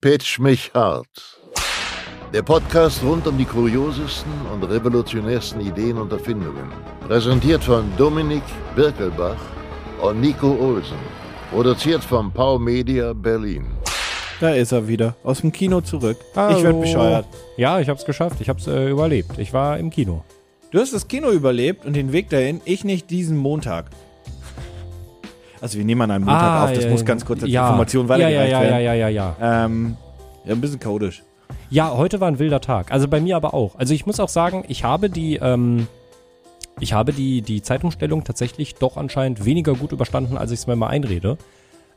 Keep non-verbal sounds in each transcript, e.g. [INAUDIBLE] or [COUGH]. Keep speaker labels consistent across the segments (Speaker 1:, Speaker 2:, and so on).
Speaker 1: Pitch mich hart. Der Podcast rund um die kuriosesten und revolutionärsten Ideen und Erfindungen. Präsentiert von Dominik Birkelbach und Nico Olsen. Produziert von Pau Media Berlin.
Speaker 2: Da ist er wieder, aus dem Kino zurück. Ich
Speaker 3: Hallo.
Speaker 2: werde bescheuert.
Speaker 3: Ja, ich hab's geschafft. Ich hab's äh, überlebt. Ich war im Kino.
Speaker 2: Du hast das Kino überlebt und den Weg dahin, ich nicht diesen Montag. Also wir nehmen an einem Montag auf, das
Speaker 3: äh,
Speaker 2: muss ganz kurz als
Speaker 3: ja.
Speaker 2: Information
Speaker 3: ja, ja,
Speaker 2: weitergereicht
Speaker 3: ja, ja,
Speaker 2: werden.
Speaker 3: ja, ja, ja.
Speaker 2: Ähm, ja, ein bisschen chaotisch.
Speaker 3: Ja, heute war ein wilder Tag. Also bei mir aber auch. Also ich muss auch sagen, ich habe die, ähm, ich habe die, die Zeitumstellung tatsächlich doch anscheinend weniger gut überstanden, als ich es mir mal einrede.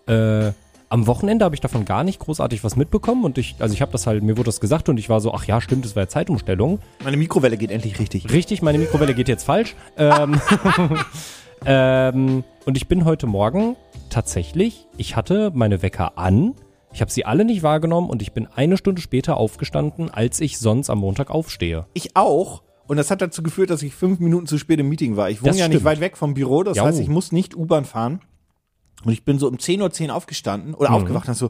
Speaker 3: Äh, am Wochenende habe ich davon gar nicht großartig was mitbekommen und ich, also ich habe das halt, mir wurde das gesagt und ich war so, ach ja, stimmt, es war ja Zeitumstellung.
Speaker 2: Meine Mikrowelle geht endlich richtig.
Speaker 3: Richtig, meine Mikrowelle geht jetzt falsch. Ähm, [LAUGHS] ähm, und ich bin heute Morgen tatsächlich, ich hatte meine Wecker an, ich habe sie alle nicht wahrgenommen und ich bin eine Stunde später aufgestanden, als ich sonst am Montag aufstehe.
Speaker 2: Ich auch. Und das hat dazu geführt, dass ich fünf Minuten zu spät im Meeting war. Ich wohne
Speaker 3: Das
Speaker 2: ja nicht
Speaker 3: stimmt.
Speaker 2: weit weg vom Büro, das
Speaker 3: Jau.
Speaker 2: heißt, ich muss nicht U-Bahn fahren. Und ich bin so um 10.10 Uhr aufgestanden
Speaker 3: Mhm.
Speaker 2: oder aufgewacht und hab so,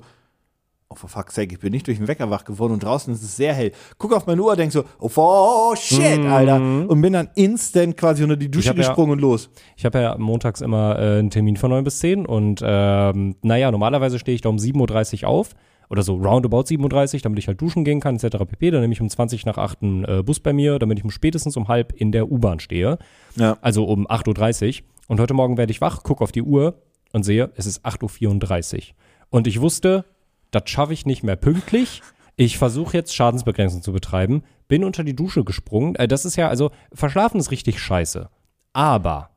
Speaker 2: oh for fuck's sake, ich bin nicht durch den Wecker wach geworden und draußen ist es sehr hell. Guck auf meine Uhr, denk so, oh, for shit, Alter. Und bin dann instant quasi unter die Dusche
Speaker 3: Mhm. hab ja-
Speaker 2: gesprungen und los.
Speaker 3: Ich habe ja montags immer äh, einen Termin von 9 bis 10 und ähm, naja, normalerweise stehe ich da um 7.30 Uhr auf oder so roundabout 7.30 Uhr, damit ich halt duschen gehen kann etc. pp. Dann nehme ich um 20 nach 8 einen äh, Bus bei mir, damit ich um spätestens um halb in der U-Bahn stehe.
Speaker 2: Ja.
Speaker 3: Also um 8.30 Uhr. Und heute Morgen werde ich wach, gucke auf die Uhr und sehe, es ist 8.34 Uhr. Und ich wusste, das schaffe ich nicht mehr pünktlich. Ich versuche jetzt Schadensbegrenzung zu betreiben, bin unter die Dusche gesprungen. Äh, Das ist ja, also verschlafen ist richtig scheiße. Aber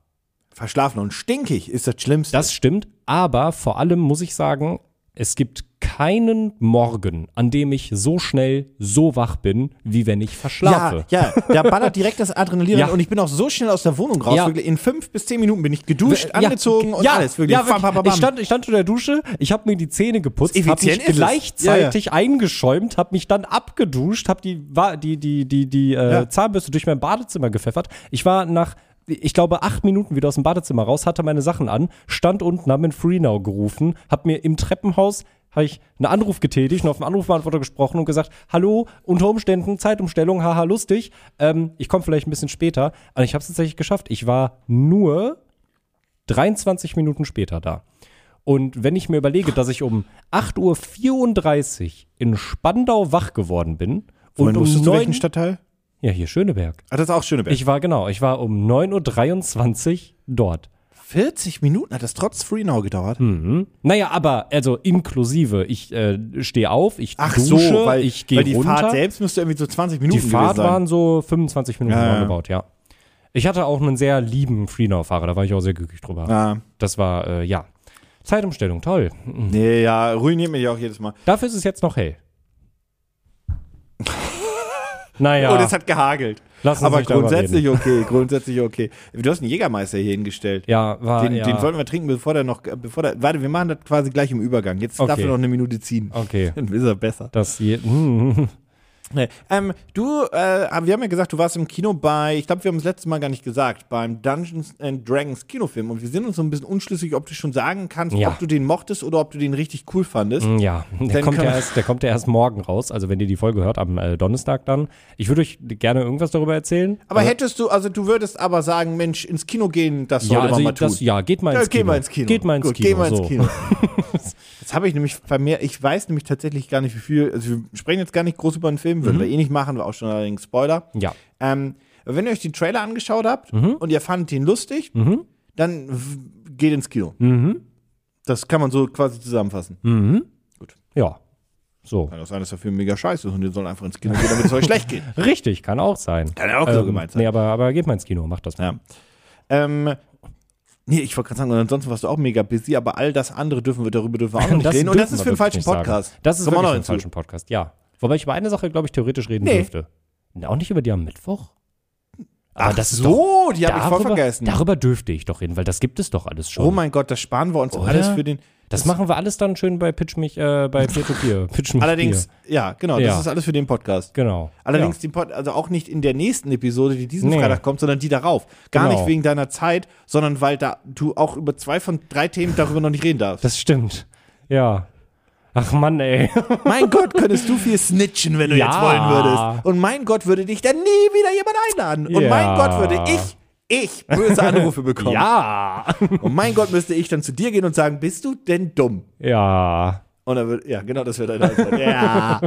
Speaker 2: Verschlafen und stinkig ist das Schlimmste.
Speaker 3: das stimmt, aber vor allem muss ich sagen, es gibt keinen Morgen, an dem ich so schnell so wach bin, wie wenn ich verschlafe.
Speaker 2: Ja, ja, da ballert direkt das Adrenalin
Speaker 3: [LAUGHS] Ja.
Speaker 2: rein und ich bin auch so schnell aus der Wohnung raus.
Speaker 3: Ja.
Speaker 2: Wirklich, in fünf bis zehn Minuten bin ich geduscht,
Speaker 3: Ja,
Speaker 2: angezogen und
Speaker 3: ja,
Speaker 2: alles. Wirklich.
Speaker 3: Ja,
Speaker 2: Bam,
Speaker 3: wirklich.
Speaker 2: bam, bam, bam.
Speaker 3: Ich, stand, ich stand unter der Dusche, ich habe mir die Zähne geputzt,
Speaker 2: Ist
Speaker 3: habe
Speaker 2: effizient
Speaker 3: mich
Speaker 2: ist es.
Speaker 3: gleichzeitig eingeschäumt, habe mich dann abgeduscht, habe die, wa- die, die, die, die äh,
Speaker 2: Ja.
Speaker 3: Zahnbürste durch mein Badezimmer gepfeffert. Ich war nach, ich glaube, acht Minuten wieder aus dem Badezimmer raus, hatte meine Sachen an, stand unten, habe in Freenau gerufen, habe mir im Treppenhaus habe ich einen Anruf getätigt und auf den Anrufbeantworter gesprochen und gesagt, hallo, unter Umständen, Zeitumstellung, haha, lustig, ähm, ich komme vielleicht ein bisschen später. Aber ich habe es tatsächlich geschafft. Ich war nur 23 Minuten später da. Und wenn ich mir überlege, dass ich um 8.34 Uhr in Spandau wach geworden bin und
Speaker 2: Wohin
Speaker 3: um
Speaker 2: musstest du welchen
Speaker 3: 9
Speaker 2: Stadtteil?
Speaker 3: Ja, hier Schöneberg.
Speaker 2: Ah, das ist auch Schöneberg.
Speaker 3: Ich war genau, ich war um 9.23 Uhr dort.
Speaker 2: 40 Minuten hat das trotz Freenow gedauert.
Speaker 3: Naja, aber also inklusive, ich äh, stehe auf, ich
Speaker 2: Ach
Speaker 3: dusche,
Speaker 2: so, weil,
Speaker 3: ich gehe
Speaker 2: weil die
Speaker 3: runter.
Speaker 2: Fahrt selbst müsste irgendwie so 20 Minuten
Speaker 3: die Fahrt
Speaker 2: gewesen sein.
Speaker 3: waren so 25 Minuten
Speaker 2: Ja, ja.
Speaker 3: roundabout, ja. Ich hatte auch einen sehr lieben Freenau-Fahrer, da war ich auch sehr glücklich drüber.
Speaker 2: Ah,
Speaker 3: Das war, äh, ja. Zeitumstellung, toll.
Speaker 2: nee, ja, ruiniert mich auch jedes Mal.
Speaker 3: Dafür ist es jetzt noch hell. naja.
Speaker 2: Und es Oh, hat gehagelt.
Speaker 3: Lass uns
Speaker 2: Aber
Speaker 3: nicht darüber
Speaker 2: grundsätzlich okay, grundsätzlich okay. Du hast einen Jägermeister hier hingestellt.
Speaker 3: ja, war,
Speaker 2: Den,
Speaker 3: ja.
Speaker 2: den wollten wir trinken, bevor der noch, bevor der, warte, wir machen das quasi gleich im Übergang. Jetzt darf
Speaker 3: Okay.
Speaker 2: er noch eine Minute ziehen.
Speaker 3: Okay.
Speaker 2: [LAUGHS] Dann ist er besser.
Speaker 3: das je, hm,
Speaker 2: Nee. Ähm, du, äh, wir haben ja gesagt, du warst im Kino bei, ich glaube, wir haben das letzte Mal gar nicht gesagt, beim Dungeons and Dragons Kinofilm. Und wir sind uns so ein bisschen unschlüssig, ob du schon sagen kannst,
Speaker 3: Ja. Mhm.
Speaker 2: ob du den mochtest oder ob du den richtig cool fandest.
Speaker 3: ja, der
Speaker 2: Dann
Speaker 3: kommt
Speaker 2: kann
Speaker 3: ja,
Speaker 2: man-
Speaker 3: erst, der kommt ja erst morgen raus. Also wenn ihr die Folge hört, am äh, Donnerstag dann. Ich würde euch gerne irgendwas darüber erzählen.
Speaker 2: Aber hättest du, also du würdest aber sagen, Mensch, ins Kino gehen, das
Speaker 3: ja,
Speaker 2: sollte
Speaker 3: also
Speaker 2: man mal tun.
Speaker 3: das, ja, geht mal
Speaker 2: Ja,
Speaker 3: ins Kino.
Speaker 2: geh mal ins Kino.
Speaker 3: Geht mal ins
Speaker 2: Gut,
Speaker 3: Kino.
Speaker 2: Geh mal ins
Speaker 3: so. [LAUGHS]
Speaker 2: Kino. das habe ich nämlich bei mir, ich weiß nämlich tatsächlich gar nicht, wie viel, also wir sprechen jetzt gar nicht groß über einen Film,
Speaker 3: Mhm.
Speaker 2: würden wir eh nicht machen, war auch schon allerdings Spoiler.
Speaker 3: Ja.
Speaker 2: Ähm, wenn ihr euch den Trailer angeschaut habt
Speaker 3: Mhm.
Speaker 2: und ihr fandet ihn lustig, dann w- geht ins Kino.
Speaker 3: Mhm.
Speaker 2: Das kann man so quasi zusammenfassen.
Speaker 3: Ja. So.
Speaker 2: Kann auch sein, dass der Film mega scheiße ist und ihr sollt einfach ins Kino gehen, damit es euch schlecht
Speaker 3: [LAUGHS]
Speaker 2: geht.
Speaker 3: Richtig, kann auch sein. Ähm,
Speaker 2: Kann ja auch so gemeint sein.
Speaker 3: Nee, aber, aber geht mal ins Kino, macht das mal.
Speaker 2: Ja. Ähm, nee, ich wollte gerade sagen, und ansonsten warst du auch mega busy, aber all das andere dürfen wir darüber dürfen
Speaker 3: [LAUGHS]
Speaker 2: wir auch nicht reden. Und das
Speaker 3: dürfen
Speaker 2: ist
Speaker 3: wir
Speaker 2: für einen
Speaker 3: wirklich
Speaker 2: falschen
Speaker 3: nicht sagen.
Speaker 2: Podcast.
Speaker 3: Das ist
Speaker 2: Kommen wir noch
Speaker 3: wirklich für einen
Speaker 2: hinzu.
Speaker 3: falschen Podcast, ja. Wobei ich über eine Sache, glaube ich, theoretisch reden
Speaker 2: Nee.
Speaker 3: dürfte. Na, Auch nicht über die am Mittwoch? Aber
Speaker 2: Ach
Speaker 3: das ist doch-
Speaker 2: so, die habe ich voll vergessen.
Speaker 3: Darüber dürfte ich doch reden, weil das gibt es doch alles schon.
Speaker 2: Oh mein Gott, das sparen wir uns
Speaker 3: Oder?
Speaker 2: alles für den.
Speaker 3: das, machen wir alles dann schön bei Pitch mich, äh,
Speaker 2: [LAUGHS]
Speaker 3: bei Peer-to-Peer. Pitch mich
Speaker 2: Allerdings,
Speaker 3: Bier.
Speaker 2: ja, genau,
Speaker 3: Ja.
Speaker 2: das ist alles für den Podcast.
Speaker 3: Genau.
Speaker 2: Allerdings die Pod, also auch nicht in der nächsten Episode, die diesen
Speaker 3: Nee.
Speaker 2: Freitag kommt, sondern die darauf. Gar
Speaker 3: Genau.
Speaker 2: nicht wegen deiner Zeit, sondern weil da du auch über zwei von drei Themen darüber noch nicht reden darfst.
Speaker 3: Das stimmt. Ja. Ach Mann, ey.
Speaker 2: Mein Gott, könntest du viel snitchen, wenn du
Speaker 3: Ja.
Speaker 2: jetzt wollen würdest. Und mein Gott, würde dich dann nie wieder jemand einladen. Und
Speaker 3: Ja.
Speaker 2: mein Gott, würde ich, ich [LAUGHS] böse Anrufe bekommen.
Speaker 3: Ja.
Speaker 2: Und mein Gott, müsste ich dann zu dir gehen und sagen, bist du denn dumm?
Speaker 3: [LAUGHS] Ja.
Speaker 2: Und dann würde, ja, genau das wäre deine [LAUGHS] Antwort. Ja.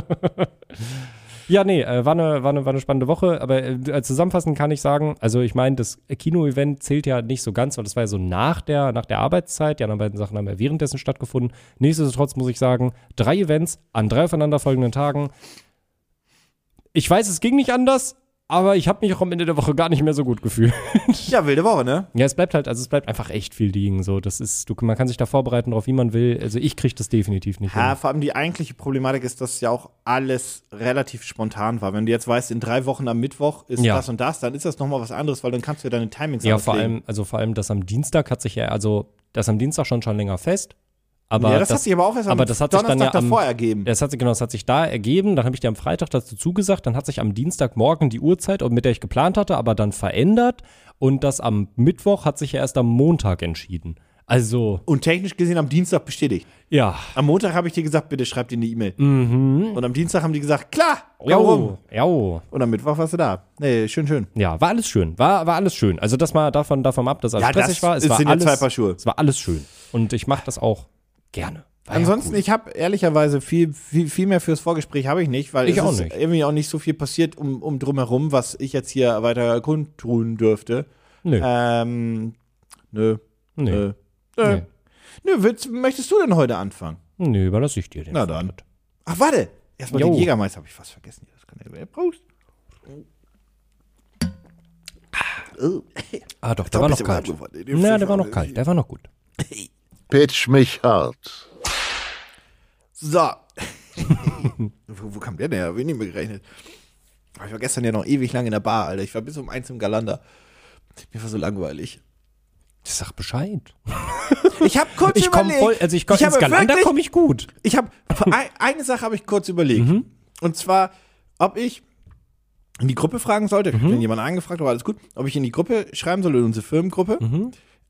Speaker 3: Ja, nee, äh, war eine, war, eine, war eine spannende Woche, aber äh, zusammenfassend kann ich sagen, also ich meine, das Kino-Event zählt ja nicht so ganz, weil das war ja so nach der, nach der Arbeitszeit, die anderen beiden Sachen haben ja währenddessen stattgefunden. Nichtsdestotrotz muss ich sagen, drei Events an drei aufeinanderfolgenden Tagen. Ich weiß, es ging nicht anders, aber ich habe mich auch am Ende der Woche gar nicht mehr so gut gefühlt. [LAUGHS]
Speaker 2: ja, wilde Woche, ne?
Speaker 3: Ja, es bleibt halt, also es bleibt einfach echt viel liegen. So, das ist, du, man kann sich da vorbereiten drauf, wie man will. Also ich kriege das definitiv nicht.
Speaker 2: Ja,
Speaker 3: hin.
Speaker 2: vor allem die eigentliche Problematik ist, dass ja auch alles relativ spontan war. Wenn du jetzt weißt, in drei Wochen am Mittwoch ist
Speaker 3: Ja.
Speaker 2: das und das, dann ist das nochmal was anderes, weil dann kannst du ja deine Timings
Speaker 3: Ja,
Speaker 2: anders
Speaker 3: vor
Speaker 2: legen.
Speaker 3: allem, also vor allem, das am Dienstag hat sich ja, also das am Dienstag schon schon länger fest. Aber
Speaker 2: Ja, das, hat sich aber auch erst
Speaker 3: aber
Speaker 2: am
Speaker 3: das hat sich
Speaker 2: Donnerstag
Speaker 3: dann ja am-
Speaker 2: davor ergeben.
Speaker 3: das hat sich, genau, das hat sich da ergeben. Dann habe ich dir am Freitag dazu zugesagt. Dann hat sich am Dienstagmorgen die Uhrzeit, mit der ich geplant hatte, aber dann verändert. Und das am Mittwoch hat sich ja erst am Montag entschieden. Also,
Speaker 2: Und technisch gesehen am Dienstag bestätigt.
Speaker 3: ja.
Speaker 2: Am Montag habe ich dir gesagt, bitte schreib dir eine E-Mail.
Speaker 3: Mhm.
Speaker 2: Und am Dienstag haben die gesagt, klar, komm rum.
Speaker 3: Jau, jau.
Speaker 2: Und am Mittwoch warst du da. Nee, schön, schön.
Speaker 3: Ja, war alles schön. War, war alles schön. Also das mal davon, davon ab, dass alles
Speaker 2: Ja, das
Speaker 3: stressig war. Es
Speaker 2: sind
Speaker 3: war
Speaker 2: ja
Speaker 3: alles,
Speaker 2: zwei Paar Schuhe.
Speaker 3: Es war alles schön. Und ich mache das auch gerne. War ja
Speaker 2: Ansonsten,
Speaker 3: cool.
Speaker 2: ich habe ehrlicherweise viel, viel, viel mehr fürs Vorgespräch habe ich nicht, weil
Speaker 3: Ich
Speaker 2: es
Speaker 3: auch
Speaker 2: ist
Speaker 3: nicht.
Speaker 2: irgendwie auch nicht so viel passiert um, um drumherum, was ich jetzt hier weiter kundtun dürfte.
Speaker 3: Nö,
Speaker 2: Ähm, nö,
Speaker 3: nee.
Speaker 2: nö, nö.
Speaker 3: Nee.
Speaker 2: Nö, willst, möchtest du denn heute anfangen?
Speaker 3: Nö, überlasse ich dir den.
Speaker 2: Na dann. Ach, warte. Erstmal
Speaker 3: Jo.
Speaker 2: den Jägermeister habe ich fast vergessen. Das kann ja Prost.
Speaker 3: Ah, doch, der war noch
Speaker 2: Bisschen
Speaker 3: kalt.
Speaker 2: warm geworden. Den
Speaker 3: Na,
Speaker 2: Pfiff
Speaker 3: der war noch
Speaker 2: haben
Speaker 3: kalt. Der war noch gut.
Speaker 1: Pitch mich hart.
Speaker 2: wir. So.
Speaker 3: [LAUGHS]
Speaker 2: wo, wo kam der denn her? Hab ich nicht mehr gerechnet. Aber Ich war gestern ja noch ewig lang in der Bar, Alter. Ich war bis um eins im Galander. Mir war so langweilig.
Speaker 3: Ich sag Bescheid.
Speaker 2: Ich habe kurz
Speaker 3: Ich komme
Speaker 2: überlegt.
Speaker 3: voll, also ich komme ins
Speaker 2: habe
Speaker 3: Galant, da
Speaker 2: wirklich-
Speaker 3: komme ich gut.
Speaker 2: Ich habe [LAUGHS] ein- eine Sache habe ich kurz überlegt. Und zwar, ob ich in die Gruppe fragen sollte, wenn jemand angefragt hat, alles gut, ob ich in die Gruppe schreiben soll, in unsere Firmengruppe.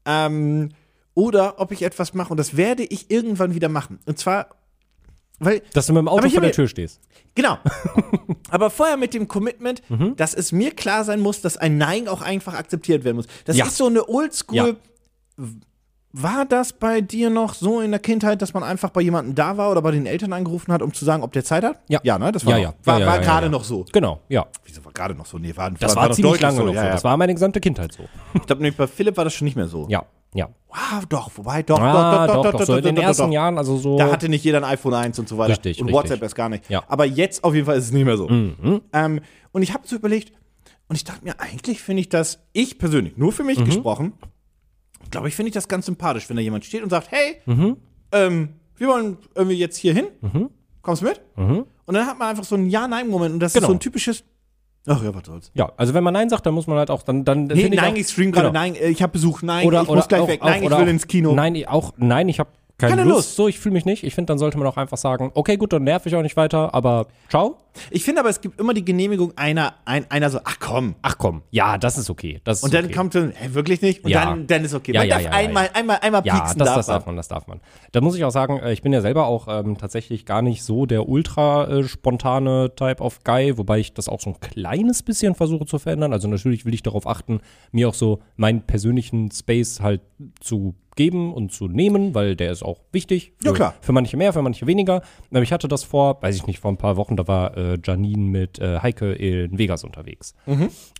Speaker 2: Ähm, oder ob ich etwas mache. Und das werde ich irgendwann wieder machen. Und zwar, weil
Speaker 3: Dass du mit dem
Speaker 2: Aber
Speaker 3: Auto
Speaker 2: ich
Speaker 3: vor der
Speaker 2: hab-
Speaker 3: Tür stehst.
Speaker 2: Genau. Aber vorher mit dem Commitment,
Speaker 3: Mhm.
Speaker 2: dass es mir klar sein muss, dass ein Nein auch einfach akzeptiert werden muss. Das
Speaker 3: Ja.
Speaker 2: ist so eine Oldschool.
Speaker 3: Ja.
Speaker 2: W- War das bei dir noch so in der Kindheit, dass man einfach bei jemandem da war oder bei den Eltern angerufen hat, um zu sagen, ob der Zeit hat?
Speaker 3: Ja.
Speaker 2: Ja, ne? Das war,
Speaker 3: Ja,
Speaker 2: noch-
Speaker 3: ja.
Speaker 2: war,
Speaker 3: Ja, ja,
Speaker 2: war
Speaker 3: ja,
Speaker 2: gerade
Speaker 3: ja.
Speaker 2: noch so.
Speaker 3: Genau, ja.
Speaker 2: Wieso war gerade noch so? Nee, war,
Speaker 3: Das war, ziemlich
Speaker 2: doch deutlich
Speaker 3: lange noch so.
Speaker 2: Ja, ja.
Speaker 3: Das war meine gesamte Kindheit so.
Speaker 2: ich glaube, nämlich bei Philipp war das schon nicht mehr so.
Speaker 3: Ja, ja.
Speaker 2: Wow, doch, wobei, doch,
Speaker 3: Ah,
Speaker 2: doch, doch, doch, doch,
Speaker 3: So in den
Speaker 2: doch, doch,
Speaker 3: ersten
Speaker 2: doch.
Speaker 3: Jahren, also so.
Speaker 2: Da hatte nicht jeder ein iPhone 1 und so weiter.
Speaker 3: Richtig,
Speaker 2: und
Speaker 3: richtig.
Speaker 2: WhatsApp erst gar nicht.
Speaker 3: Ja. Mhm.
Speaker 2: Aber jetzt auf jeden Fall ist es nicht mehr so. Ähm, und ich habe so überlegt, und ich dachte mir, eigentlich finde ich das, ich persönlich, nur für
Speaker 3: Mhm.
Speaker 2: mich gesprochen, glaube ich, finde ich das ganz sympathisch, wenn da jemand steht und sagt, hey,
Speaker 3: Mhm.
Speaker 2: ähm, wir wollen irgendwie jetzt hier hin, kommst mit? Und dann hat man einfach so einen Ja-Nein-Moment und das ist
Speaker 3: Mhm. Genau.
Speaker 2: so ein typisches, ach ja, was soll's.
Speaker 3: ja, also wenn man Nein sagt, dann muss man halt auch, dann, dann
Speaker 2: Nee,
Speaker 3: finde
Speaker 2: nein,
Speaker 3: auch,
Speaker 2: ich stream gerade,
Speaker 3: genau.
Speaker 2: nein, äh, ich habe Besuch, nein,
Speaker 3: oder,
Speaker 2: ich
Speaker 3: oder
Speaker 2: muss gleich
Speaker 3: auch,
Speaker 2: weg,
Speaker 3: auch,
Speaker 2: nein, ich
Speaker 3: oder
Speaker 2: will
Speaker 3: auch,
Speaker 2: ins Kino.
Speaker 3: Nein, ich auch nein, ich habe keine,
Speaker 2: Keine
Speaker 3: Lust.
Speaker 2: Lust.
Speaker 3: So, ich fühle mich nicht. Ich finde, dann sollte man auch einfach sagen, okay, gut, dann nerv ich auch nicht weiter, aber ciao.
Speaker 2: Ich finde aber, es gibt immer die Genehmigung einer, ein, einer so, ach komm,
Speaker 3: Ach komm, ja, das ist okay. Das ist
Speaker 2: Und dann
Speaker 3: okay.
Speaker 2: kommt dann, hä, wirklich nicht? Und
Speaker 3: Ja.
Speaker 2: dann, dann ist okay.
Speaker 3: Ja,
Speaker 2: Man
Speaker 3: ja,
Speaker 2: darf
Speaker 3: ja, ja,
Speaker 2: einmal,
Speaker 3: ja.
Speaker 2: einmal, einmal
Speaker 3: ja,
Speaker 2: pieksen
Speaker 3: das, das
Speaker 2: man.
Speaker 3: darf man, das darf man. Da muss ich auch sagen, äh, ich bin ja selber auch ähm, tatsächlich gar nicht so der ultra äh, spontane Type of Guy, wobei ich das auch so ein kleines bisschen versuche zu verändern. Also natürlich will ich darauf achten, mir auch so meinen persönlichen Space halt zu geben und zu nehmen, weil der ist auch wichtig. Für,
Speaker 2: Ja, klar.
Speaker 3: Für manche mehr, für manche weniger. Ähm, Ich hatte das vor, weiß ich nicht, vor ein paar Wochen, da war äh, Janine mit äh, Heike in Vegas unterwegs.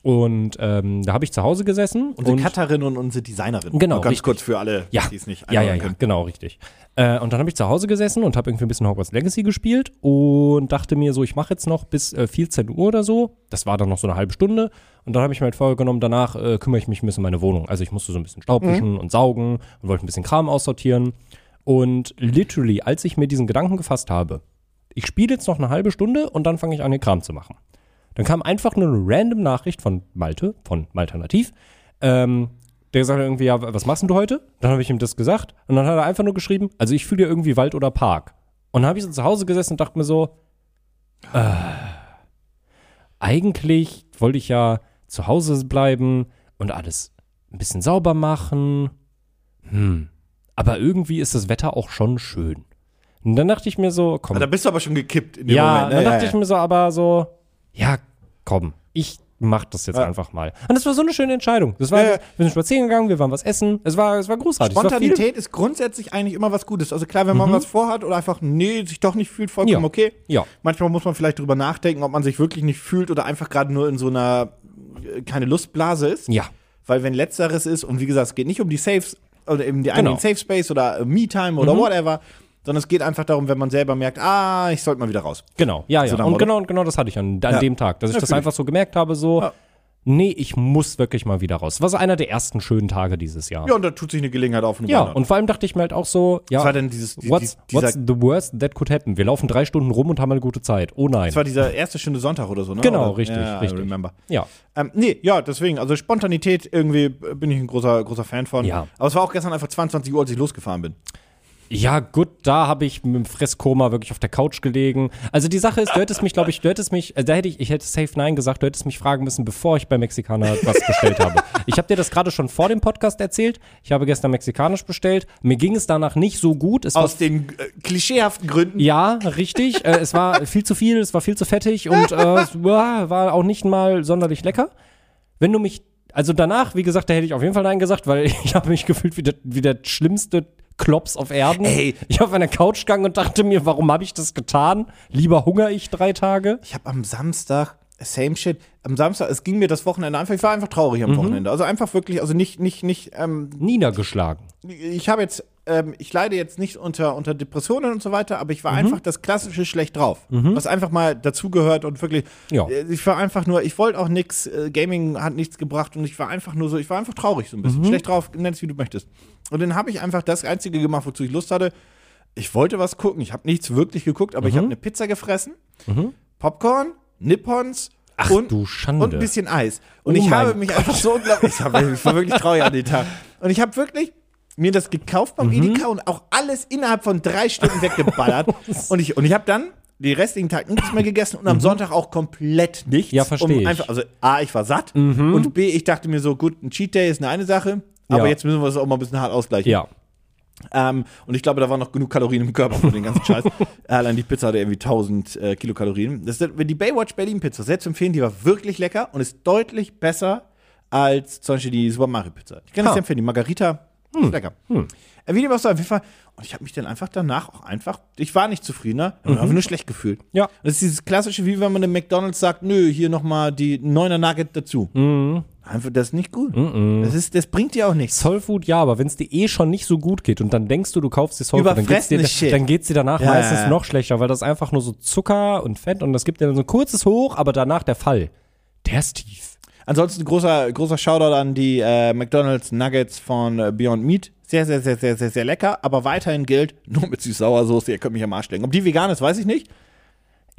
Speaker 3: Und ähm, da habe ich zu Hause gesessen.
Speaker 2: Unsere Cutterin Mhm. und unsere Designerin.
Speaker 3: Genau,
Speaker 2: Nur ganz
Speaker 3: richtig.
Speaker 2: kurz für alle,
Speaker 3: Ja,
Speaker 2: die es nicht
Speaker 3: ja, ja,
Speaker 2: einordnen
Speaker 3: ja, genau, richtig. Äh, und dann habe ich zu Hause gesessen und habe irgendwie ein bisschen Hogwarts Legacy gespielt und dachte mir so, ich mache jetzt noch bis äh, 14 Uhr oder so. Das war dann noch so eine halbe Stunde. Und dann habe ich mir halt vorgenommen, danach äh, kümmere ich mich ein bisschen um meine Wohnung. Also ich musste so ein bisschen
Speaker 2: Mhm.
Speaker 3: Staub wischen und saugen und wollte ein bisschen Kram aussortieren. Und literally, als ich mir diesen Gedanken gefasst habe, ich spiele jetzt noch eine halbe Stunde und dann fange ich an, den Kram zu machen. Dann kam einfach nur eine random Nachricht von Malte, von Malternativ, ähm, der gesagt hat irgendwie, ja, was machst denn du heute? Dann habe ich ihm das gesagt und dann hat er einfach nur geschrieben, also ich fühle ja irgendwie Wald oder Park. Und dann habe ich so zu Hause gesessen und dachte mir so, äh, eigentlich wollte ich ja zu Hause bleiben und alles ein bisschen sauber machen. Hm. Aber irgendwie ist das Wetter auch schon schön. Und Und dann dachte ich mir so, komm.
Speaker 2: Da bist du aber schon gekippt in dem
Speaker 3: ja,
Speaker 2: Moment. ne?
Speaker 3: dann
Speaker 2: Ja,
Speaker 3: dachte
Speaker 2: ja.
Speaker 3: ich mir so, aber so, ja, komm, ich mach das jetzt
Speaker 2: Ja.
Speaker 3: einfach mal. Und das war so eine schöne Entscheidung. Das war,
Speaker 2: Ja, ja.
Speaker 3: wir sind spazieren gegangen, wir waren was essen. Es war, es war großartig. Es war Mhm.
Speaker 2: Spontanität ist grundsätzlich eigentlich immer was Gutes. Also klar, wenn man was vorhat oder einfach, nee, sich doch nicht fühlt, vollkommen
Speaker 3: Ja.
Speaker 2: okay.
Speaker 3: Ja.
Speaker 2: Manchmal muss man vielleicht drüber nachdenken, ob man sich wirklich nicht fühlt oder einfach gerade nur in so einer äh, keine Lustblase ist.
Speaker 3: viel, ja,
Speaker 2: Weil wenn letzteres ist, und wie gesagt, es geht nicht um die Saves, oder eben die einen
Speaker 3: Genau. Mhm.
Speaker 2: den Safe Space oder äh, Me-Time oder whatever, sondern es geht einfach darum, wenn man selber merkt, ah, ich sollte mal wieder raus.
Speaker 3: genau. Ja, ja.
Speaker 2: So nach dem
Speaker 3: und
Speaker 2: Motto.
Speaker 3: genau, und genau das hatte ich an, an
Speaker 2: Ja.
Speaker 3: dem Tag, dass ich das
Speaker 2: Natürlich.
Speaker 3: einfach so gemerkt habe, so,
Speaker 2: Ja.
Speaker 3: nee, ich muss wirklich mal wieder raus. Das war so einer der ersten schönen Tage dieses Jahr.
Speaker 2: Ja, und da tut sich eine Gelegenheit auf.
Speaker 3: Ja, und vor allem dachte ich mir halt auch so, ja,
Speaker 2: was war denn dieses, die,
Speaker 3: what's,
Speaker 2: die, dieser,
Speaker 3: what's the worst that could happen? Wir laufen drei Stunden rum und haben eine gute Zeit. Oh nein.
Speaker 2: das war dieser erste schöne Sonntag oder so, ne?
Speaker 3: Genau,
Speaker 2: oder?
Speaker 3: richtig,
Speaker 2: ja, ja, I
Speaker 3: richtig.
Speaker 2: remember.
Speaker 3: Ja,
Speaker 2: Ähm, nee, ja, deswegen, also Spontanität irgendwie äh, bin ich ein großer, großer Fan von.
Speaker 3: Ja.
Speaker 2: Aber es war auch gestern einfach 22 Uhr, als ich losgefahren bin.
Speaker 3: Ja, gut, da habe ich mit dem Fresskoma wirklich auf der Couch gelegen. Also die Sache ist, du hättest mich, glaube ich, du hättest mich, also da hätte ich, ich hätte safe nein gesagt, du hättest mich fragen müssen, bevor ich bei Mexikaner was bestellt habe. Ich habe dir das gerade schon vor dem Podcast erzählt. Ich habe gestern mexikanisch bestellt. Mir ging es danach nicht so gut. Es war
Speaker 2: Aus den äh, klischeehaften Gründen.
Speaker 3: ja, richtig. äh, es war viel zu viel, es war viel zu fettig und äh, es war war auch nicht mal sonderlich lecker. Wenn du mich, also danach, wie gesagt, da hätte ich auf jeden Fall Nein gesagt, weil [LAUGHS] ich habe mich gefühlt wie der, wie der schlimmste Klops auf Erden.
Speaker 2: Ey.
Speaker 3: Ich auf einer Couch gegangen und dachte mir, warum habe ich das getan? Lieber hungere ich drei Tage.
Speaker 2: Ich habe am Samstag, same shit, am Samstag, es ging mir das Wochenende einfach, ich war einfach traurig am Wochenende. Also einfach wirklich, also nicht, nicht, nicht, ähm,
Speaker 3: Niedergeschlagen.
Speaker 2: ich habe jetzt, ähm, ich leide jetzt nicht unter, unter Depressionen und so weiter, aber ich
Speaker 3: Mhm.
Speaker 2: war einfach das klassische schlecht drauf. Was einfach mal dazugehört und wirklich,
Speaker 3: Ja.
Speaker 2: äh, ich war einfach nur, ich wollte auch nichts, äh, Gaming hat nichts gebracht und ich war einfach nur so, ich war einfach traurig so ein
Speaker 3: Mhm.
Speaker 2: bisschen. Schlecht drauf, nenn es wie du möchtest. Und dann habe ich einfach das Einzige gemacht, wozu ich Lust hatte. Ich wollte was gucken, ich habe nichts wirklich geguckt, aber ich
Speaker 3: Mhm.
Speaker 2: habe eine Pizza gefressen, Popcorn, Nippons.
Speaker 3: Ach
Speaker 2: und,
Speaker 3: du Schande.
Speaker 2: Und ein bisschen Eis. Und
Speaker 3: Oh
Speaker 2: ich
Speaker 3: mein
Speaker 2: habe mich einfach so unglaublich. Ich, habe, ich war wirklich traurig an den Tag. Und ich habe wirklich mir das gekauft beim Edeka und auch alles innerhalb von drei Stunden weggeballert. und ich, und ich habe dann den restlichen Tag nichts mehr gegessen und am Sonntag auch komplett nichts.
Speaker 3: Ja, verstehe ich.
Speaker 2: einfach, also A, ich war satt und B, ich dachte mir so, gut, ein Cheat Day ist eine, eine Sache, aber
Speaker 3: Ja.
Speaker 2: jetzt müssen wir es auch mal ein bisschen hart ausgleichen.
Speaker 3: Ja.
Speaker 2: Ähm, und ich glaube, da waren noch genug Kalorien im Körper für den ganzen Scheiß. Äh, Allein die Pizza hatte irgendwie 1000 äh, Kilokalorien. Das ist, die Baywatch Berlin Pizza selbst empfehlen, die war wirklich lecker und ist deutlich besser als zum Beispiel die Super Mario Pizza. Ich kann das
Speaker 3: Ha.
Speaker 2: sehr empfehlen. Die Margarita ist lecker. Äh, Wie dem auch sei, auf jeden Fall. Und ich habe mich dann einfach danach auch einfach, ich war nicht zufriedener, ich habe nur schlecht gefühlt.
Speaker 3: Ja.
Speaker 2: Und das ist dieses klassische, wie wenn man im McDonalds sagt, nö, hier nochmal die neuner Nugget dazu. Einfach, das ist nicht gut. Das, ist, das bringt dir auch nichts.
Speaker 3: Soul Food ja, aber wenn es dir eh schon nicht so gut geht und dann denkst du, du kaufst dir Soul Food, dann geht's dir,
Speaker 2: Überfressenes Shit.
Speaker 3: dann geht's dir danach
Speaker 2: Ja,
Speaker 3: meistens
Speaker 2: ja, ja.
Speaker 3: noch schlechter, weil das einfach nur so Zucker und Fett und das gibt dir dann so ein kurzes Hoch, aber danach der Fall. Der ist tief.
Speaker 2: Ansonsten großer, großer Shoutout an die äh, McDonalds Nuggets von äh, Beyond Meat. Sehr, sehr, sehr, sehr, sehr, sehr lecker. Aber weiterhin gilt, [LAUGHS] nur mit süß-sauer-Soße, ihr könnt mich am Arsch legen. Ob die vegan ist, weiß ich nicht.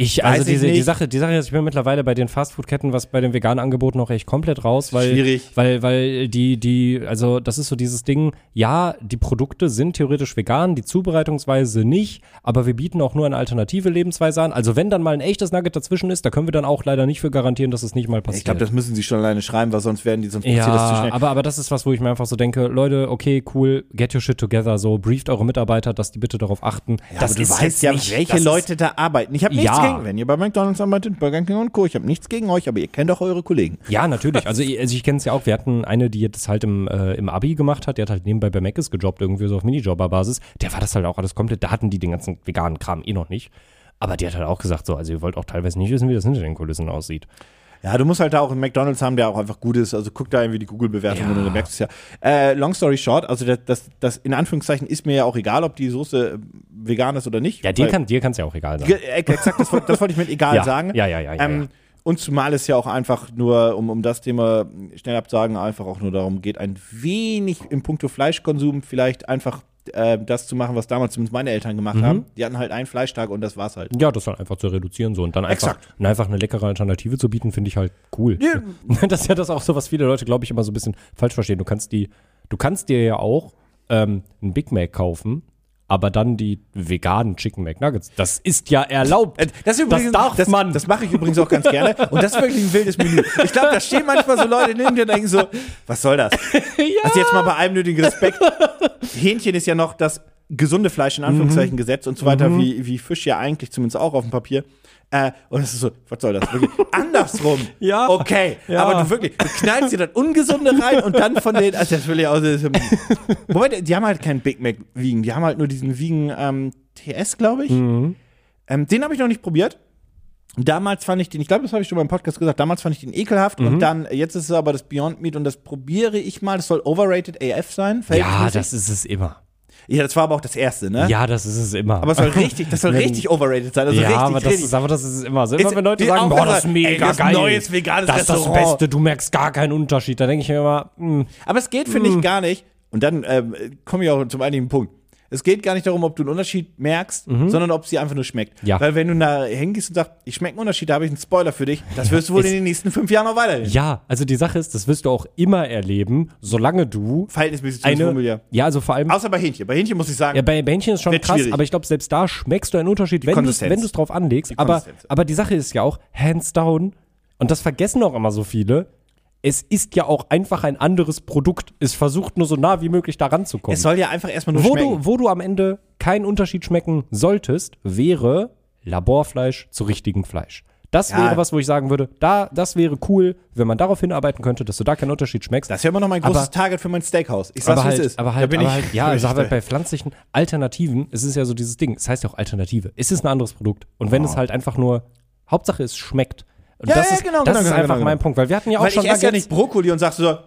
Speaker 3: Ich,
Speaker 2: Weiß
Speaker 3: also
Speaker 2: ich
Speaker 3: diese, die
Speaker 2: nicht.
Speaker 3: Sache, die Sache ist, ich bin mittlerweile bei den Fastfood-Ketten, was bei den veganen Angeboten auch echt komplett raus, weil,
Speaker 2: Schwierig.
Speaker 3: weil, weil die, die, also das ist so dieses Ding, ja, die Produkte sind theoretisch vegan, die Zubereitungsweise nicht, aber wir bieten auch nur eine alternative Lebensweise an. Also wenn dann mal ein echtes Nugget dazwischen ist, da können wir dann auch leider nicht für garantieren, dass es nicht mal passiert.
Speaker 2: Ich glaube, das müssen sie schon alleine schreiben, weil sonst werden die, sonst passiert das zu
Speaker 3: Ja,
Speaker 2: schnell.
Speaker 3: aber, aber das ist was, wo ich mir einfach so denke, Leute, okay, cool, get your shit together, so brieft eure Mitarbeiter, dass die bitte darauf achten.
Speaker 2: Ja,
Speaker 3: das
Speaker 2: aber du
Speaker 3: ist
Speaker 2: weißt
Speaker 3: jetzt
Speaker 2: ja,
Speaker 3: nicht,
Speaker 2: welche
Speaker 3: das
Speaker 2: Leute da arbeiten. Ich habe nichts
Speaker 3: Ja.
Speaker 2: gegen, wenn ihr bei McDonalds arbeitet, Burger King und Co. Ich habe nichts gegen euch, aber ihr kennt doch eure Kollegen.
Speaker 3: Ist, ja, natürlich. Also, ich- also ich kenne es ja auch. Wir hatten eine, die das halt im, äh, im Abi gemacht hat. Die hat halt nebenbei bei Mc's gejobbt, irgendwie so auf Minijobber-Basis. Der war das halt auch alles komplett. Da hatten die den ganzen veganen Kram eh noch nicht. Aber die hat halt auch gesagt, so, also ihr wollt auch teilweise nicht wissen, wie das hinter den Kulissen aussieht.
Speaker 2: Ja, du musst halt da auch einen McDonalds haben, der auch einfach gut ist. Also guck da irgendwie die Google-Bewertungen
Speaker 3: Ja.
Speaker 2: und dann merkst du es ja. Äh, long story short, also das, das, das in Anführungszeichen ist mir ja auch egal, ob die Soße äh, vegan ist oder nicht.
Speaker 3: Ja, dir
Speaker 2: Weil-
Speaker 3: kann es ja auch egal sein.
Speaker 2: Ge- ex- Exakt, das, woll- das wollte ich mit egal
Speaker 3: [LAUGHS] Ja,
Speaker 2: sagen.
Speaker 3: ja, ja, ja, ja, ja.
Speaker 2: Ähm, und zumal es ja auch einfach nur, um, um das Thema schnell abzusagen, einfach auch nur darum geht, ein wenig im Punkto Fleischkonsum vielleicht einfach äh, das zu machen, was damals zumindest meine Eltern gemacht
Speaker 3: Mhm.
Speaker 2: haben. Die hatten halt einen Fleischtag und das war's halt.
Speaker 3: Ja, das dann einfach zu reduzieren so und dann einfach,
Speaker 2: Exakt.
Speaker 3: und einfach eine leckere Alternative zu bieten, finde ich halt cool. [LAUGHS] Das ist ja das auch so, was viele Leute, glaube ich, immer so ein bisschen falsch verstehen. Du kannst die, du kannst dir ja auch ähm, einen Big Mac kaufen, aber dann die veganen Chicken McNuggets. Das ist ja
Speaker 2: Äh,
Speaker 3: erlaubt. darf
Speaker 2: das,
Speaker 3: man.
Speaker 2: Das mache ich übrigens auch ganz gerne. Und das ist wirklich ein wildes Menü. Ich glaube, da stehen manchmal so Leute neben dir und denken
Speaker 3: [LAUGHS]
Speaker 2: so, was soll das? Also jetzt mal bei allem nötigen Respekt. Hähnchen ist ja noch das gesunde Fleisch in
Speaker 3: Mhm.
Speaker 2: Anführungszeichen gesetzt und so weiter, wie, wie Fisch ja eigentlich zumindest auch auf dem Papier. Äh, und es ist so, was soll das? Wirklich? Andersrum.
Speaker 3: [LAUGHS] Ja.
Speaker 2: Okay.
Speaker 3: Ja.
Speaker 2: Aber du wirklich, du knallst dir das Ungesunde rein und dann von den, also das will ich auch. Das ist,
Speaker 3: [LAUGHS]
Speaker 2: Moment, die haben halt keinen Big Mac Vegan. Die haben halt nur diesen Vegan ähm, TS, glaube
Speaker 3: Mhm.
Speaker 2: ich. Ähm, den habe ich noch nicht probiert. Damals fand ich den, ich glaube, das habe ich schon beim Podcast gesagt, damals fand ich den ekelhaft
Speaker 3: Mhm.
Speaker 2: und dann, äh, jetzt ist es aber das Beyond Meat und das probiere ich mal. Das soll overrated AF sein.
Speaker 3: Ja,
Speaker 2: verhältnismäßig.
Speaker 3: das ist es immer.
Speaker 2: ja, das war aber auch das erste, ne?
Speaker 3: Ja, das ist es immer.
Speaker 2: Aber es soll richtig,
Speaker 3: [LAUGHS]
Speaker 2: das soll richtig overrated sein. Also
Speaker 3: ja,
Speaker 2: richtig,
Speaker 3: aber das,
Speaker 2: richtig.
Speaker 3: ist, aber das ist es immer so. Immer
Speaker 2: Ist-
Speaker 3: wenn Leute
Speaker 2: die
Speaker 3: sagen,
Speaker 2: auch
Speaker 3: boah,
Speaker 2: immer,
Speaker 3: das ist mega
Speaker 2: ey, das
Speaker 3: geil.
Speaker 2: neues veganes
Speaker 3: das ist das
Speaker 2: Restaurant.
Speaker 3: Beste, du merkst gar keinen Unterschied. Da denke ich mir immer, hm,
Speaker 2: aber es geht, finde ich, gar nicht. Und dann ähm, komme ich auch zum einigen Punkt. Es geht gar nicht darum, ob du einen Unterschied merkst, sondern ob sie einfach nur schmeckt.
Speaker 3: Mhm. Ja.
Speaker 2: Weil wenn du da hingehst und sagst, ich schmecke einen Unterschied, da habe ich einen Spoiler für dich, das wirst du
Speaker 3: [LAUGHS]
Speaker 2: wohl
Speaker 3: Es-
Speaker 2: in den nächsten fünf Jahren noch weiterhin.
Speaker 3: ja, also die Sache ist, das wirst du auch immer erleben, solange du
Speaker 2: Verhältnismäßig zu
Speaker 3: eine,
Speaker 2: Formulier.
Speaker 3: ja, also vor allem,
Speaker 2: Außer bei Hähnchen. Bei Hähnchen muss ich sagen,
Speaker 3: ja, bei Bändchen ist schon
Speaker 2: Wird
Speaker 3: krass,
Speaker 2: schwierig.
Speaker 3: aber ich glaube, selbst da schmeckst du einen Unterschied, wenn du es
Speaker 2: Konsistenz.
Speaker 3: wenn du's drauf anlegst. aber,
Speaker 2: Konsistenz.
Speaker 3: aber die Sache ist ja auch, hands down, und das vergessen auch immer so viele, es ist ja auch einfach ein anderes Produkt. Es versucht nur so nah wie möglich da ranzukommen.
Speaker 2: es soll ja einfach erstmal nur
Speaker 3: Wo
Speaker 2: schmecken.
Speaker 3: du, wo du am Ende keinen Unterschied schmecken solltest, wäre Laborfleisch zu richtigem Fleisch. Das
Speaker 2: Ja.
Speaker 3: wäre was, wo ich sagen würde, da, das wäre cool, wenn man darauf hinarbeiten könnte, dass du da keinen Unterschied schmeckst.
Speaker 2: Das ist ja immer noch mein großes
Speaker 3: Aber-
Speaker 2: Target für mein Steakhouse. Ich sag's,
Speaker 3: aber
Speaker 2: wie es
Speaker 3: halt,
Speaker 2: ist.
Speaker 3: aber
Speaker 2: da
Speaker 3: halt,
Speaker 2: bin
Speaker 3: aber
Speaker 2: ich,
Speaker 3: [LAUGHS] halt, ja, also aber halt bei pflanzlichen Alternativen, es ist ja so dieses Ding, es heißt ja auch Alternative. Es ist ein anderes Produkt. Und wenn es halt einfach nur, Hauptsache es schmeckt. Und
Speaker 2: Ja,
Speaker 3: das
Speaker 2: ja,
Speaker 3: ist,
Speaker 2: genau,
Speaker 3: das
Speaker 2: genau,
Speaker 3: ist
Speaker 2: genau,
Speaker 3: einfach
Speaker 2: genau.
Speaker 3: mein Punkt, weil wir hatten ja auch
Speaker 2: Weil
Speaker 3: schon
Speaker 2: ich esse ja nicht
Speaker 3: Baguettes.
Speaker 2: Brokkoli und sagst du so,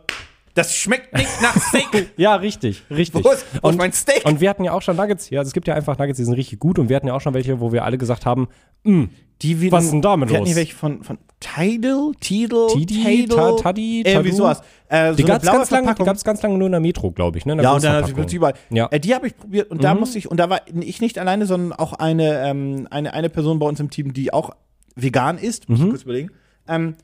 Speaker 2: das schmeckt nicht [LAUGHS] nach Steak.
Speaker 3: Ja, richtig, richtig.
Speaker 2: Wo ist- wo ist mein Steak?
Speaker 3: Und wir hatten ja auch schon Nuggets hier. Also es gibt ja einfach Nuggets, die sind richtig gut. Und wir hatten ja auch schon welche, wo wir alle gesagt haben,
Speaker 2: Die wieder,
Speaker 3: Was ist denn damit
Speaker 2: wir hatten
Speaker 3: los?
Speaker 2: hier welche von, von Tidal, Tidal,
Speaker 3: Tidi,
Speaker 2: Tidal,
Speaker 3: Ta- Tadi,
Speaker 2: irgendwie
Speaker 3: Tadu?
Speaker 2: sowas. Äh,
Speaker 3: die
Speaker 2: so eine
Speaker 3: gab's
Speaker 2: blaue
Speaker 3: ganz lange, die
Speaker 2: Verpackung.
Speaker 3: gab's ganz lange nur in der Metro, glaube ich. Ne? In der
Speaker 2: ja, und dann natürlich
Speaker 3: Großverpackung.
Speaker 2: plötzlich überall.
Speaker 3: Ja. Mhm.
Speaker 2: Äh, die habe ich probiert und da musste ich, und da war ich nicht alleine, sondern auch eine, ähm, eine, eine Person bei uns im Team, die auch vegan ist.
Speaker 3: Mhm.
Speaker 2: Muss ich kurz überlegen. Ähm,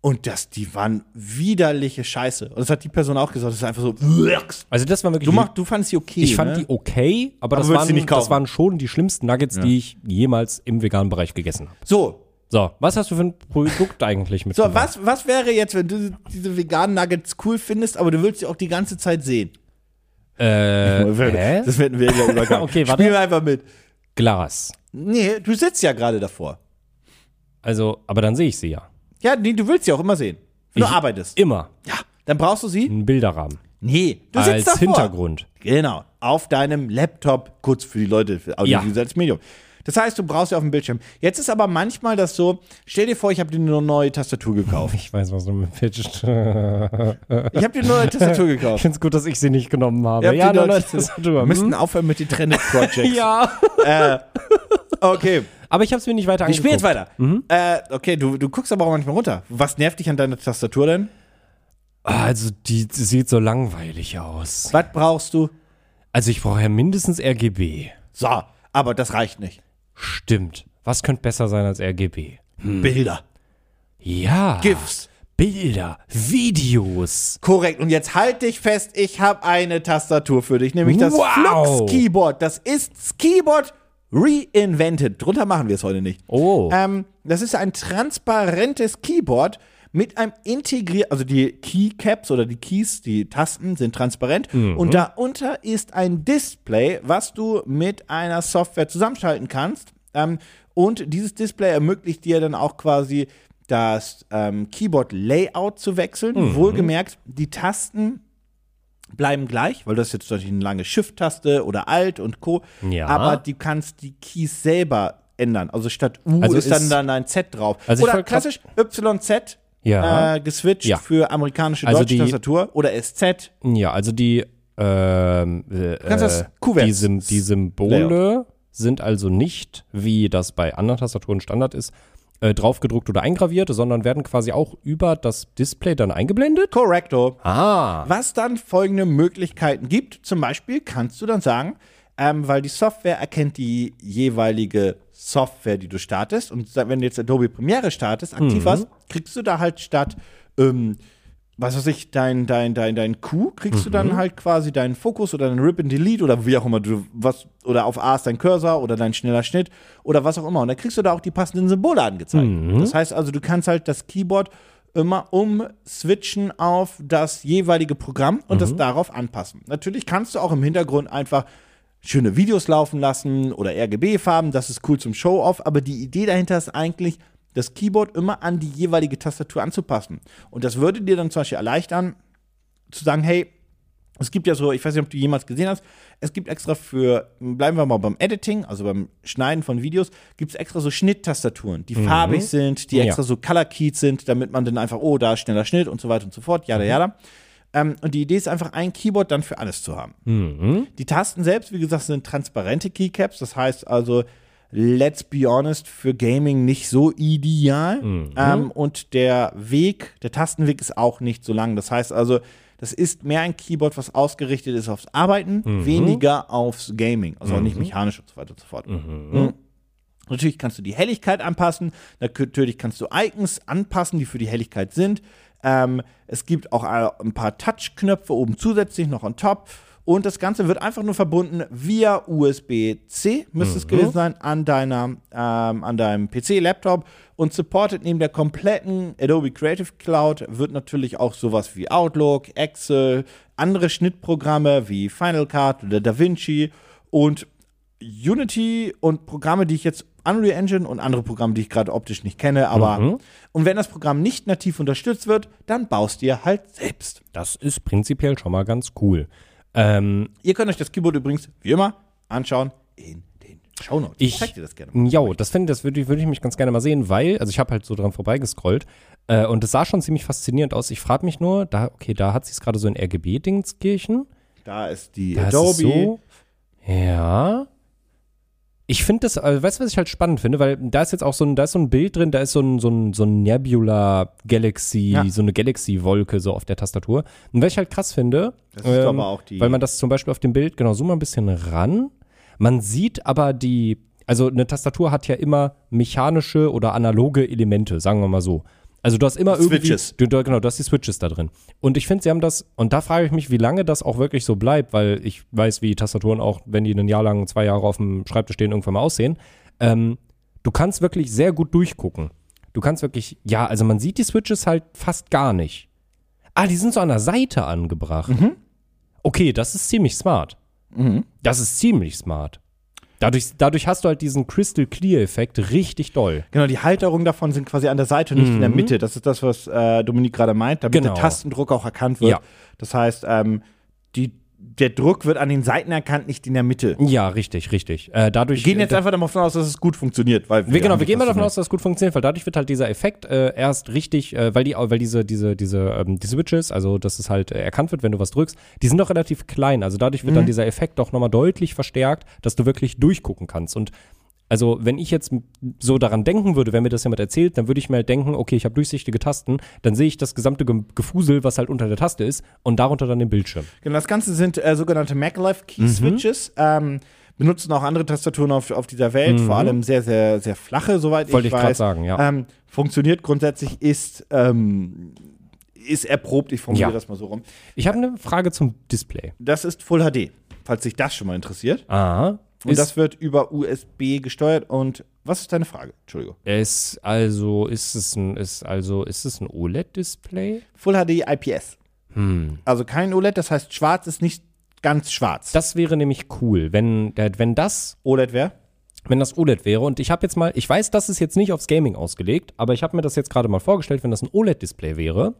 Speaker 2: und das, die waren widerliche Scheiße. Und das hat die Person auch gesagt. Das ist einfach so, du,
Speaker 3: Also das war wirklich.
Speaker 2: mach, du fandest sie okay.
Speaker 3: ich fand
Speaker 2: ne?
Speaker 3: die okay, aber, das,
Speaker 2: würdest du
Speaker 3: waren,
Speaker 2: nicht kaufen?
Speaker 3: das waren schon die schlimmsten Nuggets, die ich jemals im veganen Bereich gegessen habe.
Speaker 2: So,
Speaker 3: So, was hast du für ein Produkt eigentlich mit?
Speaker 2: so was, was wäre jetzt, wenn du diese veganen Nuggets cool findest, aber du willst sie auch die ganze Zeit sehen?
Speaker 3: Äh, hä?
Speaker 2: Das wird ein wilder Übergang.
Speaker 3: [LAUGHS] Okay, warte.
Speaker 2: Spiel einfach mit.
Speaker 3: Glas.
Speaker 2: Nee, du sitzt ja gerade davor.
Speaker 3: Also, aber dann sehe ich sie ja.
Speaker 2: Ja, nee, du willst sie auch immer sehen. Wenn
Speaker 3: Ich-
Speaker 2: du arbeitest.
Speaker 3: Immer.
Speaker 2: Ja, dann brauchst du sie.
Speaker 3: Ein Bilderrahmen.
Speaker 2: Nee, du
Speaker 3: als
Speaker 2: sitzt davor.
Speaker 3: Hintergrund.
Speaker 2: Genau, auf deinem Laptop, kurz für die Leute, für audiovisuelles Medium. Das heißt, du brauchst sie auf dem Bildschirm. Jetzt ist aber manchmal das so, stell dir vor, ich habe dir eine neue Tastatur gekauft.
Speaker 3: [LAUGHS] Ich weiß, was du
Speaker 2: [LAUGHS]
Speaker 3: mir pitchst.
Speaker 2: Ich habe dir eine neue Tastatur
Speaker 3: Ich
Speaker 2: gekauft.
Speaker 3: finde es gut, dass ich sie nicht genommen habe.
Speaker 2: Ihr habt die neue
Speaker 3: nein, nein,
Speaker 2: Tastatur-
Speaker 3: das hat drüber. Hm?
Speaker 2: Wir müssten aufhören mit den Trended Projects.
Speaker 3: Mhm. [LAUGHS] Ja.
Speaker 2: Okay,
Speaker 3: Aber ich habe es mir nicht weiter
Speaker 2: ich
Speaker 3: angeguckt. Mhm.
Speaker 2: spiele jetzt weiter. Äh, okay, du, du guckst aber auch manchmal runter. Was nervt dich an deiner Tastatur denn?
Speaker 3: Also, die sieht so langweilig aus.
Speaker 2: Was brauchst du?
Speaker 3: Also, ich brauche ja mindestens RGB.
Speaker 2: So, aber das reicht nicht.
Speaker 3: Stimmt. Was könnte besser sein als RGB?
Speaker 2: Bilder,
Speaker 3: Ah. Ja.
Speaker 2: GIFs.
Speaker 3: Bilder. Videos.
Speaker 2: Korrekt. Und jetzt halt dich fest, ich habe eine Tastatur für dich, nämlich das
Speaker 3: Wow.
Speaker 2: Flux Keyboard. Das ist das Keyboard reinvented. Drunter machen wir es heute nicht.
Speaker 3: Oh.
Speaker 2: Ähm, das ist ein transparentes Keyboard mit einem integriert, also die Keycaps oder die Keys, die Tasten sind transparent und darunter ist ein Display, was du mit einer Software zusammenschalten kannst. Ähm, und dieses Display ermöglicht dir dann auch quasi das ähm, Keyboard-Layout zu wechseln. Wohlgemerkt, die Tasten bleiben gleich, weil du hast jetzt natürlich eine lange Shift-Taste oder Alt und Co.
Speaker 3: Ja.
Speaker 2: Aber du kannst die Keys selber ändern. Also statt U
Speaker 3: Also
Speaker 2: ist, dann
Speaker 3: ist-
Speaker 2: dann ein Z drauf.
Speaker 3: Also ich
Speaker 2: oder
Speaker 3: wollt grad-
Speaker 2: klassisch YZ
Speaker 3: Ja.
Speaker 2: äh, geswitcht
Speaker 3: Ja.
Speaker 2: für amerikanische
Speaker 3: Also
Speaker 2: deutsche
Speaker 3: die-
Speaker 2: Tastatur oder SZ.
Speaker 3: Ja, also die, ähm, äh,
Speaker 2: kannst das
Speaker 3: äh,
Speaker 2: Kuverts-
Speaker 3: die, Sym die Symbole sind also nicht, wie das bei anderen Tastaturen Standard ist, äh, draufgedruckt oder eingraviert, sondern werden quasi auch über das Display dann eingeblendet.
Speaker 2: Correcto.
Speaker 3: Ah.
Speaker 2: Was dann folgende Möglichkeiten gibt. Zum Beispiel kannst du dann sagen, ähm, weil die Software erkennt die jeweilige Software, die du startest. Und sa- wenn du jetzt Adobe Premiere startest, aktiv hast, kriegst du da halt statt, ähm, was weiß ich, dein, dein, dein, dein Q, kriegst du dann halt quasi deinen Fokus oder dein Rip and Delete oder wie auch immer du was, oder auf A ist dein Cursor oder dein schneller Schnitt oder was auch immer. Und dann kriegst du da auch die passenden Symbole angezeigt. Das heißt also, du kannst halt das Keyboard immer umswitchen auf das jeweilige Programm und das darauf anpassen. Natürlich kannst du auch im Hintergrund einfach schöne Videos laufen lassen oder RGB-Farben, das ist cool zum Show-Off, aber die Idee dahinter ist eigentlich, das Keyboard immer an die jeweilige Tastatur anzupassen. Und das würde dir dann zum Beispiel erleichtern, zu sagen, hey, es gibt ja so, ich weiß nicht, ob du jemals gesehen hast, es gibt extra für, bleiben wir mal beim Editing, also beim Schneiden von Videos, gibt es extra so Schnitttastaturen, die farbig sind, die
Speaker 3: Ja.
Speaker 2: extra so Color Keys sind, damit man dann einfach, oh, da ist schneller Schnitt und so weiter und so fort, jada, jada. Ähm, und die Idee ist einfach, ein Keyboard dann für alles zu haben. Die Tasten selbst, wie gesagt, sind transparente Keycaps. Das heißt also, let's be honest, für Gaming nicht so ideal. Ähm, und der Weg, der Tastenweg ist auch nicht so lang. Das heißt also, das ist mehr ein Keyboard, was ausgerichtet ist aufs Arbeiten, weniger aufs Gaming. Also auch nicht mechanisch und so weiter und so fort. Mhm. Natürlich kannst du die Helligkeit anpassen, natürlich kannst du Icons anpassen, die für die Helligkeit sind. Ähm, es gibt auch ein paar Touch-Knöpfe oben zusätzlich noch on top. Und das Ganze wird einfach nur verbunden via USB-C, müsste es gewesen sein, an, deiner, ähm, an deinem PC-Laptop und supportet neben der kompletten Adobe Creative Cloud wird natürlich auch sowas wie Outlook, Excel, andere Schnittprogramme wie Final Cut oder DaVinci und Unity und Programme, die ich jetzt Unreal Engine und andere Programme, die ich gerade optisch nicht kenne, aber
Speaker 3: Mhm.
Speaker 2: und wenn das Programm nicht nativ unterstützt wird, dann baust ihr halt selbst.
Speaker 3: Das ist prinzipiell schon mal ganz cool. Ähm,
Speaker 2: Ihr könnt euch das Keyboard übrigens wie immer anschauen in den Shownotes.
Speaker 3: Ich-
Speaker 2: zeig dir das gerne. mal.
Speaker 3: ja, das finde das würde ich, würd ich mich ganz gerne mal sehen, weil, also ich habe halt so dran vorbeigescrollt äh, und es sah schon ziemlich faszinierend aus. Ich frage mich nur, da, okay, da hat sie es gerade so in RGB-Dingskirchen.
Speaker 2: Da ist die
Speaker 3: Da ist
Speaker 2: Adobe.
Speaker 3: es so. Ja. Ich finde das, also weißt du, was ich halt spannend finde, weil da ist jetzt auch so ein, da ist so ein Bild drin, da ist so ein, so ein, so ein Nebula Galaxy,
Speaker 2: Ja.
Speaker 3: so eine Galaxy-Wolke so auf der Tastatur. Und was ich halt krass finde, ähm,
Speaker 2: Das ist aber auch die-
Speaker 3: weil man das zum Beispiel auf dem Bild, genau, zoom mal ein bisschen ran. Man sieht aber die, also eine Tastatur hat ja immer mechanische oder analoge Elemente, sagen wir mal so. Also du hast immer
Speaker 2: Switches.
Speaker 3: irgendwie, du, genau, du hast die Switches da drin. Und ich finde, sie haben das, und da frage ich mich, wie lange das auch wirklich so bleibt, weil ich weiß, wie Tastaturen auch, wenn die ein Jahr lang, zwei Jahre auf dem Schreibtisch stehen, irgendwann mal aussehen. Ähm, du kannst wirklich sehr gut durchgucken. Du kannst wirklich, ja, also man sieht die Switches halt fast gar nicht. Ah, die sind so an der Seite angebracht. Okay, das ist ziemlich smart. Das ist ziemlich smart. Dadurch, dadurch hast du halt diesen Crystal Clear-Effekt richtig doll.
Speaker 2: Genau, die Halterungen davon sind quasi an der Seite und nicht in der Mitte. Das ist das, was äh, Dominik gerade meint, damit
Speaker 3: Mhm. Genau.
Speaker 2: der Tastendruck auch erkannt wird.
Speaker 3: Ja.
Speaker 2: Das heißt, ähm, die, der Druck wird an den Seiten erkannt, nicht in der Mitte.
Speaker 3: Ja, richtig, richtig. Äh, dadurch
Speaker 2: Wir gehen jetzt einfach davon aus, dass es gut funktioniert. Weil
Speaker 3: Wir, genau, wir
Speaker 2: haben halt.
Speaker 3: gehen mal
Speaker 2: das
Speaker 3: davon
Speaker 2: nicht.
Speaker 3: aus, dass es gut funktioniert, weil dadurch wird halt dieser Effekt äh, erst richtig, äh, weil die, weil diese, diese, diese, ähm, die Switches, also dass es halt äh, erkannt wird, wenn du was drückst, die sind doch relativ klein. Also dadurch
Speaker 2: Mhm.
Speaker 3: wird dann dieser Effekt auch nochmal deutlich verstärkt, dass du wirklich durchgucken kannst. Und also wenn ich jetzt m- so daran denken würde, wenn mir das jemand erzählt, dann würde ich mir halt denken, okay, ich habe durchsichtige Tasten, dann sehe ich das gesamte Ge- Gefusel, was halt unter der Taste ist und darunter dann den Bildschirm.
Speaker 2: Genau, das Ganze sind äh, sogenannte Maglev Key Switches. Ähm, benutzen auch andere Tastaturen auf, auf dieser Welt, vor allem sehr, sehr, sehr flache, soweit Mhm.
Speaker 3: Wollte
Speaker 2: ich
Speaker 3: ich grad
Speaker 2: weiß.
Speaker 3: sagen, ja.
Speaker 2: Ähm, funktioniert grundsätzlich, ist, ähm, ist erprobt, ich formuliere
Speaker 3: Ja.
Speaker 2: das mal so rum.
Speaker 3: Ich habe eine Frage zum Display.
Speaker 2: Das ist Full HD, falls dich das schon mal interessiert.
Speaker 3: Ah,
Speaker 2: Und das wird über USB gesteuert. Und was ist deine Frage? Entschuldigung.
Speaker 3: Es also ist es ein ist also ist es ein OLED Display?
Speaker 2: Full HD IPS. Also kein OLED, das heißt, schwarz ist nicht ganz schwarz. E
Speaker 3: Das wäre nämlich cool, wenn wenn das
Speaker 2: OLED wäre?
Speaker 3: wenn das OLED wäre und ich habe jetzt mal ich weiß, das ist jetzt nicht aufs Gaming ausgelegt, aber ich habe mir das jetzt gerade mal vorgestellt, wenn das ein OLED Display wäre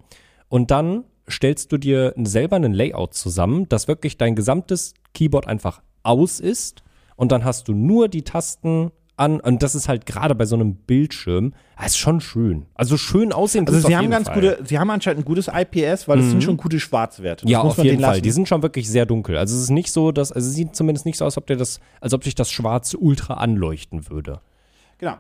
Speaker 3: und dann stellst du dir selber einen Layout zusammen, dass wirklich dein gesamtes Keyboard einfach aus ist und dann hast du nur die Tasten an und das ist halt gerade bei so einem Bildschirm, ah, ist schon schön. Also schön aussehen
Speaker 2: Also
Speaker 3: tut's
Speaker 2: sie
Speaker 3: auf
Speaker 2: haben
Speaker 3: jeden
Speaker 2: ganz
Speaker 3: Fall. Mhm.
Speaker 2: gute, sie haben anscheinend ein gutes IPS, weil es sind schon gute Schwarzwerte. Das
Speaker 3: Ja,
Speaker 2: muss
Speaker 3: auf
Speaker 2: man
Speaker 3: jeden
Speaker 2: denen
Speaker 3: Fall.
Speaker 2: lassen.
Speaker 3: Die sind schon wirklich sehr dunkel. Also es ist nicht so, dass also es sieht zumindest nicht so aus, ob dir das, als ob sich das Schwarz ultra anleuchten würde.
Speaker 2: Genau.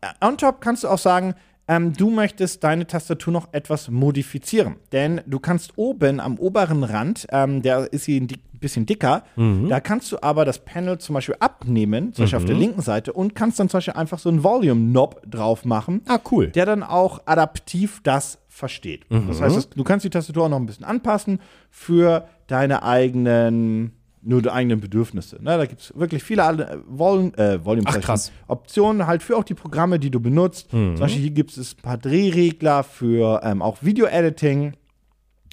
Speaker 2: Äh, On top kannst du auch sagen, ähm, du möchtest deine Tastatur noch etwas modifizieren. Denn du kannst oben am oberen Rand, ähm, der ist hier ein dick- bisschen dicker,
Speaker 3: Mhm.
Speaker 2: da kannst du aber das Panel zum Beispiel abnehmen, zum Beispiel auf der linken Seite, und kannst dann zum Beispiel einfach so einen Volume-Knob drauf machen.
Speaker 3: Ah, cool.
Speaker 2: der dann auch adaptiv das versteht.
Speaker 3: Mhm.
Speaker 2: Das heißt, das- du kannst die Tastatur auch noch ein bisschen anpassen für deine eigenen, nur deine eigenen Bedürfnisse. Ne, da gibt es wirklich viele alle- äh, Vol äh, Volume
Speaker 3: Ach, krass. Mhm.
Speaker 2: Optionen halt für auch die Programme, die du benutzt. Zum Beispiel hier gibt es ein paar Drehregler für ähm, auch Video-Editing,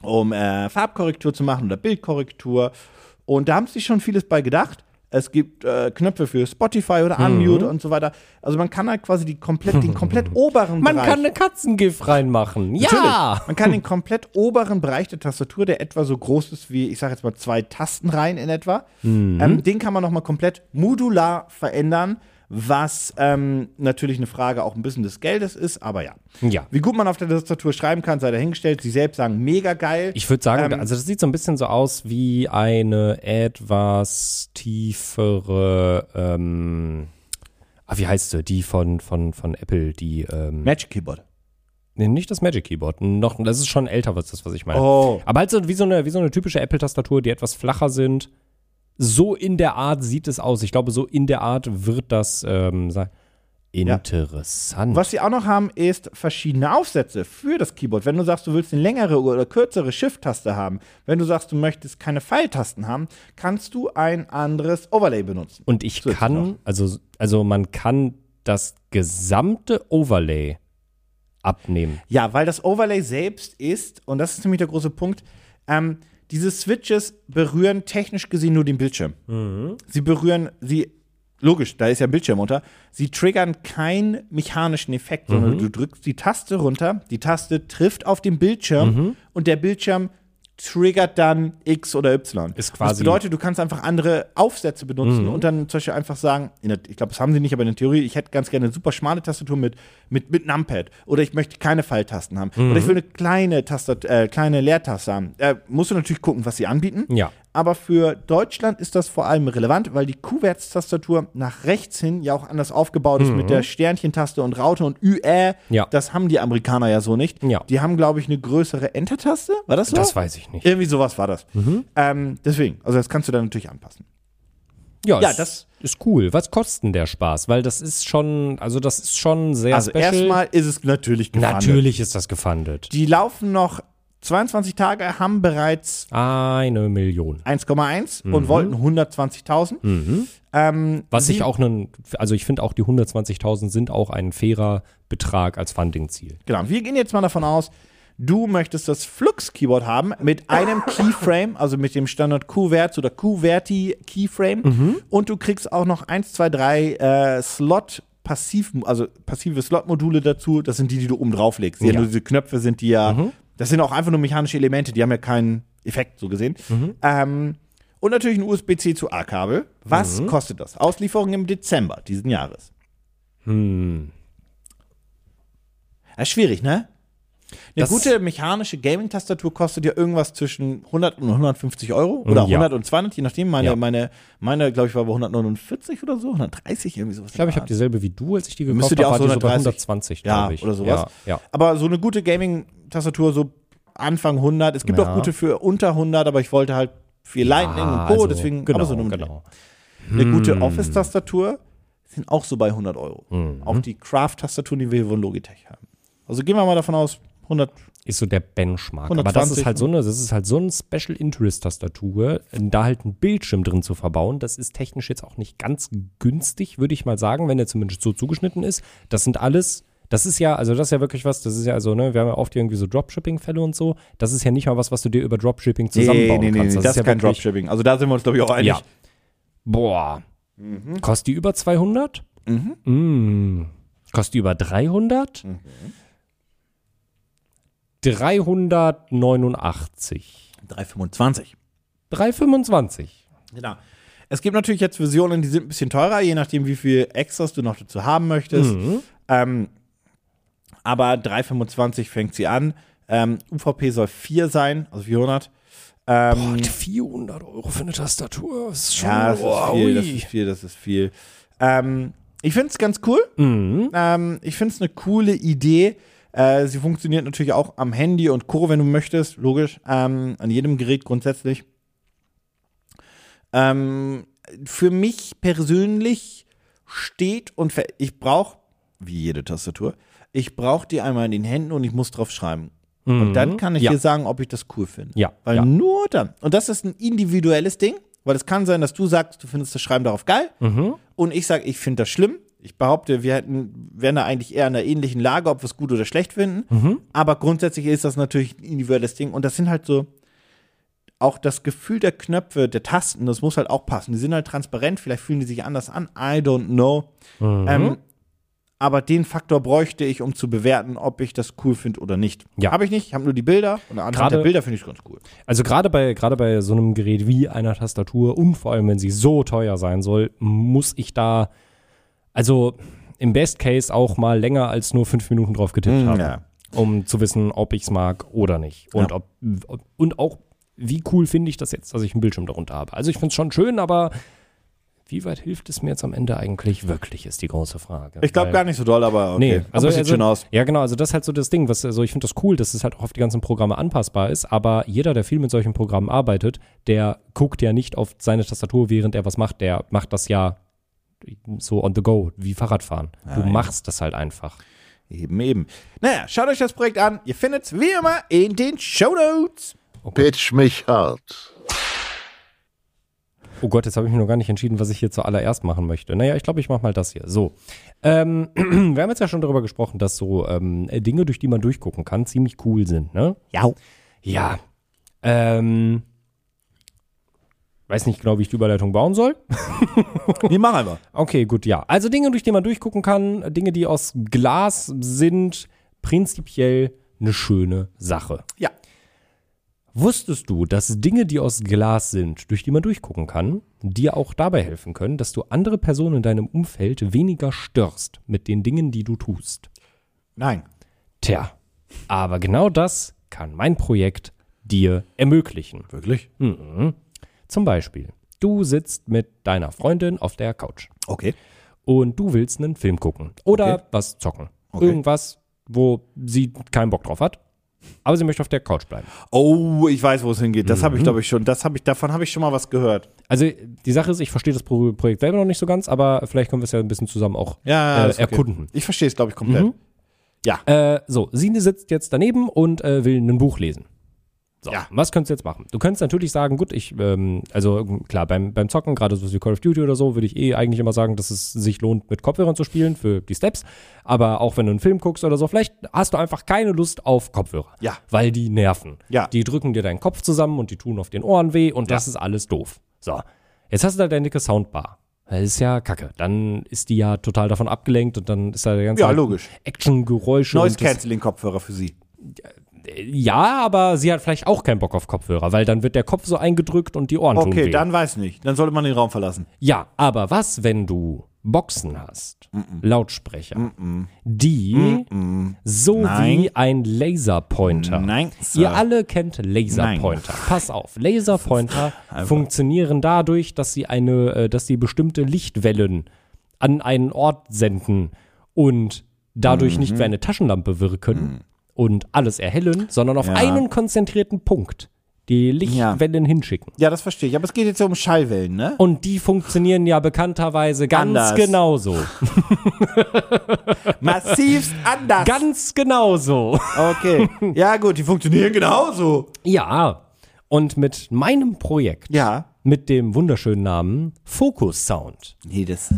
Speaker 2: um äh, Farbkorrektur zu machen oder Bildkorrektur. Und da haben sich schon vieles bei gedacht. Es gibt äh, Knöpfe für Spotify oder
Speaker 3: Mhm.
Speaker 2: Unmute und so weiter. Also man kann halt quasi die komplett, den
Speaker 3: [LAUGHS]
Speaker 2: komplett oberen
Speaker 3: Man
Speaker 2: Bereich.
Speaker 3: kann eine Katzengift reinmachen. Ja!
Speaker 2: Natürlich. Man kann den komplett oberen Bereich der Tastatur, der etwa so groß ist wie, ich sage jetzt mal, zwei Tastenreihen in etwa, ähm, den kann man nochmal komplett modular verändern, was ähm, natürlich eine Frage auch ein bisschen des Geldes ist, aber ja.
Speaker 3: Ja.
Speaker 2: Wie gut man auf der Tastatur schreiben kann, sei dahingestellt. Sie selbst sagen, mega geil.
Speaker 3: Ich würde sagen,
Speaker 2: Ähm,
Speaker 3: also das sieht so ein bisschen so aus wie eine etwas tiefere, ähm, ah, wie heißt sie? Die von, von, von Apple, die, ähm,
Speaker 2: Magic Keyboard.
Speaker 3: nee, nicht das Magic Keyboard, noch, das ist schon älter, was das, was ich meine.
Speaker 2: Oh.
Speaker 3: Aber halt so wie so eine, wie so eine typische Apple-Tastatur, die etwas flacher sind. So in der Art sieht es aus. Ich glaube, so in der Art wird das ähm, sein. Interessant.
Speaker 2: Was sie auch noch haben, ist verschiedene Aufsätze für das Keyboard. Wenn du sagst, du willst eine längere oder kürzere Shift-Taste haben, wenn du sagst, du möchtest keine Pfeiltasten haben, kannst du ein anderes Overlay benutzen.
Speaker 3: Und ich
Speaker 2: Zusätzlich noch.
Speaker 3: kann, also, also man kann das gesamte Overlay abnehmen.
Speaker 2: Ja, weil das Overlay selbst ist, und das ist nämlich der große Punkt, ähm, diese Switches berühren technisch gesehen nur den Bildschirm.
Speaker 3: Mhm.
Speaker 2: Sie berühren, sie, logisch, da ist ja Bildschirm unter, sie triggern keinen mechanischen Effekt, sondern
Speaker 3: Mhm.
Speaker 2: du drückst die Taste runter, die Taste trifft auf den Bildschirm
Speaker 3: Mhm.
Speaker 2: und der Bildschirm triggert dann X oder Y.
Speaker 3: Ist
Speaker 2: das
Speaker 3: quasi-
Speaker 2: bedeutet, du kannst einfach andere Aufsätze benutzen
Speaker 3: Mhm.
Speaker 2: und dann zum Beispiel einfach sagen, in der, ich glaube, das haben sie nicht, aber in der Theorie, ich hätte ganz gerne eine super schmale Tastatur mit, mit, mit Numpad oder ich möchte keine Pfeiltasten haben oder
Speaker 3: Mhm.
Speaker 2: ich will eine kleine, Tastat äh, kleine Leertaste haben. Äh, musst du natürlich gucken, was sie anbieten.
Speaker 3: Ja.
Speaker 2: Aber für Deutschland ist das vor allem relevant, weil die Kuverts-Tastatur nach rechts hin ja auch anders aufgebaut ist mit der Sternchentaste und Raute und ÜÄ.
Speaker 3: Mhm. Ja.
Speaker 2: Das haben die Amerikaner ja so nicht.
Speaker 3: Ja.
Speaker 2: Die haben, glaube ich, eine größere Enter-Taste. War das so?
Speaker 3: Das weiß ich nicht.
Speaker 2: Irgendwie sowas war das.
Speaker 3: Mhm.
Speaker 2: Ähm, deswegen, also das kannst du dann natürlich anpassen. Ja,
Speaker 3: ist,
Speaker 2: das-
Speaker 3: ist cool. Was kostet denn der Spaß? Weil das ist schon, also das ist schon sehr
Speaker 2: Also
Speaker 3: special.
Speaker 2: erstmal ist es natürlich gefandet.
Speaker 3: Natürlich ist das gefundet.
Speaker 2: Die laufen noch 22 Tage, haben bereits
Speaker 3: Eine Million.
Speaker 2: 1,1
Speaker 3: Mhm.
Speaker 2: und wollten 120.000. Ähm,
Speaker 3: Was ich auch einen, also ich finde auch die 120.000 sind auch ein fairer Betrag als Funding-Ziel.
Speaker 2: Genau. Wir gehen jetzt mal davon aus, du möchtest das Flux-Keyboard haben mit einem Keyframe, also mit dem Standard QWERTZ oder QWERTY-Keyframe. Und du kriegst auch noch 1, 2, 3 äh, Slot- Passiv, also passive Slot-Module dazu, das sind die, die du oben drauf legst. Ja.
Speaker 3: Ja.
Speaker 2: Nur diese Knöpfe sind die ja, das sind auch einfach nur mechanische Elemente, die haben ja keinen Effekt, so gesehen. Ähm, und natürlich ein USB-C zu A-Kabel. Was kostet das? Auslieferung im Dezember diesen Jahres. Das ist schwierig, ne? Eine
Speaker 3: Das-
Speaker 2: gute mechanische Gaming-Tastatur kostet ja irgendwas zwischen 100 und 150 Euro oder
Speaker 3: Mm, Ja.
Speaker 2: 100 und 200, je nachdem. Meine,
Speaker 3: Ja.
Speaker 2: meine, meine glaube ich, war bei 149 oder so, 130 irgendwie sowas.
Speaker 3: Ich glaube, ich habe dieselbe wie du, als ich die
Speaker 2: Müsste die
Speaker 3: gekauft habe,
Speaker 2: auch
Speaker 3: war
Speaker 2: so
Speaker 3: die so bei
Speaker 2: 130?
Speaker 3: 120,
Speaker 2: ja,
Speaker 3: glaube ich.
Speaker 2: oder sowas.
Speaker 3: Ja, ja.
Speaker 2: Aber so eine gute Gaming-Tastatur, so Anfang 100. Es gibt
Speaker 3: Ja.
Speaker 2: auch gute für unter 100, aber ich wollte halt viel Lightning und Co.
Speaker 3: also,
Speaker 2: deswegen
Speaker 3: genau,
Speaker 2: aber so eine,
Speaker 3: genau. Mm.
Speaker 2: eine gute Office-Tastatur sind auch so bei 100 Euro.
Speaker 3: Mm.
Speaker 2: Auch die Craft-Tastaturen, die wir hier von Logitech haben. Also gehen wir mal davon aus, 100
Speaker 3: ist so der Benchmark. Aber das
Speaker 2: 120, ne?
Speaker 3: ist halt so eine, das ist halt so eine Special Interest Tastatur, da halt einen Bildschirm drin zu verbauen, das ist technisch jetzt auch nicht ganz günstig, würde ich mal sagen, wenn der zumindest so zugeschnitten ist. Das sind alles das ist ja, also das ist ja wirklich was, das ist ja also, ne, wir haben ja oft irgendwie so Dropshipping-Fälle und so. Das ist ja nicht mal was, was du dir über Dropshipping zusammenbauen kannst.
Speaker 2: das, ist
Speaker 3: ja
Speaker 2: kein
Speaker 3: wirklich-
Speaker 2: Dropshipping. Also da sind wir uns, glaube ich, auch einig.
Speaker 3: Ja. Boah. Kostet die über 200? Mm. Kostet die über 300? 389.
Speaker 2: 3,25.
Speaker 3: 325.
Speaker 2: Genau. Es gibt natürlich jetzt Versionen, die sind ein bisschen teurer, je nachdem, wie viel Extras du noch dazu haben möchtest.
Speaker 3: Mhm.
Speaker 2: Ähm, aber 3,25 fängt sie an. Ähm, UVP soll 4 sein, also 400. Ähm,
Speaker 3: Mm. 400 Euro für eine Tastatur. Das ist schon,
Speaker 2: ja, das ist viel, das ist viel, das ist viel. Ähm, ich finde es ganz cool.
Speaker 3: Mhm.
Speaker 2: Ähm, ich finde es eine coole Idee. Äh, sie funktioniert natürlich auch am Handy und Co., wenn du möchtest, logisch. Ähm, an jedem Gerät grundsätzlich. Ähm, für mich persönlich steht und ver- ich brauche, wie jede Tastatur, ich brauche die einmal in den Händen und ich muss drauf schreiben. Und dann kann ich
Speaker 3: Mhm. Ja.
Speaker 2: dir sagen, ob ich das cool finde.
Speaker 3: Ja,
Speaker 2: Weil
Speaker 3: ja.
Speaker 2: nur dann. Und das ist ein individuelles Ding, weil es kann sein, dass du sagst, du findest das Schreiben darauf geil
Speaker 3: Mhm.
Speaker 2: und ich sage, ich finde das schlimm. Ich behaupte, wir hätten, wären da eigentlich eher in einer ähnlichen Lage, ob wir es gut
Speaker 3: Mhm.
Speaker 2: oder schlecht finden. Aber grundsätzlich ist das natürlich ein individuelles Ding und das sind halt so auch das Gefühl der Knöpfe, der Tasten, das muss halt auch passen. Die sind halt transparent, vielleicht fühlen die sich anders an. I don't know.
Speaker 3: Mhm.
Speaker 2: Ähm, aber den Faktor bräuchte ich, um zu bewerten, ob ich das cool finde oder nicht.
Speaker 3: Ja.
Speaker 2: Habe ich nicht, ich habe nur die Bilder und anhand
Speaker 3: Gerade-
Speaker 2: der Bilder finde ich es ganz cool.
Speaker 3: Also gerade bei, gerade bei so einem Gerät wie einer Tastatur und vor allem, wenn sie so teuer sein soll, muss ich da, also im Best Case auch mal länger als nur fünf Minuten drauf getippt
Speaker 2: Mm,
Speaker 3: haben,
Speaker 2: ja.
Speaker 3: um zu wissen, ob ich es mag oder nicht. Und,
Speaker 2: Ja.
Speaker 3: ob, und auch, wie cool finde ich das jetzt, dass ich einen Bildschirm darunter habe. Also ich finde es schon schön, aber wie weit hilft es mir jetzt am Ende eigentlich wirklich, ist die große Frage.
Speaker 2: Ich glaube
Speaker 3: Weil-
Speaker 2: gar nicht so doll, aber okay.
Speaker 3: Nee, also,
Speaker 2: aber sieht
Speaker 3: also
Speaker 2: schön aus.
Speaker 3: Ja, genau, also das ist halt so das Ding, was also ich finde das cool, dass es halt auch auf die ganzen Programme anpassbar ist, aber jeder, der viel mit solchen Programmen arbeitet, der guckt ja nicht auf seine Tastatur, während er was macht, der macht das ja so on the go, wie Fahrradfahren.
Speaker 2: Ah,
Speaker 3: du machst das halt einfach.
Speaker 2: Eben, eben. Naja, schaut euch das Projekt an. Ihr findet es wie immer in den Show Notes.
Speaker 1: Pitch mich hart.
Speaker 3: Oh Gott, jetzt habe ich mir noch gar nicht entschieden, was ich hier zuallererst machen möchte. Naja, ich glaube, ich mache mal das hier. So. Ähm, [CLEARS THROAT] wir haben jetzt ja schon darüber gesprochen, dass so ähm, Dinge, durch die man durchgucken kann, ziemlich cool sind, ne?
Speaker 2: Ja.
Speaker 3: Ja. Ähm, weiß nicht genau, wie ich die Überleitung bauen soll.
Speaker 2: Nee, mach einfach.
Speaker 3: Okay, gut, ja. Also Dinge, durch die man durchgucken kann, Dinge, die aus Glas sind, prinzipiell eine schöne Sache.
Speaker 2: Ja.
Speaker 3: Wusstest du, dass Dinge, die aus Glas sind, durch die man durchgucken kann, dir auch dabei helfen können, dass du andere Personen in deinem Umfeld weniger störst mit den Dingen, die du tust?
Speaker 2: Nein.
Speaker 3: Tja, aber genau das kann mein Projekt dir ermöglichen.
Speaker 2: Wirklich?
Speaker 3: Zum Beispiel, du sitzt mit deiner Freundin auf der Couch
Speaker 2: Okay.
Speaker 3: und du willst einen Film gucken oder
Speaker 2: Okay.
Speaker 3: was zocken.
Speaker 2: Okay.
Speaker 3: Irgendwas, wo sie keinen Bock drauf hat, aber sie möchte auf der Couch bleiben.
Speaker 2: Oh, ich weiß, wo es hingeht. Das
Speaker 3: Mhm.
Speaker 2: habe ich, glaube ich, schon. Das habe ich, davon habe ich schon mal was gehört.
Speaker 3: Also die Sache ist, ich verstehe das Pro Projekt selber noch nicht so ganz, aber vielleicht können wir es ja ein bisschen zusammen auch äh,
Speaker 2: ist okay.
Speaker 3: erkunden. Mhm.
Speaker 2: Ich verstehe es, glaube ich, komplett.
Speaker 3: Äh, so, sie sitzt jetzt daneben und äh, will ein Buch lesen. So,
Speaker 2: Ja.
Speaker 3: was könntest du jetzt machen? Du könntest natürlich sagen, gut, ich, ähm, also klar, beim, beim Zocken, gerade so wie Call of Duty oder so, würde ich eh eigentlich immer sagen, dass es sich lohnt, mit Kopfhörern zu spielen für die Steps. Aber auch wenn du einen Film guckst oder so, vielleicht hast du einfach keine Lust auf Kopfhörer.
Speaker 2: Ja.
Speaker 3: Weil die nerven.
Speaker 2: Ja.
Speaker 3: Die drücken dir deinen Kopf zusammen und die tun auf den Ohren weh und das ist alles doof. So, jetzt hast du da deine dicke Soundbar. Das ist ja kacke. Dann ist die ja total davon abgelenkt und dann ist da der ganze
Speaker 2: Ja, logisch.
Speaker 3: Action-Geräusche.
Speaker 2: Noise
Speaker 3: und das-
Speaker 2: Canceling Kopfhörer für Sie.
Speaker 3: ja, aber sie hat vielleicht auch keinen Bock auf Kopfhörer, weil dann wird der Kopf so eingedrückt und die Ohren tun
Speaker 2: Okay,
Speaker 3: weh.
Speaker 2: dann weiß nicht. Dann sollte man den Raum verlassen.
Speaker 3: ja, aber was, wenn du Boxen hast, Lautsprecher, die so
Speaker 2: Nein.
Speaker 3: wie ein Laserpointer.
Speaker 2: Nein, Sir.
Speaker 3: Ihr alle kennt Laserpointer. Pass auf,
Speaker 2: [LAUGHS]
Speaker 3: Laserpointer funktionieren dadurch, dass sie eine, äh, dass sie bestimmte Lichtwellen an einen Ort senden und dadurch
Speaker 2: Mhm.
Speaker 3: nicht wie eine Taschenlampe wirken und alles erhellen, sondern auf
Speaker 2: Ja.
Speaker 3: einen konzentrierten Punkt die Lichtwellen hinschicken.
Speaker 2: Ja, das verstehe ich. Aber es geht jetzt ja um Schallwellen,
Speaker 3: [LAUGHS]
Speaker 2: ne?
Speaker 3: Und die funktionieren ja bekannterweise ganz
Speaker 2: Anders. [LAUGHS]
Speaker 3: genauso.
Speaker 2: Massivst anders.
Speaker 3: Ganz genauso. [LAUGHS]
Speaker 2: okay. Ja, gut, die funktionieren genauso.
Speaker 3: Ja. Und mit meinem Projekt,
Speaker 2: Ja.
Speaker 3: mit dem wunderschönen Namen Focus Sound,
Speaker 2: Nee, das.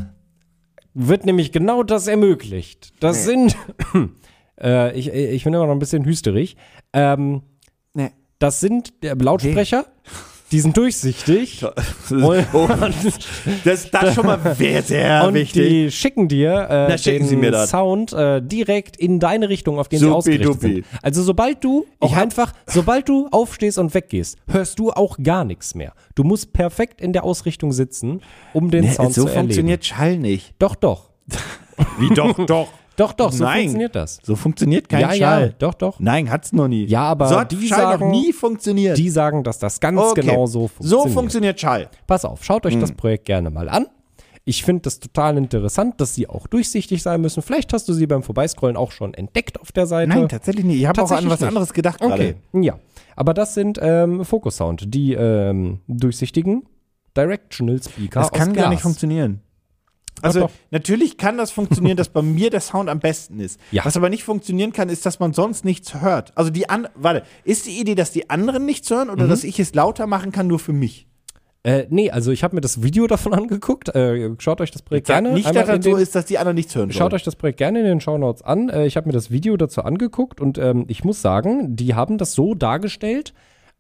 Speaker 3: wird nämlich genau das ermöglicht. Das sind, [CLEARS THROAT] äh, ich, ich bin immer noch ein bisschen hüsterig, ähm,
Speaker 2: Nee.
Speaker 3: das sind äh, Lautsprecher, die sind
Speaker 2: [LAUGHS]
Speaker 3: durchsichtig [LAUGHS] und,
Speaker 2: Oh, Das, das ist schon mal sehr, sehr
Speaker 3: [LAUGHS] und
Speaker 2: wichtig.
Speaker 3: die schicken dir äh,
Speaker 2: Na, schicken
Speaker 3: den
Speaker 2: sie mir das.
Speaker 3: Sound äh, direkt in deine Richtung, auf den sie
Speaker 2: Supi
Speaker 3: ausgerichtet
Speaker 2: dupi.
Speaker 3: sind. Also sobald du auch einfach, sobald du aufstehst und weggehst, hörst du auch gar nichts mehr. Du musst perfekt in der Ausrichtung sitzen, um den Sound
Speaker 2: so
Speaker 3: zu erleben.
Speaker 2: funktioniert Schall nicht.
Speaker 3: Doch, doch.
Speaker 2: Wie [LAUGHS] doch, doch.
Speaker 3: Doch, doch, so
Speaker 2: Nein.
Speaker 3: funktioniert das.
Speaker 2: So funktioniert kein
Speaker 3: ja,
Speaker 2: Schall.
Speaker 3: ja, doch, doch.
Speaker 2: Nein, hat's noch nie.
Speaker 3: Ja, aber
Speaker 2: so hat
Speaker 3: die
Speaker 2: Schall
Speaker 3: sagen-
Speaker 2: noch nie funktioniert.
Speaker 3: Die sagen, dass das ganz genau so funktioniert.
Speaker 2: So funktioniert Hm. Schall.
Speaker 3: Pass auf, schaut euch das Projekt gerne mal an. Ich finde das total interessant, dass sie auch durchsichtig sein müssen. Vielleicht hast du sie beim Vorbeiscrollen auch schon entdeckt auf der Seite.
Speaker 2: Nein, tatsächlich nicht. Ich habe auch an
Speaker 3: Tatsächlich
Speaker 2: was
Speaker 3: nicht.
Speaker 2: anderes gedacht
Speaker 3: Okay,
Speaker 2: gerade.
Speaker 3: ja. Aber das sind ähm, Focus Sound, die ähm, durchsichtigen Directional Speaker.
Speaker 2: Das kann
Speaker 3: aus
Speaker 2: gar
Speaker 3: Glas.
Speaker 2: nicht funktionieren. Also
Speaker 3: doch.
Speaker 2: natürlich kann das
Speaker 3: [LAUGHS]
Speaker 2: funktionieren, dass bei mir der Sound am besten ist.
Speaker 3: Ja.
Speaker 2: Was aber nicht funktionieren kann, ist, dass man sonst nichts hört. Also die an warte, ist die Idee, dass die anderen nichts hören
Speaker 3: Mhm.
Speaker 2: oder dass ich es lauter machen kann nur für mich?
Speaker 3: Äh, nee, also ich habe mir das Video davon [LAUGHS] angeguckt. Äh, schaut euch das Projekt gerne
Speaker 2: nicht,
Speaker 3: einmal
Speaker 2: dass das
Speaker 3: in
Speaker 2: so
Speaker 3: den-
Speaker 2: ist, dass die anderen nichts hören.
Speaker 3: Schaut
Speaker 2: sollen.
Speaker 3: euch das Projekt gerne in den Shownotes an. Äh, ich habe mir das Video dazu angeguckt und ähm, ich muss sagen, die haben das so dargestellt,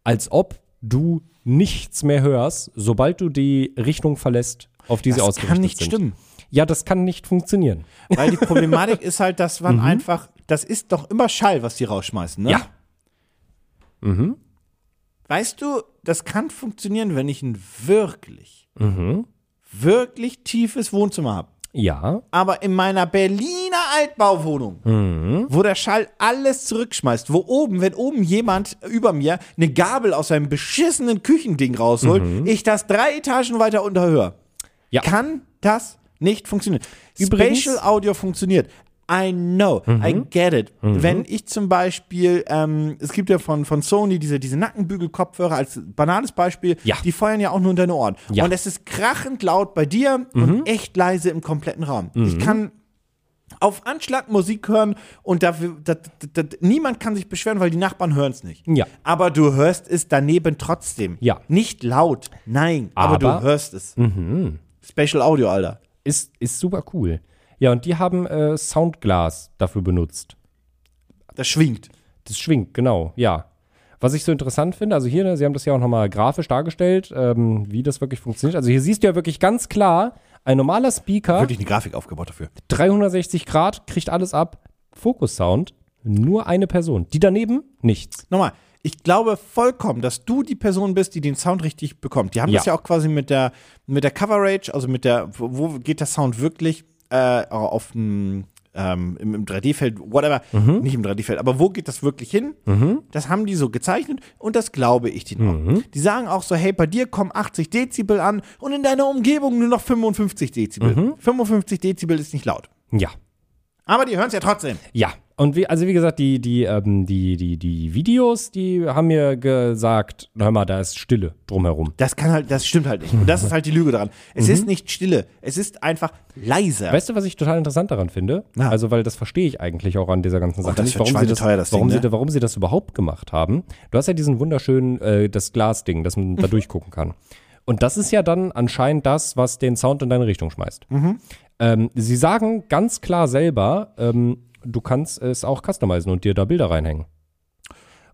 Speaker 3: als ob du nichts mehr hörst, sobald du die Richtung verlässt, auf die sie
Speaker 2: Das
Speaker 3: ausgerichtet
Speaker 2: kann nicht
Speaker 3: sind.
Speaker 2: stimmen.
Speaker 3: Ja, das kann nicht funktionieren.
Speaker 2: Weil die Problematik ist halt, dass
Speaker 3: [LAUGHS]
Speaker 2: man einfach, das ist doch immer Schall, was die rausschmeißen, ne?
Speaker 3: Mhm. Ja.
Speaker 2: Weißt du, das kann funktionieren, wenn ich ein wirklich, wirklich tiefes Wohnzimmer habe.
Speaker 3: Ja,
Speaker 2: Aber in meiner Berliner Altbauwohnung, wo der Schall alles zurückschmeißt, wo oben, wenn oben jemand über mir eine Gabel aus seinem beschissenen Küchending rausholt, ich das drei Etagen weiter unterhöre,
Speaker 3: Ja.
Speaker 2: kann das nicht funktionieren.
Speaker 3: Übrigens-
Speaker 2: Spatial Audio funktioniert. I know, I
Speaker 3: Mhm.
Speaker 2: get it. Wenn ich zum Beispiel, ähm, es gibt ja von, von Sony diese, diese Nackenbügel-Kopfhörer als banales Beispiel,
Speaker 3: Ja.
Speaker 2: die feuern ja auch nur in deine Ohren.
Speaker 3: Ja. Mhm.
Speaker 2: Und es ist krachend laut bei dir und echt leise im kompletten Raum. Ich kann auf Anschlag Musik hören und da, da, da, da, niemand kann sich beschweren, weil die Nachbarn hören es nicht.
Speaker 3: Ja.
Speaker 2: Aber du hörst es daneben trotzdem.
Speaker 3: Ja.
Speaker 2: Nicht laut, nein, aber,
Speaker 3: Aber-
Speaker 2: du hörst es. Special Audio, Alter.
Speaker 3: ist, ist super cool. Ja, und die haben äh, Soundglas dafür benutzt.
Speaker 2: Das schwingt.
Speaker 3: Das schwingt, genau, ja. Was ich so interessant finde, also hier, ne, Sie haben das ja auch nochmal grafisch dargestellt, ähm, wie das wirklich funktioniert. Also hier siehst du ja wirklich ganz klar, ein normaler Speaker,
Speaker 2: Wirklich eine Grafik aufgebaut dafür.
Speaker 3: 360 Grad, kriegt alles ab. Fokus-Sound, nur eine Person. Die daneben, nichts.
Speaker 2: Nochmal, ich glaube vollkommen, dass du die Person bist, die den Sound richtig bekommt. Die haben
Speaker 3: Ja.
Speaker 2: das ja auch quasi mit der, mit der Coverage, also mit der, wo wo geht der Sound wirklich äh, auf dem, ähm, im, im 3D-Feld, whatever, nicht im 3D-Feld, aber wo geht das wirklich hin? Das haben die so gezeichnet und das glaube ich denen auch. Die sagen auch so, hey, bei dir kommen 80 Dezibel an und in deiner Umgebung nur noch 55 Dezibel. 55 Dezibel ist nicht laut.
Speaker 3: Ja.
Speaker 2: Aber die hören es ja trotzdem.
Speaker 3: Ja, und wie, also wie gesagt, die, die, ähm, die, die, die Videos, die haben mir gesagt, hör mal, da ist Stille drumherum.
Speaker 2: Das kann halt, das stimmt halt nicht. Und das ist halt die Lüge daran. Es ist nicht Stille, es ist einfach leiser.
Speaker 3: Mhm. Weißt du, was ich total interessant daran finde?
Speaker 2: Na. Oh,
Speaker 3: Also, weil das verstehe ich eigentlich auch an dieser ganzen Sache
Speaker 2: das
Speaker 3: nicht,
Speaker 2: wird
Speaker 3: warum sie das,
Speaker 2: schweineteuer, das
Speaker 3: warum,
Speaker 2: Ding, ne?
Speaker 3: sie, warum sie das überhaupt gemacht haben. Du hast ja diesen wunderschönen, äh, das Glasding, dass man da
Speaker 2: Mhm.
Speaker 3: durchgucken kann. Und das ist ja dann anscheinend das, was den Sound in deine Richtung schmeißt.
Speaker 2: Mhm.
Speaker 3: Ähm, sie sagen ganz klar selber, ähm, du kannst es auch customizen und dir da Bilder reinhängen.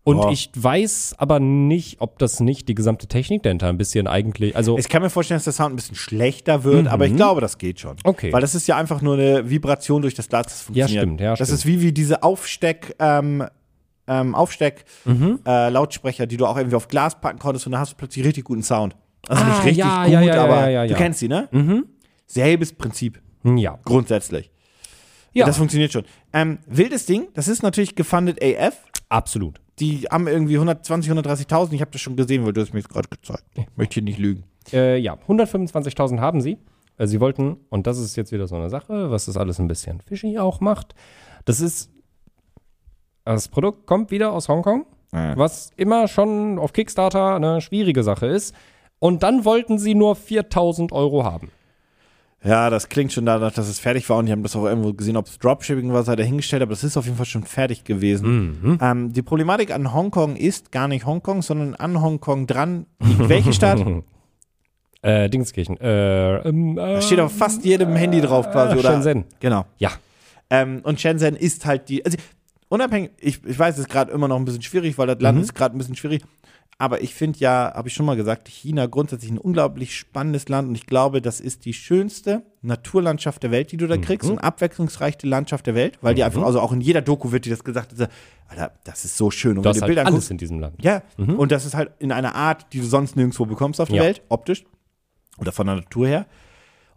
Speaker 3: Und
Speaker 2: Ja.
Speaker 3: ich weiß aber nicht, ob das nicht die gesamte Technik dahinter ein bisschen eigentlich, also
Speaker 2: Ich kann mir vorstellen, dass der Sound ein bisschen schlechter wird, aber ich glaube, das geht schon.
Speaker 3: Mhm. Okay.
Speaker 2: Weil das ist ja einfach nur eine Vibration durch das Glas, das funktioniert.
Speaker 3: stimmt, ja,
Speaker 2: Das
Speaker 3: stimmt.
Speaker 2: ist wie, wie diese Aufsteck, ähm, ähm, Aufsteck
Speaker 3: Mhm.
Speaker 2: äh, Lautsprecher, die du auch irgendwie auf Glas packen konntest und dann hast du plötzlich richtig guten Sound. Also
Speaker 3: Ah,
Speaker 2: nicht richtig
Speaker 3: ja,
Speaker 2: gut,
Speaker 3: ja, ja, ja,
Speaker 2: aber
Speaker 3: ja, ja, Mhm. ja.
Speaker 2: du kennst sie, ne? Selbes Prinzip,
Speaker 3: hm, ja.
Speaker 2: grundsätzlich.
Speaker 3: Ja,
Speaker 2: Das funktioniert schon. Ähm, wildes Ding, das ist natürlich gefundet AF.
Speaker 3: absolut.
Speaker 2: die haben irgendwie 120, 130.000. Ich habe das schon gesehen, weil du hast mir gerade gezeigt. Ich möchte hier nicht lügen.
Speaker 3: Äh, ja, 125.000 haben sie. Äh, sie wollten, und das ist jetzt wieder so eine Sache, was das alles ein bisschen fishy auch macht. Das ist, das Produkt kommt wieder aus Hongkong, was immer schon auf Kickstarter eine schwierige Sache ist. Und dann wollten sie nur 4.000 Euro haben.
Speaker 2: Ja, das klingt schon danach, dass es fertig war und die haben das auch irgendwo gesehen, ob es Dropshipping war, sei dahingestellt, aber das ist auf jeden Fall schon fertig gewesen. Ähm, die Problematik an Hongkong ist gar nicht Hongkong, sondern an Hongkong dran. liegt Welche [LAUGHS] Stadt?
Speaker 3: Äh, Dingskirchen. Äh, ähm, äh,
Speaker 2: Da steht auf fast jedem Handy drauf quasi, oder?
Speaker 3: Shenzhen.
Speaker 2: Genau.
Speaker 3: Ja,
Speaker 2: Ähm, und Shenzhen ist halt die. Also, unabhängig, ich, ich weiß, es ist gerade immer noch ein bisschen schwierig, weil das Land ist gerade ein bisschen schwierig. Aber ich finde ja, habe ich schon mal gesagt, China grundsätzlich ein unglaublich spannendes Land und ich glaube, das ist die schönste Naturlandschaft der Welt, die du da kriegst und abwechslungsreichste Landschaft der Welt, weil die einfach, also auch in jeder Doku wird dir das gesagt, das ist, Alter, das ist so schön. Und
Speaker 3: du hast
Speaker 2: die
Speaker 3: halt
Speaker 2: Bilder
Speaker 3: alles
Speaker 2: anguckst-
Speaker 3: in diesem Land.
Speaker 2: ja, und das ist halt in einer Art, die du sonst nirgendwo bekommst auf der
Speaker 3: Mhm. Ja.
Speaker 2: Welt, optisch oder von der Natur her.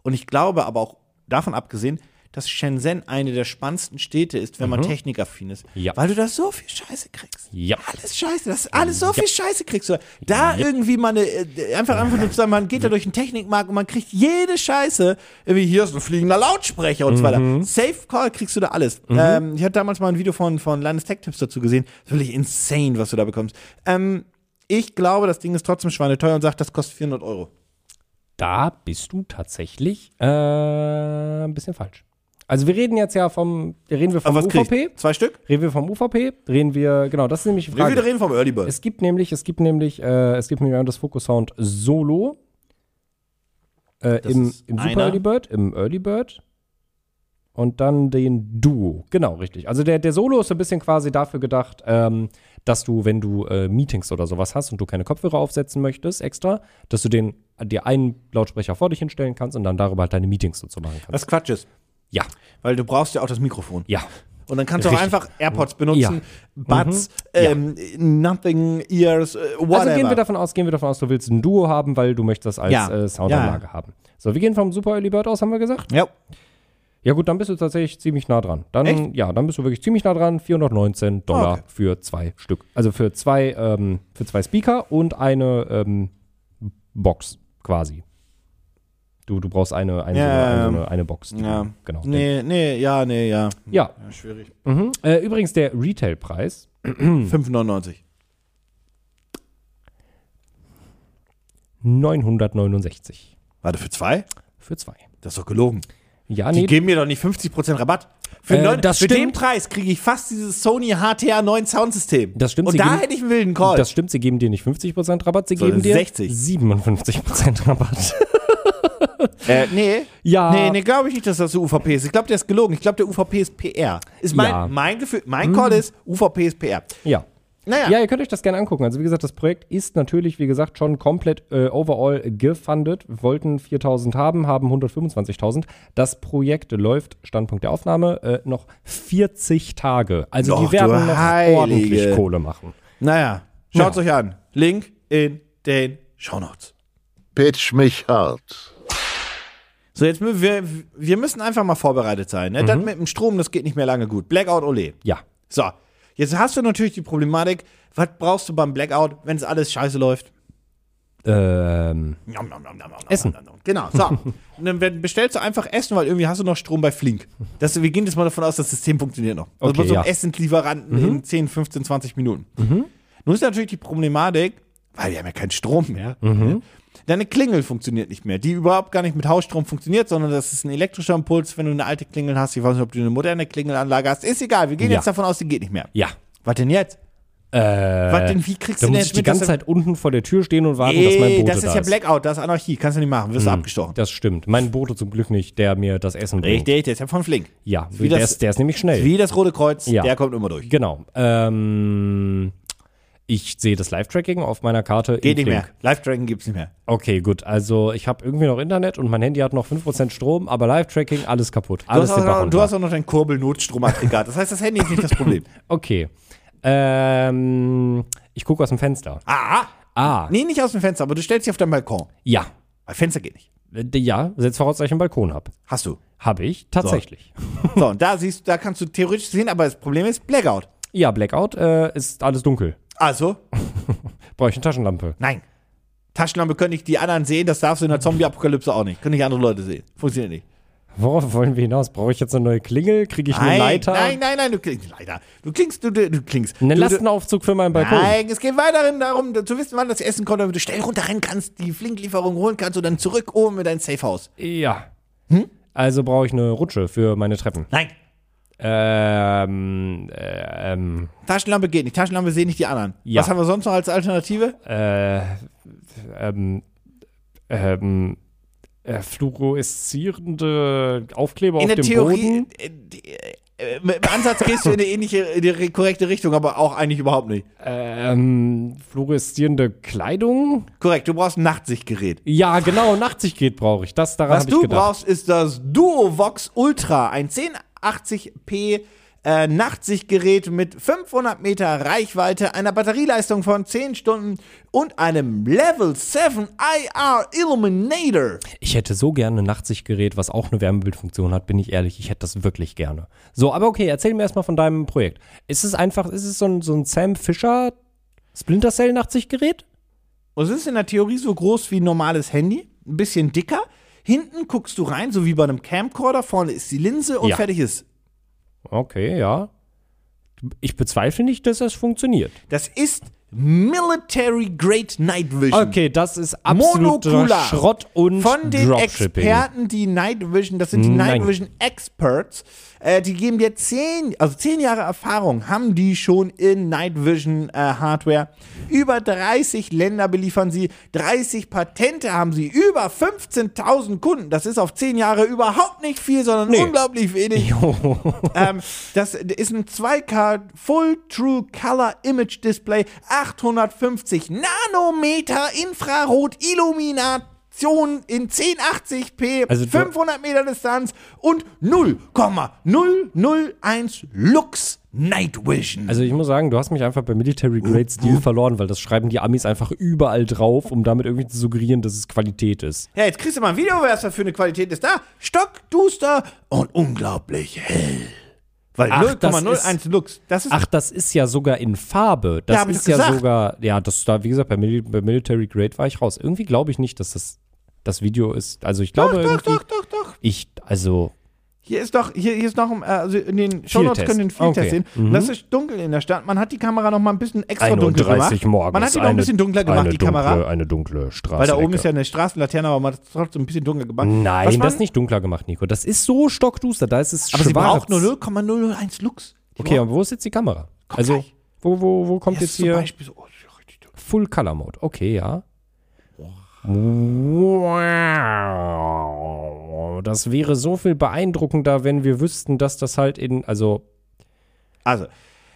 Speaker 2: Und ich glaube aber auch davon abgesehen, dass Shenzhen eine der spannendsten Städte ist, wenn man technikaffin ist.
Speaker 3: Mhm. Ja.
Speaker 2: Weil du da so viel Scheiße kriegst.
Speaker 3: Ja.
Speaker 2: Alles Scheiße, das ist alles so viel Scheiße kriegst du. Da irgendwie mal eine, äh, einfach, einfach nur zusammen, man geht da durch den Technikmarkt und man kriegt jede Scheiße. Irgendwie hier ist ein fliegender Lautsprecher und so
Speaker 3: Mhm.
Speaker 2: weiter. Safe Call kriegst du da alles. Ähm, ich hatte damals mal ein Video von, von Landestech-Tipps dazu gesehen. Das ist wirklich insane, was du da bekommst. Ähm, ich glaube, das Ding ist trotzdem schweineteuer und sagt, das kostet 400 Euro.
Speaker 3: da bist du tatsächlich äh, ein bisschen falsch. Also wir reden jetzt ja vom, reden wir vom
Speaker 2: kriegst
Speaker 3: UVP.
Speaker 2: Zwei Stück?
Speaker 3: Reden wir vom UVP? Reden wir, genau, das ist nämlich die
Speaker 2: Wir wieder
Speaker 3: Frage.
Speaker 2: reden vom Early Bird.
Speaker 3: Es gibt nämlich, es gibt nämlich, äh, es gibt nämlich einmal das Focus Sound Solo äh, im,
Speaker 2: ist
Speaker 3: im Super
Speaker 2: einer.
Speaker 3: Early Bird, im Early Bird. Und dann den Duo. Genau, richtig. Also der, der Solo ist so ein bisschen quasi dafür gedacht, ähm, dass du, wenn du äh, Meetings oder sowas hast und du keine Kopfhörer aufsetzen möchtest extra, dass du den dir einen Lautsprecher vor dich hinstellen kannst und dann darüber halt deine Meetings dazu machen kannst.
Speaker 2: Was Quatsch ist.
Speaker 3: Ja,
Speaker 2: Weil du brauchst ja auch das Mikrofon.
Speaker 3: ja.
Speaker 2: Und dann kannst du auch
Speaker 3: Richtig.
Speaker 2: einfach AirPods benutzen,
Speaker 3: Ja. Mhm.
Speaker 2: Buds, ähm, Nothing, Ears, äh, whatever.
Speaker 3: Also gehen wir davon aus, gehen wir davon aus, du willst ein Duo haben, weil du möchtest das als
Speaker 2: Ja.
Speaker 3: äh, Soundanlage haben. So, wir gehen vom Super Early Bird aus, haben wir gesagt.
Speaker 2: ja.
Speaker 3: Ja gut, dann bist du tatsächlich ziemlich nah dran. Dann,
Speaker 2: Echt?
Speaker 3: ja, dann bist du wirklich ziemlich nah dran. 419 Dollar
Speaker 2: Okay.
Speaker 3: für zwei Stück. Also für zwei, ähm, für zwei Speaker und eine ähm, Box quasi. Du, du brauchst eine, eine,
Speaker 2: Ja,
Speaker 3: so eine,
Speaker 2: ja,
Speaker 3: eine,
Speaker 2: ja.
Speaker 3: so eine, eine Box. die
Speaker 2: Ja.
Speaker 3: du- Genau.
Speaker 2: Nee, nee, ja, nee, ja.
Speaker 3: Ja.
Speaker 2: ja schwierig.
Speaker 3: Mhm. Äh, übrigens der Retailpreis Hm.
Speaker 2: 5,99.
Speaker 3: 969
Speaker 2: Warte, für zwei?
Speaker 3: für zwei.
Speaker 2: Das ist doch gelogen.
Speaker 3: Ja,
Speaker 2: Die
Speaker 3: nee,
Speaker 2: geben mir doch nicht 50% Rabatt. Für,
Speaker 3: Äh,
Speaker 2: neun,
Speaker 3: das
Speaker 2: für den
Speaker 3: stimmt.
Speaker 2: Preis kriege ich fast dieses Sony HTA 9 Soundsystem.
Speaker 3: Das stimmt,
Speaker 2: Und
Speaker 3: sie
Speaker 2: da
Speaker 3: geben-
Speaker 2: hätte ich einen wilden Call.
Speaker 3: das stimmt, sie geben dir nicht 50% Rabatt, sie
Speaker 2: Sondern
Speaker 3: geben dir
Speaker 2: 60. [LAUGHS]
Speaker 3: 57% Rabatt.
Speaker 2: äh, nee.
Speaker 3: Ja.
Speaker 2: Nee, nee, glaube ich nicht, dass das so UVP ist. Ich glaube, der ist gelogen. Ich glaube, der UVP ist PR. Ist mein,
Speaker 3: Ja.
Speaker 2: mein Gefühl, mein Call ist, UVP ist PR.
Speaker 3: ja.
Speaker 2: Naja.
Speaker 3: Ja, ihr könnt euch das gerne angucken. Also wie gesagt, das Projekt ist natürlich, wie gesagt, schon komplett äh, overall gefundet. Wir wollten 4.000 haben, haben 125.000. Das Projekt läuft, Standpunkt der Aufnahme, äh, noch 40 Tage. Also
Speaker 2: Doch,
Speaker 3: die
Speaker 2: du
Speaker 3: werden noch
Speaker 2: Heilige.
Speaker 3: ordentlich Kohle machen.
Speaker 2: Naja, schaut's
Speaker 3: Ja.
Speaker 2: euch an. Link in den Shownotes.
Speaker 1: Pitch mich hart.
Speaker 2: So, jetzt mü- wir, wir müssen einfach mal vorbereitet sein. Ne? Das mit dem Strom, das geht nicht mehr lange gut. Blackout Ole.
Speaker 3: Ja.
Speaker 2: So, jetzt hast du natürlich die Problematik, was brauchst du beim Blackout, wenn es alles scheiße läuft?
Speaker 3: Ähm,
Speaker 2: Nom, nom, nom, nom, nom,
Speaker 3: Essen.
Speaker 2: nom, nom, nom. Genau,
Speaker 3: [LAUGHS]
Speaker 2: so. Und dann wenn- bestellst du einfach Essen, weil irgendwie hast du noch Strom bei Flink. Das, wir gehen jetzt mal davon aus, das System funktioniert noch. Also
Speaker 3: Okay,
Speaker 2: bei so einem
Speaker 3: ja. Mhm.
Speaker 2: Essenslieferanten in 10, 15, 20 Minuten. Nun ist natürlich die Problematik, weil wir haben ja keinen Strom mehr.
Speaker 3: Mhm.
Speaker 2: Deine Klingel funktioniert nicht mehr, die überhaupt gar nicht mit Hausstrom funktioniert, sondern das ist ein elektrischer Impuls, wenn du eine alte Klingel hast. Ich weiß nicht, ob du eine moderne Klingelanlage hast. Ist egal, wir gehen
Speaker 3: Ja.
Speaker 2: jetzt davon aus, die geht nicht mehr.
Speaker 3: ja.
Speaker 2: Was denn jetzt?
Speaker 3: Äh,
Speaker 2: Was denn, wie kriegst
Speaker 3: da
Speaker 2: du denn
Speaker 3: muss
Speaker 2: jetzt
Speaker 3: ich die ganze Zeit unten vor der Tür stehen und warten,
Speaker 2: Ey,
Speaker 3: dass mein Bote
Speaker 2: das ist
Speaker 3: da Hm.
Speaker 2: ja Blackout, das ist Anarchie, kannst du nicht machen, wirst du abgestochen.
Speaker 3: Das stimmt. Mein Bote zum Glück nicht, der mir das Essen bringt.
Speaker 2: Richtig, der ist ja von Flink.
Speaker 3: Ja,
Speaker 2: Wie
Speaker 3: der,
Speaker 2: das-
Speaker 3: ist, der ist nämlich schnell.
Speaker 2: Wie das Rote Kreuz,
Speaker 3: Ja.
Speaker 2: der kommt immer durch.
Speaker 3: Genau. Ähm, ich sehe das Live-Tracking auf meiner Karte.
Speaker 2: Geht nicht mehr. Live-Dragon gibt's nicht mehr.
Speaker 3: Okay, gut. Also ich habe irgendwie noch Internet und mein Handy hat noch 5% Strom, aber Live-Tracking, alles kaputt.
Speaker 2: Du
Speaker 3: Alles
Speaker 2: hast, auch noch,
Speaker 3: debatt
Speaker 2: du hast auch noch dein Kurbel-Notstromaggregat. Das heißt, das Handy ist nicht das
Speaker 3: [LAUGHS]
Speaker 2: Problem.
Speaker 3: Okay. Ähm, ich gucke aus dem Fenster.
Speaker 2: Ah,
Speaker 3: Ah,
Speaker 2: nee, nicht aus dem Fenster, aber du stellst dich auf dein Balkon.
Speaker 3: ja.
Speaker 2: Weil Fenster geht nicht.
Speaker 3: Äh, Ja, setzt voraus, dass ich einen Balkon habe.
Speaker 2: Hast du.
Speaker 3: Habe ich, tatsächlich.
Speaker 2: So, und da siehst du, da kannst du theoretisch sehen, aber das Problem ist Blackout.
Speaker 3: Ja, Blackout, äh, ist alles dunkel.
Speaker 2: Also,
Speaker 3: Brauche ich eine Taschenlampe.
Speaker 2: nein. Taschenlampe können nicht die anderen sehen, das darfst du in der Zombie-Apokalypse auch nicht. Können nicht andere Leute sehen. Funktioniert nicht.
Speaker 3: Worauf wollen wir hinaus? Brauche ich jetzt eine neue Klingel? Kriege ich eine Leiter?
Speaker 2: nein, nein, nein, du klingst leider. Du klingst, du, du, du klingst.
Speaker 3: Einen
Speaker 2: du, du,
Speaker 3: Lastenaufzug für meinen Balkon?
Speaker 2: Nein, es geht weiterhin darum, zu wissen, wann das Essen kommt, damit du schnell runterrennen kannst, die Flinklieferung holen kannst und dann zurück oben in dein Safehouse.
Speaker 3: Ja.
Speaker 2: Hm?
Speaker 3: Also brauche ich eine Rutsche für meine Treppen.
Speaker 2: Nein.
Speaker 3: Ähm, äh, ähm,
Speaker 2: Taschenlampe geht nicht. Taschenlampe sehen nicht die anderen.
Speaker 3: Ja.
Speaker 2: Was haben wir sonst noch als Alternative?
Speaker 3: äh, ähm, ähm, äh, fluoreszierende Aufkleber auf dem Boden.
Speaker 2: äh, die- äh, im Ansatz gehst du in eine ähnliche, in die korrekte Richtung, aber auch eigentlich überhaupt nicht.
Speaker 3: Ähm, fluoreszierende Kleidung?
Speaker 2: Korrekt, du brauchst ein Nachtsichtgerät.
Speaker 3: Ja, genau, Nachtsichtgerät brauche ich. Das daran
Speaker 2: Was
Speaker 3: habe ich
Speaker 2: du
Speaker 3: gedacht.
Speaker 2: brauchst, ist das DuoVox Ultra, ein 1080p äh, Nachtsichtgerät mit 500 Meter Reichweite, einer Batterieleistung von 10 Stunden und einem Level 7 IR Illuminator.
Speaker 3: Ich hätte so gerne ein Nachtsichtgerät, was auch eine Wärmebildfunktion hat, bin ich ehrlich. Ich hätte das wirklich gerne. So, aber okay, erzähl mir erstmal von deinem Projekt. Ist es einfach, ist es so ein, so ein Sam Fisher Splinter Cell Nachtsichtgerät?
Speaker 2: Und es ist in der Theorie so groß wie ein normales Handy, ein bisschen dicker. Hinten guckst du rein, so wie bei einem Camcorder, vorne ist die Linse und
Speaker 3: Ja.
Speaker 2: fertig ist.
Speaker 3: Okay, ja. Ich bezweifle nicht, dass das funktioniert.
Speaker 2: Das ist Military Grade Night Vision.
Speaker 3: Okay, das ist absoluter
Speaker 2: Monokular.
Speaker 3: Schrott und
Speaker 2: Von den
Speaker 3: Dropshipping.
Speaker 2: Experten, die Night Vision, das sind die
Speaker 3: Nein.
Speaker 2: Night Vision Experts, äh, die geben dir zehn, also zehn Jahre Erfahrung, haben die schon in Night Vision äh, Hardware. Über 30 Länder beliefern sie, 30 Patente haben sie, über 15.000 Kunden. Das ist auf zehn Jahre überhaupt nicht viel, sondern
Speaker 3: Nee.
Speaker 2: unglaublich wenig. ähm, das ist ein 2K Full True Color Image Display, 850 Nanometer Infrarot Illumination in 1080p,
Speaker 3: Also du-
Speaker 2: 500 Meter Distanz und 0,001 Lux Night Vision.
Speaker 3: Also ich muss sagen, du hast mich einfach bei Military Grade
Speaker 2: Hm.
Speaker 3: Steel verloren, weil das schreiben die Amis einfach überall drauf, um damit irgendwie zu suggerieren, dass es Qualität ist.
Speaker 2: ja, jetzt kriegst du mal ein Video, was da für eine Qualität ist da. Stockduster und unglaublich hell. Weil
Speaker 3: Ach, das
Speaker 2: 0,01 Lux, das ist
Speaker 3: Ach, das ist ja sogar in Farbe. Das
Speaker 2: Ja, hab ich
Speaker 3: ist
Speaker 2: doch
Speaker 3: ja
Speaker 2: gesagt.
Speaker 3: sogar, ja, das da, wie gesagt, bei, Mil bei Military Grade war ich raus. Irgendwie glaube ich nicht, dass das das Video ist. Also ich glaube
Speaker 2: doch,
Speaker 3: irgendwie,
Speaker 2: doch, doch, doch.
Speaker 3: ich, also
Speaker 2: Hier ist doch, hier, hier ist noch, äh, also in den Shownotes
Speaker 3: Fieldtest.
Speaker 2: können den Fieldtest
Speaker 3: Okay. Mhm.
Speaker 2: sehen. Das ist dunkel in der Stadt. Man hat die Kamera noch mal ein bisschen extra dunkel
Speaker 3: 31
Speaker 2: gemacht.
Speaker 3: morgens.
Speaker 2: Man hat die noch ein bisschen dunkler gemacht, die Kamera.
Speaker 3: Eine dunkle Straße.
Speaker 2: Weil da oben ist ja eine Straßenlaterne, aber man hat es trotzdem ein bisschen dunkel gemacht. Was
Speaker 3: Nein,
Speaker 2: man-
Speaker 3: das ist nicht dunkler gemacht, Nico. Das ist so stockduster. Da ist es
Speaker 2: Aber sie
Speaker 3: schwarz.
Speaker 2: braucht nur 0,001 Lux. Die
Speaker 3: Okay,
Speaker 2: braucht-
Speaker 3: aber wo ist jetzt die Kamera? also,
Speaker 2: gleich.
Speaker 3: wo, wo, wo kommt
Speaker 2: das
Speaker 3: jetzt
Speaker 2: ist zum
Speaker 3: hier
Speaker 2: Beispiel so, oh, das ist ja richtig dunkel.
Speaker 3: Full Color Mode? Okay, ja. Wow. Das wäre so viel beeindruckender, wenn wir wüssten, dass das halt in. Also,
Speaker 2: Also,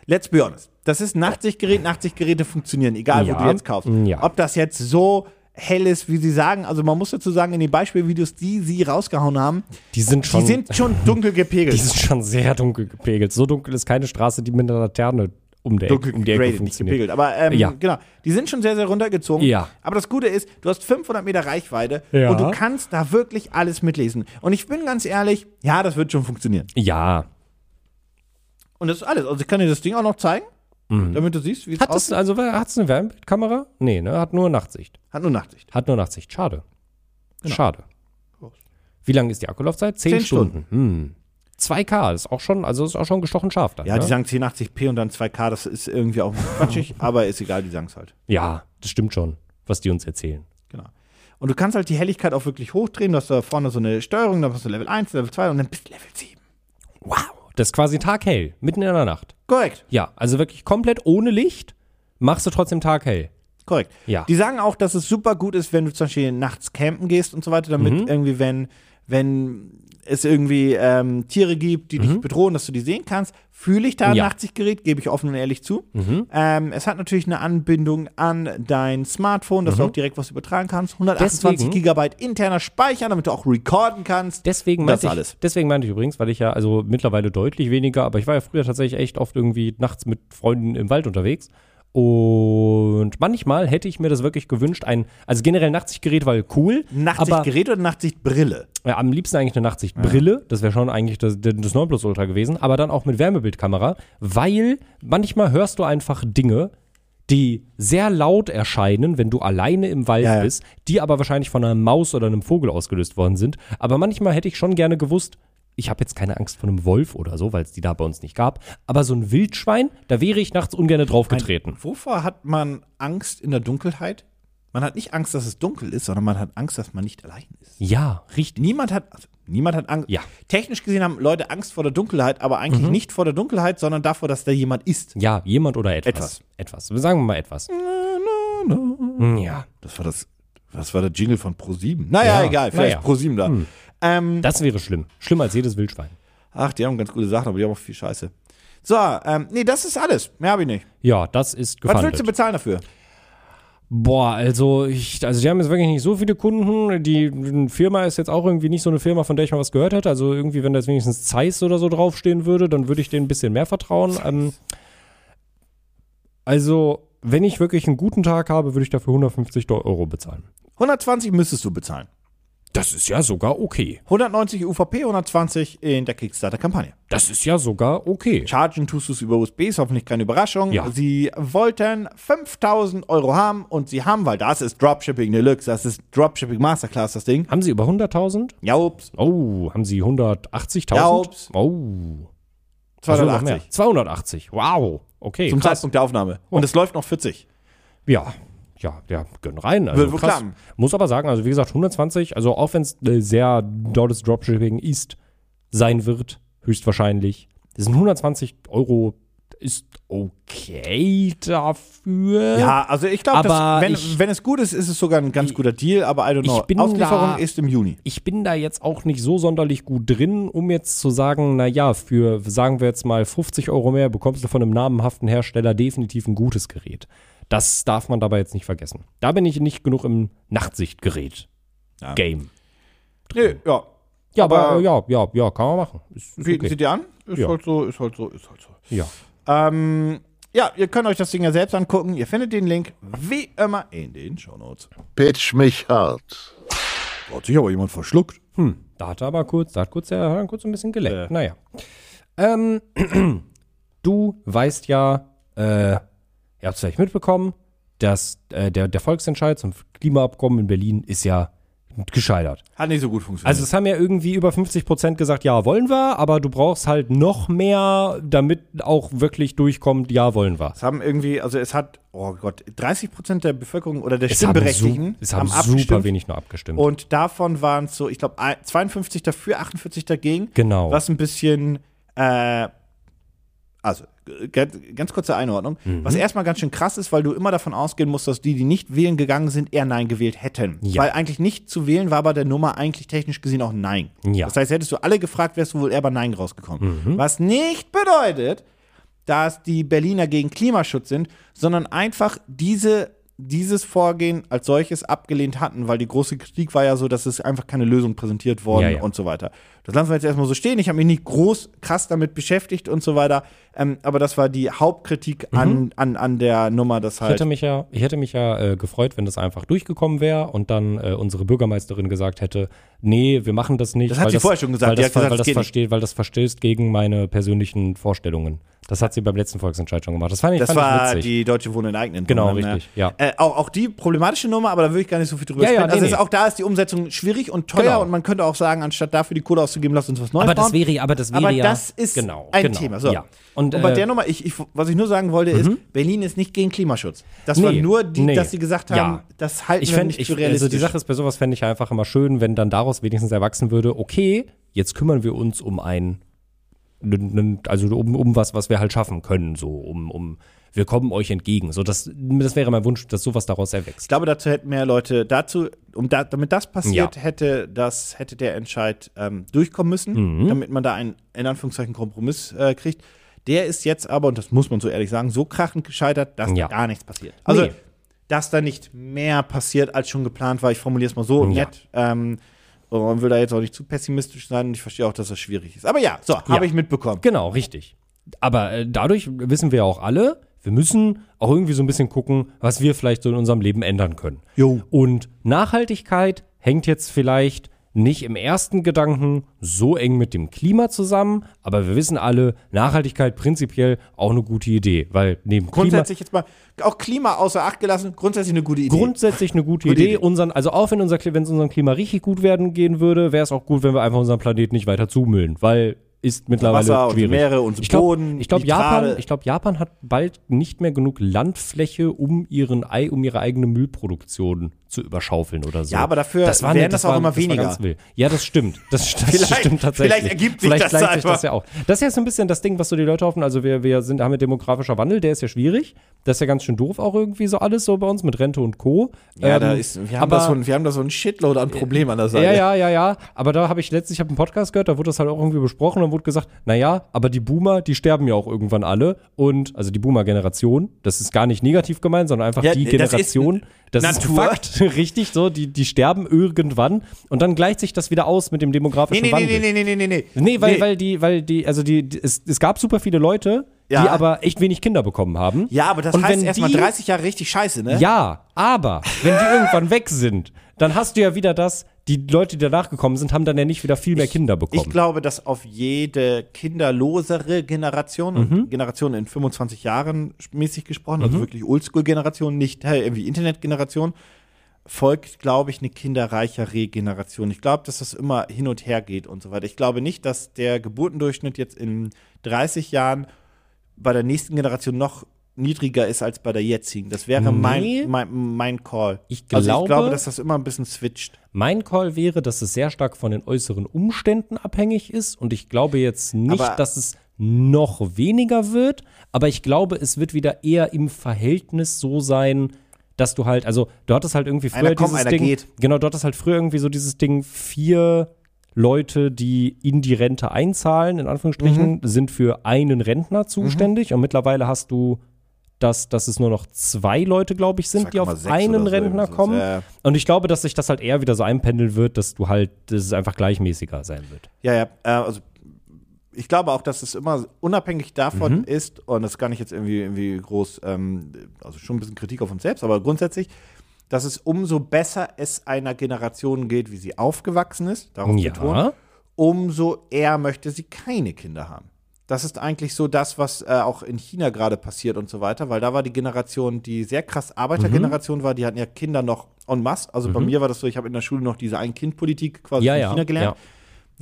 Speaker 2: let's be honest. Das ist ein Nachtsichtgerät. Nachtsichtgeräte funktionieren, egal
Speaker 3: Ja.
Speaker 2: wo du jetzt kaufst.
Speaker 3: Ja.
Speaker 2: Ob das jetzt so hell ist, wie sie sagen. Also, man muss dazu sagen, in den Beispielvideos, die sie rausgehauen haben,
Speaker 3: die sind schon.
Speaker 2: die sind schon dunkel gepegelt.
Speaker 3: [LAUGHS] die sind schon sehr dunkel gepegelt. So dunkel ist keine Straße, die mit einer Laterne um, der Ecke,
Speaker 2: dunkel
Speaker 3: um die Ecke
Speaker 2: gegradet, nicht
Speaker 3: funktioniert.
Speaker 2: gepegelt. Aber ähm,
Speaker 3: Ja.
Speaker 2: genau, die sind schon sehr, sehr runtergezogen.
Speaker 3: Ja.
Speaker 2: Aber das Gute ist, du hast 500 Meter Reichweite
Speaker 3: Ja.
Speaker 2: und du kannst da wirklich alles mitlesen. Und ich bin ganz ehrlich, ja, das wird schon funktionieren.
Speaker 3: Ja.
Speaker 2: Und das ist alles. Also ich kann dir das Ding auch noch zeigen,
Speaker 3: Mhm.
Speaker 2: damit du siehst, wie es
Speaker 3: Hat es,
Speaker 2: aussieht.
Speaker 3: also, hat es eine Wärmebildkamera? Nee, ne? Hat nur Nachtsicht.
Speaker 2: Hat nur Nachtsicht.
Speaker 3: Hat nur Nachtsicht. Schade. Schade. Wie lange ist die Akkulaufzeit? Zehn,
Speaker 2: Zehn
Speaker 3: Stunden. Hm. 2K ist auch schon, also ist auch schon gestochen scharf dann.
Speaker 2: Ja, die
Speaker 3: ne?
Speaker 2: sagen 1080p und dann 2K, das ist irgendwie auch
Speaker 3: [LAUGHS]
Speaker 2: quatschig, aber ist egal, die sagen es halt.
Speaker 3: ja, das stimmt schon, was die uns erzählen.
Speaker 2: Genau. Und du kannst halt die Helligkeit auch wirklich hochdrehen. Du hast da vorne so eine Steuerung, dann hast du Level 1, Level 2 und dann bist du Level 7.
Speaker 3: Wow. Das ist quasi taghell, mitten in der Nacht.
Speaker 2: Korrekt.
Speaker 3: Ja, also wirklich komplett ohne Licht, machst du trotzdem taghell.
Speaker 2: Korrekt.
Speaker 3: Ja.
Speaker 2: Die sagen auch, dass es super gut ist, wenn du zum Beispiel nachts campen gehst und so weiter, damit
Speaker 3: Mhm.
Speaker 2: irgendwie, wenn, wenn es irgendwie ähm, Tiere gibt, die dich bedrohen, dass du die sehen kannst. Fühle ich da ein
Speaker 3: Mhm. Ja. Mhm.
Speaker 2: Nachtsichtgerät, gebe ich offen und ehrlich zu. Ähm, es hat natürlich eine Anbindung an dein Smartphone, dass du auch direkt was übertragen kannst. 128
Speaker 3: Mhm. Deswegen-
Speaker 2: Gigabyte interner Speicher, damit du auch recorden kannst.
Speaker 3: Deswegen
Speaker 2: Das
Speaker 3: meinte, ich,
Speaker 2: alles.
Speaker 3: deswegen meinte ich übrigens, weil ich ja also mittlerweile deutlich weniger, aber ich war ja früher tatsächlich echt oft irgendwie nachts mit Freunden im Wald unterwegs. Und manchmal hätte ich mir das wirklich gewünscht, ein, also generell Nachtsichtgerät war cool, aber
Speaker 2: Nachtsichtgerät oder Nachtsichtbrille?
Speaker 3: Ja, am liebsten eigentlich eine Nachtsichtbrille. Das wäre schon eigentlich das, das Nonplusultra gewesen, aber dann auch mit Wärmebildkamera, weil manchmal hörst du einfach Dinge, die sehr laut erscheinen, wenn du alleine im Wald
Speaker 2: Ja, ja.
Speaker 3: bist, die aber wahrscheinlich von einer Maus oder einem Vogel ausgelöst worden sind. Aber manchmal hätte ich schon gerne gewusst, ich habe jetzt keine Angst vor einem Wolf oder so, weil es die da bei uns nicht gab. Aber so ein Wildschwein, da wäre ich nachts ungern draufgetreten.
Speaker 2: Wovor hat man Angst in der Dunkelheit? Man hat nicht Angst, dass es dunkel ist, sondern man hat Angst, dass man nicht allein ist.
Speaker 3: Ja, richtig.
Speaker 2: Niemand hat, also niemand hat Angst.
Speaker 3: Ja.
Speaker 2: Technisch gesehen haben Leute Angst vor der Dunkelheit, aber eigentlich nicht vor der Dunkelheit, sondern davor, dass da jemand ist.
Speaker 3: Ja, jemand oder etwas. Etwas. Sagen wir mal etwas. Ja.
Speaker 2: Das war das, was war der Jingle von Pro7? Naja,
Speaker 3: Ja,
Speaker 2: egal, vielleicht
Speaker 3: naja.
Speaker 2: Pro7 da. Ähm,
Speaker 3: Das wäre schlimm. Schlimmer als jedes Wildschwein.
Speaker 2: ach, die haben ganz gute Sachen, aber die haben auch viel Scheiße. So, ähm, nee, das ist alles. Mehr habe ich nicht.
Speaker 3: Ja, das ist
Speaker 2: Was willst du
Speaker 3: gefundet.
Speaker 2: bezahlen dafür?
Speaker 3: Boah, also ich, also die haben jetzt wirklich nicht so viele Kunden. Die Firma ist jetzt auch irgendwie nicht so eine Firma, von der ich mal was gehört hätte. Also irgendwie, wenn da jetzt wenigstens Zeiss oder so draufstehen würde, dann würde ich denen ein bisschen mehr vertrauen. Ähm, also, wenn ich wirklich einen guten Tag habe, würde ich dafür 150 Euro bezahlen.
Speaker 2: 120 müsstest du bezahlen.
Speaker 3: Das ist ja sogar okay.
Speaker 2: 190 UVP, 120 in der Kickstarter-Kampagne.
Speaker 3: Das ist ja sogar okay.
Speaker 2: Chargen tust du es über USB, ist hoffentlich keine Überraschung.
Speaker 3: Ja.
Speaker 2: Sie wollten 5000 Euro haben und sie haben, weil das ist Dropshipping Deluxe, das ist Dropshipping Masterclass, das Ding.
Speaker 3: Haben sie über 100.000?
Speaker 2: Ja, ups,
Speaker 3: Oh, haben sie 180.000?
Speaker 2: Ja, ups.
Speaker 3: Oh. Ach so, noch mehr.
Speaker 2: 280.
Speaker 3: 280. Wow. Okay.
Speaker 2: Zum
Speaker 3: krass. Oh.
Speaker 2: Zeitpunkt der Aufnahme. Und es läuft noch 40.
Speaker 3: Ja, ja, ja, gönn rein. Also
Speaker 2: Wird wohl
Speaker 3: krass.
Speaker 2: klappen.
Speaker 3: Muss aber sagen, also wie gesagt, 120, also auch wenn es äh, sehr dolles Dropshipping ist, sein wird, höchstwahrscheinlich. Das sind 120 Euro, ist okay dafür.
Speaker 2: Ja, also ich glaube,
Speaker 3: Aber
Speaker 2: wenn,
Speaker 3: ich-
Speaker 2: wenn es gut ist, ist es sogar ein ganz guter Deal, aber I don't know.
Speaker 3: Ich bin
Speaker 2: Auslieferung
Speaker 3: da-
Speaker 2: ist im Juni.
Speaker 3: Ich bin da jetzt auch nicht so sonderlich gut drin, um jetzt zu sagen, naja, für, sagen wir jetzt mal 50 Euro mehr, bekommst du von einem namenhaften Hersteller definitiv ein gutes Gerät. Das darf man dabei jetzt nicht vergessen. Da bin ich nicht genug im Nachtsichtgerät-Game.
Speaker 2: Ja. Nee, ja.
Speaker 3: Ja, aber,
Speaker 2: Aber-
Speaker 3: äh, ja, ja, ja, kann man machen. Ist, ist
Speaker 2: Wie,
Speaker 3: okay.
Speaker 2: Seht ihr an? Ist
Speaker 3: Ja.
Speaker 2: halt so, ist halt so, ist halt so.
Speaker 3: ja.
Speaker 2: Ähm, ja, ihr könnt euch das Ding ja selbst angucken. Ihr findet den Link wie immer in den Shownotes.
Speaker 1: Pitch mich hart.
Speaker 2: Hat sich aber jemand verschluckt.
Speaker 3: Hm, da hat er aber kurz, da hat kurz, er hat kurz ein bisschen geleckt.
Speaker 2: Äh.
Speaker 3: Naja. Ähm, [CLEARS THROAT] du weißt ja, äh, ihr habt es vielleicht mitbekommen, dass äh, der, der Volksentscheid zum Klimaabkommen in Berlin ist ja gescheitert.
Speaker 2: Hat nicht so gut funktioniert.
Speaker 3: Also es haben ja irgendwie über 50 Prozent gesagt, ja, wollen wir, aber du brauchst halt noch mehr, damit auch wirklich durchkommt, ja, wollen wir.
Speaker 2: es haben irgendwie, also es hat, oh Gott, 30 Prozent der Bevölkerung oder der
Speaker 3: Es haben,
Speaker 2: Stimmberechtigten
Speaker 3: su- es haben
Speaker 2: abgestimmt.
Speaker 3: super wenig nur abgestimmt.
Speaker 2: Und davon waren es so, ich glaube, 52 dafür, 48 dagegen.
Speaker 3: Genau.
Speaker 2: Was ein bisschen, äh, also g- ganz, ganz kurze Einordnung.
Speaker 3: Mhm.
Speaker 2: Was erstmal ganz schön krass ist, weil du immer davon ausgehen musst, dass die, die nicht wählen gegangen sind, eher Nein gewählt hätten.
Speaker 3: Ja.
Speaker 2: Weil eigentlich nicht zu wählen war bei der Nummer eigentlich technisch gesehen auch Nein.
Speaker 3: Ja. Mhm.
Speaker 2: Das heißt, hättest du alle gefragt, wärst du wohl eher bei Nein rausgekommen. Was nicht bedeutet, dass die Berliner gegen Klimaschutz sind, sondern einfach diese, dieses Vorgehen als solches abgelehnt hatten, weil die große Kritik war ja so, dass es einfach keine Lösung präsentiert worden
Speaker 3: Ja, ja.
Speaker 2: und so weiter. Das lassen wir jetzt erstmal so stehen. Ich habe mich nicht groß krass damit beschäftigt und so weiter, ähm, aber das war die Hauptkritik an, an, an der Nummer, dass
Speaker 3: Mhm. Ich hätte
Speaker 2: halt.
Speaker 3: mich ja, ich hätte mich ja äh, gefreut, wenn das einfach durchgekommen wäre und dann äh, unsere Bürgermeisterin gesagt hätte, nee, wir machen das nicht.
Speaker 2: Das hat
Speaker 3: weil
Speaker 2: sie vorher schon gesagt.
Speaker 3: Weil
Speaker 2: Die
Speaker 3: das,
Speaker 2: hat gesagt,
Speaker 3: weil,
Speaker 2: es
Speaker 3: das
Speaker 2: geht
Speaker 3: versteht, weil das verstößt gegen meine persönlichen Vorstellungen. Das hat sie beim letzten Volksentscheid schon gemacht. Das fand ich,
Speaker 2: Das
Speaker 3: fand
Speaker 2: war
Speaker 3: ich witzig.
Speaker 2: die Deutsche Wohnen enteignen.
Speaker 3: Genau,
Speaker 2: Nummer, ne?
Speaker 3: richtig, ja.
Speaker 2: Äh, auch, auch die problematische Nummer, aber da will ich gar nicht so viel drüber
Speaker 3: Ja, ja,
Speaker 2: sprechen. also
Speaker 3: nee,
Speaker 2: es ist
Speaker 3: nee.
Speaker 2: auch da ist die Umsetzung schwierig und teuer
Speaker 3: Genau.
Speaker 2: und man könnte auch sagen, anstatt dafür die Kohle auszugeben, lasst uns was Neues
Speaker 3: aber
Speaker 2: bauen.
Speaker 3: das wäre, aber das wäre
Speaker 2: Aber
Speaker 3: ja
Speaker 2: das ist
Speaker 3: genau,
Speaker 2: ein
Speaker 3: genau,
Speaker 2: Thema. So.
Speaker 3: Ja.
Speaker 2: Und,
Speaker 3: Und,
Speaker 2: bei
Speaker 3: äh, Mhm.
Speaker 2: der Nummer, ich, ich, was ich nur sagen wollte, ist, Berlin ist nicht gegen Klimaschutz. Das war
Speaker 3: Nee,
Speaker 2: nur, die,
Speaker 3: nee.
Speaker 2: dass sie gesagt haben,
Speaker 3: Ja.
Speaker 2: das halten
Speaker 3: ich
Speaker 2: wir
Speaker 3: fänd,
Speaker 2: nicht
Speaker 3: ich,
Speaker 2: für realistisch.
Speaker 3: Also die Sache ist, bei sowas fände ich ja einfach immer schön, wenn dann daraus wenigstens erwachsen würde, okay, jetzt kümmern wir uns um ein, n- n- also um, um was, was wir halt schaffen können, so um, um wir kommen euch entgegen. So, das, das wäre mein Wunsch, dass sowas daraus
Speaker 2: ich
Speaker 3: erwächst.
Speaker 2: glaube, dazu hätten mehr Leute, dazu, um da, damit das passiert
Speaker 3: Ja.
Speaker 2: hätte, das hätte der Entscheid ähm, durchkommen müssen,
Speaker 3: Mhm.
Speaker 2: damit man da einen in Anführungszeichen Kompromiss äh, kriegt. Der ist jetzt aber, und das muss man so ehrlich sagen, so krachend gescheitert, dass
Speaker 3: Ja.
Speaker 2: gar nichts passiert. Also,
Speaker 3: Nee.
Speaker 2: dass da nicht mehr passiert, als schon geplant war. Ich formuliere es mal so
Speaker 3: Ja.
Speaker 2: nett. Ähm, und man will da jetzt auch nicht zu pessimistisch sein und ich verstehe auch, dass das schwierig ist. Aber ja, so, habe ich mitbekommen.
Speaker 3: Genau, richtig. Aber äh, dadurch wissen wir auch alle, wir müssen auch irgendwie so ein bisschen gucken, was wir vielleicht so in unserem Leben ändern können.
Speaker 2: Jo.
Speaker 3: Und Nachhaltigkeit hängt jetzt vielleicht nicht im ersten Gedanken so eng mit dem Klima zusammen, aber wir wissen alle, Nachhaltigkeit prinzipiell auch eine gute Idee, weil neben Klima
Speaker 2: Grundsätzlich jetzt mal, auch Klima außer Acht gelassen, grundsätzlich eine gute Idee.
Speaker 3: grundsätzlich eine gute,
Speaker 2: Gute
Speaker 3: Idee.
Speaker 2: Idee.
Speaker 3: Unseren, also auch wenn unser, Kli- wenn es unserem Klima richtig gut werden gehen würde, wäre es auch gut, wenn wir einfach unseren Planeten nicht weiter zumüllen, weil ist mittlerweile
Speaker 2: Wasser und
Speaker 3: schwierig.
Speaker 2: Meere und
Speaker 3: ich glaub,
Speaker 2: Boden,
Speaker 3: Ich glaube,
Speaker 2: Nitrate.
Speaker 3: Japan, ich glaub, Japan hat bald nicht mehr genug Landfläche, um ihren Ei, um ihre eigene Müllproduktion zu überschaufeln oder so.
Speaker 2: Ja, aber dafür
Speaker 3: ne-
Speaker 2: werden das auch immer
Speaker 3: war
Speaker 2: weniger.
Speaker 3: ganz wild. ja, das stimmt.
Speaker 2: [LAUGHS]
Speaker 3: Das, das
Speaker 2: Vielleicht-
Speaker 3: stimmt tatsächlich.
Speaker 2: vielleicht ergibt sich
Speaker 3: vielleicht
Speaker 2: das
Speaker 3: gleicht sich
Speaker 2: einfach.
Speaker 3: das ja auch. Das ist ja so ein bisschen das Ding, was so die Leute hoffen. Also wir, wir sind, haben ja demografischer Wandel, der ist ja schwierig. Das ist ja ganz schön doof auch irgendwie so alles so bei uns mit Rente und Co.
Speaker 2: Ja,
Speaker 3: Ähm,
Speaker 2: da ist, wir, haben da so ein, wir haben da so ein Shitload an Problemen an der Seite.
Speaker 3: ja, ja, ja, ja. Aber da habe ich letztlich, ich habe einen Podcast gehört, da wurde das halt auch irgendwie besprochen und wurde gesagt, naja, aber die Boomer, die sterben ja auch irgendwann alle. Und, also die Boomer-Generation, das ist gar nicht negativ gemeint, sondern einfach
Speaker 2: Ja,
Speaker 3: die
Speaker 2: das
Speaker 3: Generation,
Speaker 2: ist
Speaker 3: das ist,
Speaker 2: Natur.
Speaker 3: Fakt, [LAUGHS] richtig so, die, die sterben irgendwann. Und dann gleicht sich das wieder aus mit dem
Speaker 2: Nee,
Speaker 3: demografischen
Speaker 2: nee,
Speaker 3: Wandel.
Speaker 2: nee, nee, nee, nee, nee, nee.
Speaker 3: Nee, weil, weil die, weil die, also die, die es, es gab super viele Leute,
Speaker 2: Ja.
Speaker 3: die aber echt wenig Kinder bekommen haben.
Speaker 2: Ja, aber das
Speaker 3: Und
Speaker 2: heißt
Speaker 3: wenn
Speaker 2: erstmal
Speaker 3: die-
Speaker 2: 30 Jahre richtig scheiße, ne?
Speaker 3: Ja, aber wenn die irgendwann weg sind, dann hast du ja wieder das, die Leute, die danach gekommen sind, haben dann ja nicht wieder viel mehr Kinder bekommen.
Speaker 2: Ich glaube, dass auf jede kinderlosere Generation,
Speaker 3: Mhm.
Speaker 2: und Generation in 25 Jahren mäßig gesprochen, also wirklich Oldschool-Generation, nicht hey, irgendwie Internet-Generation, folgt, glaube ich, eine kinderreichere Generation. Ich glaube, dass das immer hin und her geht und so weiter. Ich glaube nicht, dass der Geburtendurchschnitt jetzt in 30 Jahren bei der nächsten Generation noch niedriger ist als bei der jetzigen. Das wäre
Speaker 3: Nee.
Speaker 2: mein, mein, mein Call.
Speaker 3: Ich
Speaker 2: also
Speaker 3: glaube-
Speaker 2: ich glaube, dass das immer ein bisschen switcht.
Speaker 3: Mein Call wäre, dass es sehr stark von den äußeren Umständen abhängig ist und ich glaube jetzt nicht,
Speaker 2: Aber-
Speaker 3: dass es noch weniger wird, aber ich glaube, es wird wieder eher im Verhältnis so sein, dass du halt, also du hattest halt irgendwie früher
Speaker 2: Einer kommt,
Speaker 3: dieses
Speaker 2: einer
Speaker 3: Ding,
Speaker 2: geht.
Speaker 3: genau, du hattest halt früher irgendwie so dieses Ding, vier Leute, die in die Rente einzahlen, in
Speaker 2: Mhm.
Speaker 3: Anführungsstrichen, sind für einen Rentner zuständig und mittlerweile hast du das, dass es nur noch zwei Leute, glaube ich, sind, die auf
Speaker 2: 2,6
Speaker 3: einen
Speaker 2: oder so,
Speaker 3: Rentner
Speaker 2: irgendwie so.
Speaker 3: kommen.
Speaker 2: Ja, ja.
Speaker 3: Und ich glaube, dass sich das halt eher wieder so einpendeln wird, dass du halt, dass es einfach gleichmäßiger sein wird.
Speaker 2: Ja, ja. Äh, also ich glaube auch, dass es immer unabhängig davon
Speaker 3: Mhm.
Speaker 2: ist, und das kann ich jetzt irgendwie, irgendwie groß, ähm, also schon ein bisschen Kritik auf uns selbst, aber grundsätzlich, dass es umso besser es einer Generation geht, wie sie aufgewachsen ist, darauf
Speaker 3: Ja.
Speaker 2: betont, umso eher möchte sie keine Kinder haben. Das ist eigentlich so das, was äh, auch in China gerade passiert und so weiter, weil da war die Generation, die sehr krass Arbeitergeneration
Speaker 3: Mhm.
Speaker 2: war, die hatten ja Kinder noch en masse. Also bei mir war das so, ich habe in der Schule noch diese Ein-Kind-Politik quasi
Speaker 3: Ja,
Speaker 2: in
Speaker 3: ja,
Speaker 2: China gelernt.
Speaker 3: ja.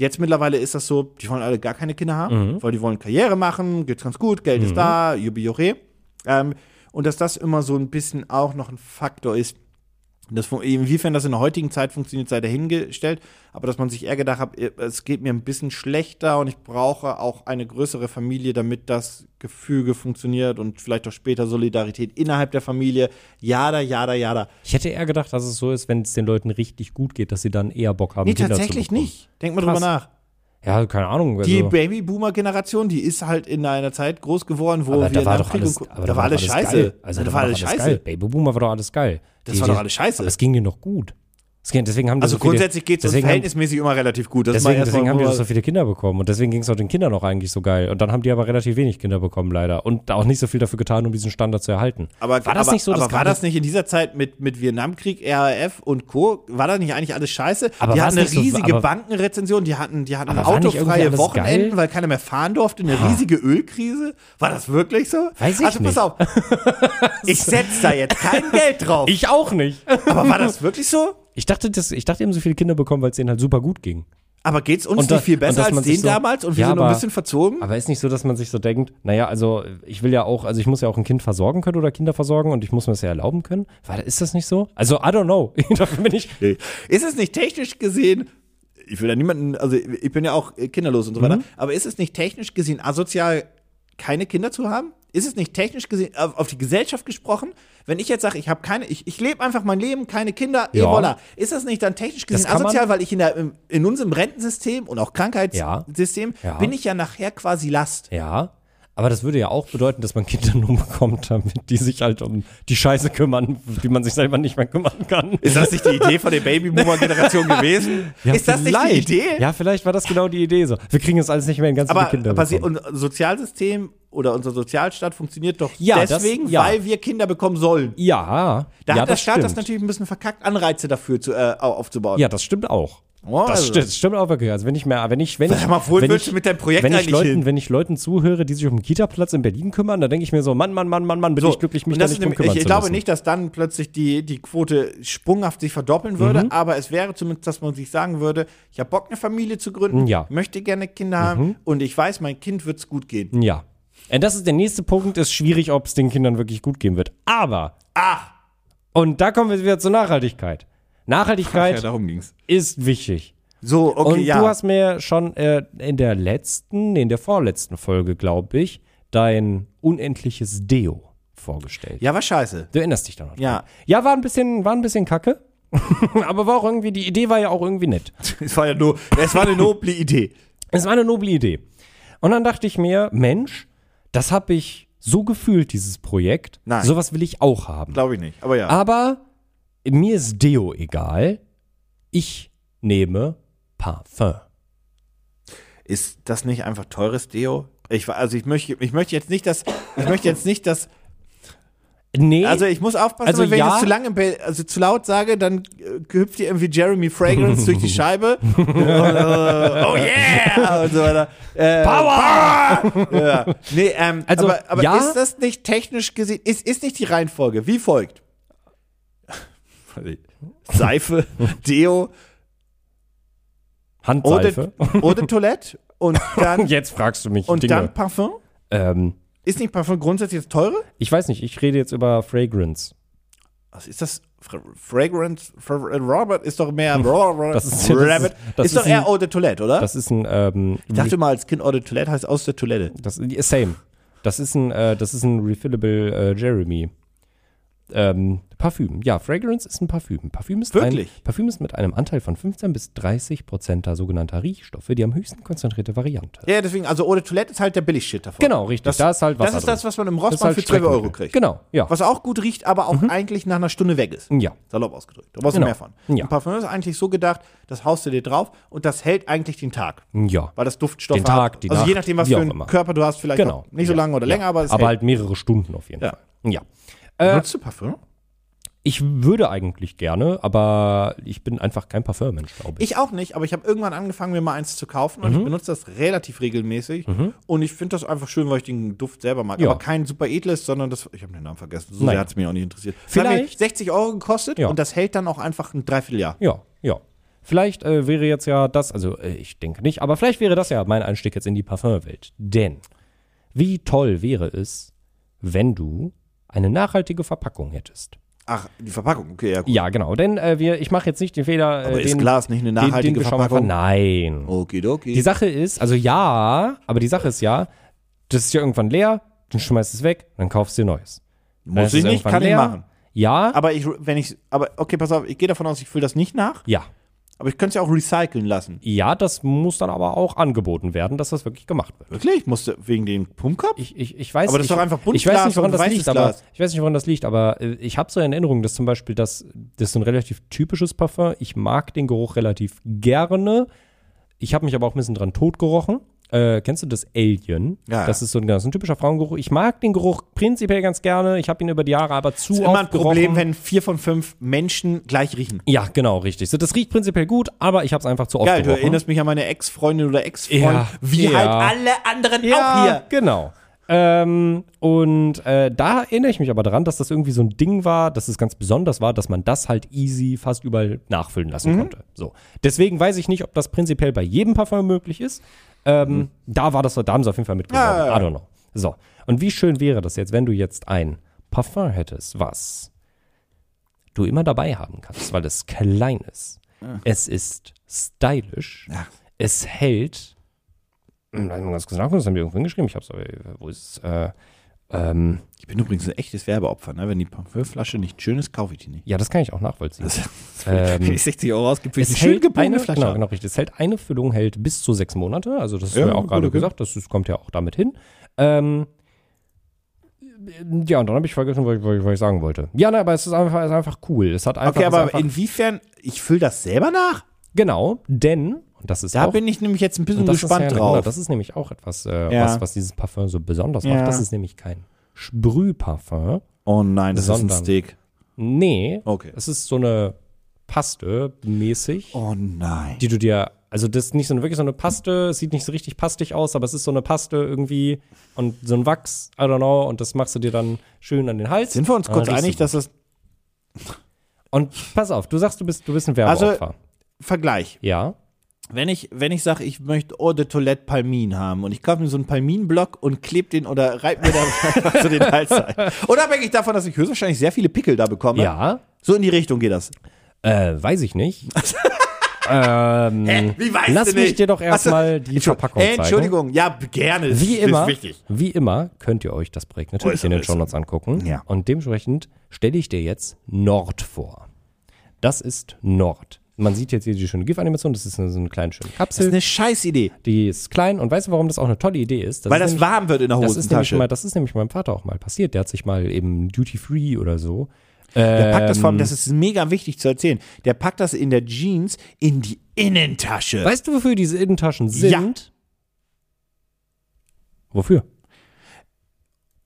Speaker 2: Jetzt mittlerweile ist das so, die wollen alle gar keine Kinder haben,
Speaker 3: Mhm.
Speaker 2: weil die wollen Karriere machen, geht's ganz gut, Geld ist da, jubi jure. Ähm, und dass das immer so ein bisschen auch noch ein Faktor ist, das, fun- inwiefern das in der heutigen Zeit funktioniert, sei dahingestellt, aber dass man sich eher gedacht hat, äh, es geht mir ein bisschen schlechter und ich brauche auch eine größere Familie, damit das Gefüge funktioniert und vielleicht auch später Solidarität innerhalb der Familie, jada, jada, jada.
Speaker 3: Ich hätte eher gedacht, dass es so ist, wenn es den Leuten richtig gut geht, dass sie dann eher Bock haben,
Speaker 2: Nee,
Speaker 3: Kinder
Speaker 2: tatsächlich
Speaker 3: zu bekommen.
Speaker 2: nicht. Denk mal
Speaker 3: Krass.
Speaker 2: drüber nach.
Speaker 3: Ja, keine Ahnung. Also,
Speaker 2: Die Babyboomer-Generation, die ist halt in einer Zeit groß geworden, wo
Speaker 3: aber
Speaker 2: wir
Speaker 3: da war
Speaker 2: nach
Speaker 3: doch
Speaker 2: Krieg
Speaker 3: alles,
Speaker 2: und-
Speaker 3: aber
Speaker 2: da war alles scheiße.
Speaker 3: Geil. Also da war alles scheiße. Geil. Baby Boomer war doch alles geil.
Speaker 2: Das war doch alles scheiße.
Speaker 3: Aber es ging dir noch gut. Es ging, deswegen haben die
Speaker 2: Also
Speaker 3: so viele,
Speaker 2: grundsätzlich geht es uns
Speaker 3: deswegen haben-
Speaker 2: verhältnismäßig immer relativ gut. Das ist
Speaker 3: Deswegen,
Speaker 2: mal erstmal
Speaker 3: deswegen haben die
Speaker 2: nur-
Speaker 3: so viele Kinder bekommen und deswegen ging es auch den Kindern auch eigentlich so geil. Und dann haben die aber relativ wenig Kinder bekommen, leider. Und auch nicht so viel dafür getan, um diesen Standard zu erhalten.
Speaker 2: aber,
Speaker 3: war das
Speaker 2: aber,
Speaker 3: nicht so, dass
Speaker 2: aber war
Speaker 3: gerade-
Speaker 2: das nicht in dieser Zeit mit, mit Vietnamkrieg, RAF und Co., war das nicht eigentlich alles scheiße?
Speaker 3: Aber
Speaker 2: die
Speaker 3: war
Speaker 2: hatten
Speaker 3: es
Speaker 2: eine
Speaker 3: nicht so-
Speaker 2: riesige
Speaker 3: aber-
Speaker 2: Bankenrezension, die hatten, die hatten
Speaker 3: Aber war nicht irgendwie
Speaker 2: autofreie
Speaker 3: alles
Speaker 2: Wochenenden,
Speaker 3: geil?
Speaker 2: weil keiner mehr fahren durfte, eine riesige Ölkrise. War das wirklich so?
Speaker 3: Weiß ich
Speaker 2: also
Speaker 3: nicht.
Speaker 2: pass auf,
Speaker 3: [LAUGHS]
Speaker 2: ich setze da jetzt kein Geld drauf.
Speaker 3: Ich auch nicht. [LAUGHS]
Speaker 2: aber war das wirklich so?
Speaker 3: Ich dachte, das, ich dachte, die haben so viele Kinder bekommen, weil es denen halt super gut ging.
Speaker 2: Aber geht's uns
Speaker 3: Und da-
Speaker 2: nicht viel
Speaker 3: und dass
Speaker 2: besser als
Speaker 3: man sich
Speaker 2: denen
Speaker 3: so-
Speaker 2: damals? Und wir
Speaker 3: Ja,
Speaker 2: sind noch
Speaker 3: aber- Ah.
Speaker 2: ein bisschen verzogen?
Speaker 3: Aber ist nicht so, dass man sich so denkt, naja, also ich will ja auch, also ich muss ja auch ein Kind versorgen können oder Kinder versorgen und ich muss mir das ja erlauben können. War, ist das nicht so? Also, I don't know. [LAUGHS] Dafür bin ich.
Speaker 2: Nee. Ist es nicht technisch gesehen, ich will ja niemanden, also ich bin ja auch äh, kinderlos und so
Speaker 3: Mhm.
Speaker 2: weiter, aber ist es nicht technisch gesehen asozial, keine Kinder zu haben? Ist es nicht technisch gesehen, äh, auf auf die Gesellschaft gesprochen, wenn ich jetzt sage, ich habe keine, ich, ich lebe einfach mein Leben, keine Kinder,
Speaker 3: Ja.
Speaker 2: ja. voilà. Ist das nicht dann technisch gesehen
Speaker 3: kann man-
Speaker 2: asozial, weil ich in, der, im- in unserem Rentensystem und auch Krankheitssystem
Speaker 3: Ja. Ja.
Speaker 2: bin ich ja nachher quasi Last.
Speaker 3: Ja. Aber das würde ja auch bedeuten, dass man Kinder nur bekommt, damit die sich halt um die Scheiße kümmern, die man sich selber nicht mehr kümmern kann.
Speaker 2: Ist das nicht die Idee von der [LAUGHS] Babyboomer-Generation gewesen?
Speaker 3: Ja,
Speaker 2: ist das nicht
Speaker 3: vielleicht.
Speaker 2: die Idee?
Speaker 3: Ja, vielleicht war das genau die Idee so. Wir kriegen das alles nicht mehr in ganz viele
Speaker 2: Aber,
Speaker 3: Kinder.
Speaker 2: aber sie,
Speaker 3: bekommen.
Speaker 2: unser Sozialsystem oder unser Sozialstaat funktioniert doch
Speaker 3: Ja, das-
Speaker 2: deswegen,
Speaker 3: ja.
Speaker 2: weil wir Kinder bekommen sollen.
Speaker 3: ja,
Speaker 2: Da
Speaker 3: ja,
Speaker 2: hat der Staat das
Speaker 3: stimmt.
Speaker 2: natürlich ein bisschen verkackt, Anreize dafür zu, äh, au- aufzubauen.
Speaker 3: Ja, das stimmt auch.
Speaker 2: Oh,
Speaker 3: das,
Speaker 2: also.
Speaker 3: stimmt, das stimmt auch wirklich. Also wenn ich mehr, wenn ich, wenn ich,
Speaker 2: Sag mal, wo
Speaker 3: wenn
Speaker 2: willst
Speaker 3: ich,
Speaker 2: du mit deinem Projekt
Speaker 3: wenn ich
Speaker 2: eigentlich
Speaker 3: Leuten,
Speaker 2: hin?
Speaker 3: wenn ich Leuten zuhöre, die sich um den Kita-Platz in Berlin kümmern, dann denke ich mir so, Mann, Mann, Mann, Mann, Mann, bin ich glücklich, mich
Speaker 2: und
Speaker 3: da
Speaker 2: das
Speaker 3: nicht
Speaker 2: ist
Speaker 3: drum
Speaker 2: nämlich-
Speaker 3: kümmern
Speaker 2: ich, ich
Speaker 3: zu
Speaker 2: glaube
Speaker 3: müssen.
Speaker 2: nicht, dass dann plötzlich die, die Quote sprunghaft sich verdoppeln würde,
Speaker 3: Mhm.
Speaker 2: aber es wäre zumindest, dass man sich sagen würde, ich habe Bock, eine Familie zu gründen,
Speaker 3: Ja. Mhm.
Speaker 2: möchte gerne Kinder haben und ich weiß, mein Kind wird es gut gehen.
Speaker 3: Ja. Und das ist der nächste Punkt, ist schwierig, ob es den Kindern wirklich gut gehen wird. Aber,
Speaker 2: Ah!
Speaker 3: und da kommen wir wieder zur Nachhaltigkeit. Nachhaltigkeit
Speaker 2: darum ging's.
Speaker 3: ist wichtig.
Speaker 2: So, okay,
Speaker 3: halt. Und
Speaker 2: ja.
Speaker 3: du hast mir schon äh, in der letzten, nee, in der vorletzten Folge, glaube ich, dein unendliches Deo vorgestellt.
Speaker 2: ja, war scheiße.
Speaker 3: Du erinnerst dich da noch. dran.
Speaker 2: Ja.
Speaker 3: Ja, war ein bisschen, war ein bisschen kacke. [LAUGHS] aber war auch irgendwie, die Idee war ja auch irgendwie nett.
Speaker 2: Es war ja nur, es war eine noble Idee.
Speaker 3: Es war eine noble Idee. Und dann dachte ich mir, Mensch, das habe ich so gefühlt, dieses Projekt.
Speaker 2: Nein.
Speaker 3: Sowas will ich auch haben.
Speaker 2: Glaube ich nicht, aber ja.
Speaker 3: Aber mir ist Deo egal. Ich nehme Parfum.
Speaker 2: Ist das nicht einfach teures Deo? Ich, wa- also ich möchte, ich möchte jetzt nicht, dass, ich möchte jetzt nicht, dass,
Speaker 3: [LAUGHS] Nee.
Speaker 2: also ich muss aufpassen,
Speaker 3: Also
Speaker 2: weil wenn ich
Speaker 3: ja.
Speaker 2: das zu lange, be- also zu laut sage, dann äh, hüpft hier irgendwie Jeremy Fragrance
Speaker 3: [LAUGHS]
Speaker 2: durch die Scheibe. oh yeah! Und so weiter. Äh, Power! Ja. Nee, ähm,
Speaker 3: Also,
Speaker 2: aber, aber
Speaker 3: ja.
Speaker 2: ist das nicht technisch gesehen, ist, ist nicht die Reihenfolge? Wie
Speaker 3: [LAUGHS]
Speaker 2: folgt? Seife, Deo, Eau de,
Speaker 3: Handseife.
Speaker 2: Eau de Toilette und dann,
Speaker 3: [LAUGHS] Jetzt fragst du mich
Speaker 2: und
Speaker 3: Dinge.
Speaker 2: dann Parfum?
Speaker 3: ähm,
Speaker 2: Ist nicht Parfum grundsätzlich das teure?
Speaker 3: Ich weiß nicht, ich rede jetzt über Fragrance.
Speaker 2: Was ist das? Fra- Fragrance, Fra- Robert ist doch
Speaker 3: [LAUGHS]
Speaker 2: mehr Robert.
Speaker 3: Das ist- das ist- das
Speaker 2: ist doch
Speaker 3: ist ein-
Speaker 2: eher Eau de Toilette, oder?
Speaker 3: Das ist ein, ähm,
Speaker 2: ich dachte mal, als Kind Eau de Toilette heißt aus der Toilette.
Speaker 3: das, same. Das ist ein, äh, das ist ein refillable äh, Jeremy. Ähm, Parfüm. Ja, Fragrance ist ein Parfüm. Parfüm ist, ein,
Speaker 2: Wirklich?
Speaker 3: Parfüm ist mit einem Anteil von 15 bis 30 Prozent der sogenannter Riechstoffe die am höchsten konzentrierte Variante.
Speaker 2: Ja, deswegen, also Eau de Toilette ist halt der Billigshit davon.
Speaker 3: Genau, richtig.
Speaker 2: Das,
Speaker 3: da ist halt Wasser
Speaker 2: das ist
Speaker 3: drin.
Speaker 2: das, was man im
Speaker 3: Das ist
Speaker 2: Rossmann
Speaker 3: halt
Speaker 2: für 12 Euro
Speaker 3: Streckenmittel.
Speaker 2: kriegt.
Speaker 3: Genau, ja. Mhm.
Speaker 2: Was auch gut riecht, aber auch eigentlich nach einer Stunde weg ist.
Speaker 3: Ja.
Speaker 2: Salopp ausgedrückt. Da brauchst
Speaker 3: Genau.
Speaker 2: du mehr von.
Speaker 3: Ja.
Speaker 2: Ein Parfüm ist eigentlich so gedacht, das haust du dir drauf und das hält eigentlich den Tag.
Speaker 3: Ja.
Speaker 2: Weil das Duftstoffe
Speaker 3: Mhm. Den Tag,
Speaker 2: hat.
Speaker 3: die
Speaker 2: Also je
Speaker 3: Nacht,
Speaker 2: nachdem, was
Speaker 3: wie
Speaker 2: für
Speaker 3: auch
Speaker 2: einen
Speaker 3: immer.
Speaker 2: Körper du hast, vielleicht
Speaker 3: Genau.
Speaker 2: auch nicht so
Speaker 3: Ja.
Speaker 2: lange oder länger,
Speaker 3: ja.
Speaker 2: aber es
Speaker 3: Aber ne?
Speaker 2: hält.
Speaker 3: halt mehrere Stunden auf jeden
Speaker 2: Ja.
Speaker 3: Fall. Ja.
Speaker 2: Nutzt du Parfüm?
Speaker 3: Ich würde eigentlich gerne, aber ich bin einfach kein Parfümmensch, glaube ich.
Speaker 2: Ich auch nicht, aber ich habe irgendwann angefangen, mir mal eins zu kaufen
Speaker 3: Mhm.
Speaker 2: und ich benutze das relativ regelmäßig. Und ich finde das einfach schön, weil ich den Duft selber mag.
Speaker 3: Ja.
Speaker 2: Aber kein super edles, sondern das. Ich habe den Namen vergessen. So
Speaker 3: Nein.
Speaker 2: sehr hat es mich auch nicht interessiert. Das hat mir
Speaker 3: Vielleicht-
Speaker 2: 60 Euro gekostet
Speaker 3: Ja.
Speaker 2: und das hält dann auch einfach ein Dreivierteljahr.
Speaker 3: Ja, ja. Vielleicht äh, wäre jetzt ja das, also äh, ich denke nicht, aber vielleicht wäre das ja mein Einstieg jetzt in die Parfümwelt. Denn wie toll wäre es, wenn du eine nachhaltige Verpackung hättest.
Speaker 2: Ach, die Verpackung, okay, ja gut.
Speaker 3: Ja, genau. Denn äh, wir, ich mache jetzt nicht den Fehler. Äh,
Speaker 2: Aber
Speaker 3: den,
Speaker 2: ist Glas nicht eine
Speaker 3: den,
Speaker 2: nachhaltige
Speaker 3: den wir schon mal
Speaker 2: Verpackung?
Speaker 3: ver- Nein.
Speaker 2: Okidoki.
Speaker 3: Die Sache ist, also ja, aber die Sache ist ja, das ist ja irgendwann leer, dann schmeißt es weg, dann kaufst du dir neues. Dann
Speaker 2: Muss
Speaker 3: ist es
Speaker 2: ich nicht,
Speaker 3: irgendwann
Speaker 2: kann ich
Speaker 3: leer.
Speaker 2: machen.
Speaker 3: Ja,
Speaker 2: Aber ich, wenn ich, aber okay, pass auf, ich gehe davon aus, ich fülle das nicht nach,
Speaker 3: ja.
Speaker 2: aber ich könnte es ja auch recyceln lassen.
Speaker 3: Ja, das muss dann aber auch angeboten werden, dass das wirklich gemacht wird.
Speaker 2: Wirklich? Musste wegen dem Pumpkopf?
Speaker 3: Ich, ich, ich weiß
Speaker 2: Aber das
Speaker 3: ich,
Speaker 2: ist doch einfach
Speaker 3: ich weiß
Speaker 2: Buntglas
Speaker 3: nicht, woran
Speaker 2: und
Speaker 3: das
Speaker 2: weißes
Speaker 3: liegt, aber
Speaker 2: Glas.
Speaker 3: ich weiß nicht, woran das liegt, aber äh, ich habe so in Erinnerung, dass zum Beispiel das, das ist so ein relativ typisches Parfum. Ich mag den Geruch relativ gerne. Ich habe mich aber auch ein bisschen dran tot gerochen. Äh, kennst du das Alien?
Speaker 2: Ja, ja.
Speaker 3: Das ist so ein ganz ein typischer Frauengeruch. Ich mag den Geruch prinzipiell ganz gerne. Ich habe ihn über die Jahre aber zu
Speaker 2: ist
Speaker 3: oft
Speaker 2: immer ein Problem,
Speaker 3: gerochen.
Speaker 2: wenn vier von fünf Menschen gleich riechen.
Speaker 3: ja, genau, richtig. So, das riecht prinzipiell gut, aber ich habe es einfach zu oft
Speaker 2: Geil, du
Speaker 3: gerochen.
Speaker 2: erinnerst mich an meine Ex-Freundin oder Ex-Freund,
Speaker 3: Ja,
Speaker 2: wie
Speaker 3: ja.
Speaker 2: halt alle
Speaker 3: [LAUGHS]
Speaker 2: anderen auch hier.
Speaker 3: Genau. Ähm, und äh, da erinnere ich mich aber dran, dass das irgendwie so ein Ding war, dass es ganz besonders war, dass man das halt easy fast überall nachfüllen
Speaker 2: Mhm.
Speaker 3: lassen konnte. So. Deswegen weiß ich nicht, ob das prinzipiell bei jedem Parfum möglich ist. Ähm, Da war das, da haben sie auf jeden Fall mitgenommen.
Speaker 2: Mhm. Ja, ja, ja.
Speaker 3: I don't know. So. Und wie schön wäre das jetzt, wenn du jetzt ein Parfum hättest, was du immer dabei haben kannst, weil es klein ist. Es ist stylisch. Es hält. Hm, Lass mal ganz kurz nachgucken, das haben wir irgendwo hingeschrieben. Ich hab's aber. Wo ist es? Äh, ähm,
Speaker 2: Ich bin übrigens ein echtes Werbeopfer, ne? Wenn die Parfümflasche nicht schön ist, kaufe ich die nicht. [LAUGHS]
Speaker 3: ja, das kann ich auch nachvollziehen.
Speaker 2: Wenn
Speaker 3: ähm,
Speaker 2: ich 60 Euro ausgebe, für eine
Speaker 3: es
Speaker 2: schön
Speaker 3: hält
Speaker 2: gebogene
Speaker 3: eine,
Speaker 2: Flasche.
Speaker 3: genau, genau, richtig. Es hält eine Füllung hält bis zu sechs Monate. Also das ist
Speaker 2: Ja,
Speaker 3: ja, auch
Speaker 2: gut,
Speaker 3: gerade
Speaker 2: okay.
Speaker 3: gesagt. Das, das kommt ja auch damit hin. Ähm, äh, ja, und dann habe ich vergessen, was ich, was ich- was ich sagen wollte. Ja, ne, aber es ist einfach, es ist einfach cool. Es hat einfach,
Speaker 2: Okay,
Speaker 3: es ist
Speaker 2: aber
Speaker 3: einfach,
Speaker 2: inwiefern, ich fülle das selber nach?
Speaker 3: genau, denn, und das ist
Speaker 2: Da
Speaker 3: auch
Speaker 2: bin ich nämlich jetzt ein bisschen
Speaker 3: Und das
Speaker 2: gespannt
Speaker 3: ist ja, Genau,
Speaker 2: drauf.
Speaker 3: das ist nämlich auch etwas, äh,
Speaker 2: Ja.
Speaker 3: was, was dieses Parfum so besonders
Speaker 2: Ja.
Speaker 3: macht. Das ist nämlich kein Sprühparfum.
Speaker 2: oh nein, das ist
Speaker 3: Sondern-
Speaker 2: ein Stick.
Speaker 3: Nee,
Speaker 2: Okay.
Speaker 3: es ist so eine Paste mäßig,
Speaker 2: Oh nein.
Speaker 3: die du dir, also das ist nicht so eine, wirklich so eine Paste, es sieht nicht so richtig pastig aus, aber es ist so eine Paste irgendwie und so ein Wachs, I don't know, und das machst du dir dann schön an den Hals.
Speaker 2: Sind wir uns
Speaker 3: Und dann
Speaker 2: kurz
Speaker 3: riechst
Speaker 2: einig,
Speaker 3: du
Speaker 2: dass das
Speaker 3: gut. Und pass auf, du sagst, du bist, du bist ein Werbeopfer.
Speaker 2: Also, Vergleich.
Speaker 3: ja.
Speaker 2: Wenn ich, wenn ich sage, ich möchte Eau de Toilette Palmin haben und ich kaufe mir so einen Palminblock und klebe den oder reibe mir da [LAUGHS] zu den Hals ein. Unabhängig davon, dass ich höchstwahrscheinlich sehr viele Pickel da bekomme.
Speaker 3: Ja.
Speaker 2: So in die Richtung geht das.
Speaker 3: Äh, weiß ich nicht. ähm,
Speaker 2: Wie weißt
Speaker 3: Lass
Speaker 2: du
Speaker 3: mich
Speaker 2: nicht?
Speaker 3: dir doch erstmal die
Speaker 2: Entschuldigung.
Speaker 3: Verpackung zeigen.
Speaker 2: Entschuldigung, ja, gerne. Das
Speaker 3: Wie
Speaker 2: ist- das
Speaker 3: immer,
Speaker 2: Ist wichtig.
Speaker 3: wie immer könnt ihr euch das Projekt natürlich in den
Speaker 2: Äußerst.
Speaker 3: Shownotes angucken.
Speaker 2: Ja.
Speaker 3: Und dementsprechend stelle ich dir jetzt Nord vor. Das ist Nord. Man sieht jetzt hier die schöne GIF-Animation. Das ist so eine kleine schöne
Speaker 2: Das ist
Speaker 3: Kapsel.
Speaker 2: eine Scheißidee,
Speaker 3: die ist klein. Und weißt du, warum das auch eine tolle Idee ist?
Speaker 2: weil
Speaker 3: ist
Speaker 2: das
Speaker 3: nämlich-
Speaker 2: warm wird in der
Speaker 3: das ist, nämlich
Speaker 2: Hosentasche.
Speaker 3: mal, das ist nämlich meinem Vater auch mal passiert. Der hat sich mal eben Duty Free oder so.
Speaker 2: Der packt das vor allem,
Speaker 3: ähm,
Speaker 2: das ist mega wichtig zu erzählen. Der packt das in der Jeans in die Innentasche.
Speaker 3: Weißt du, wofür diese Innentaschen sind? Wofür?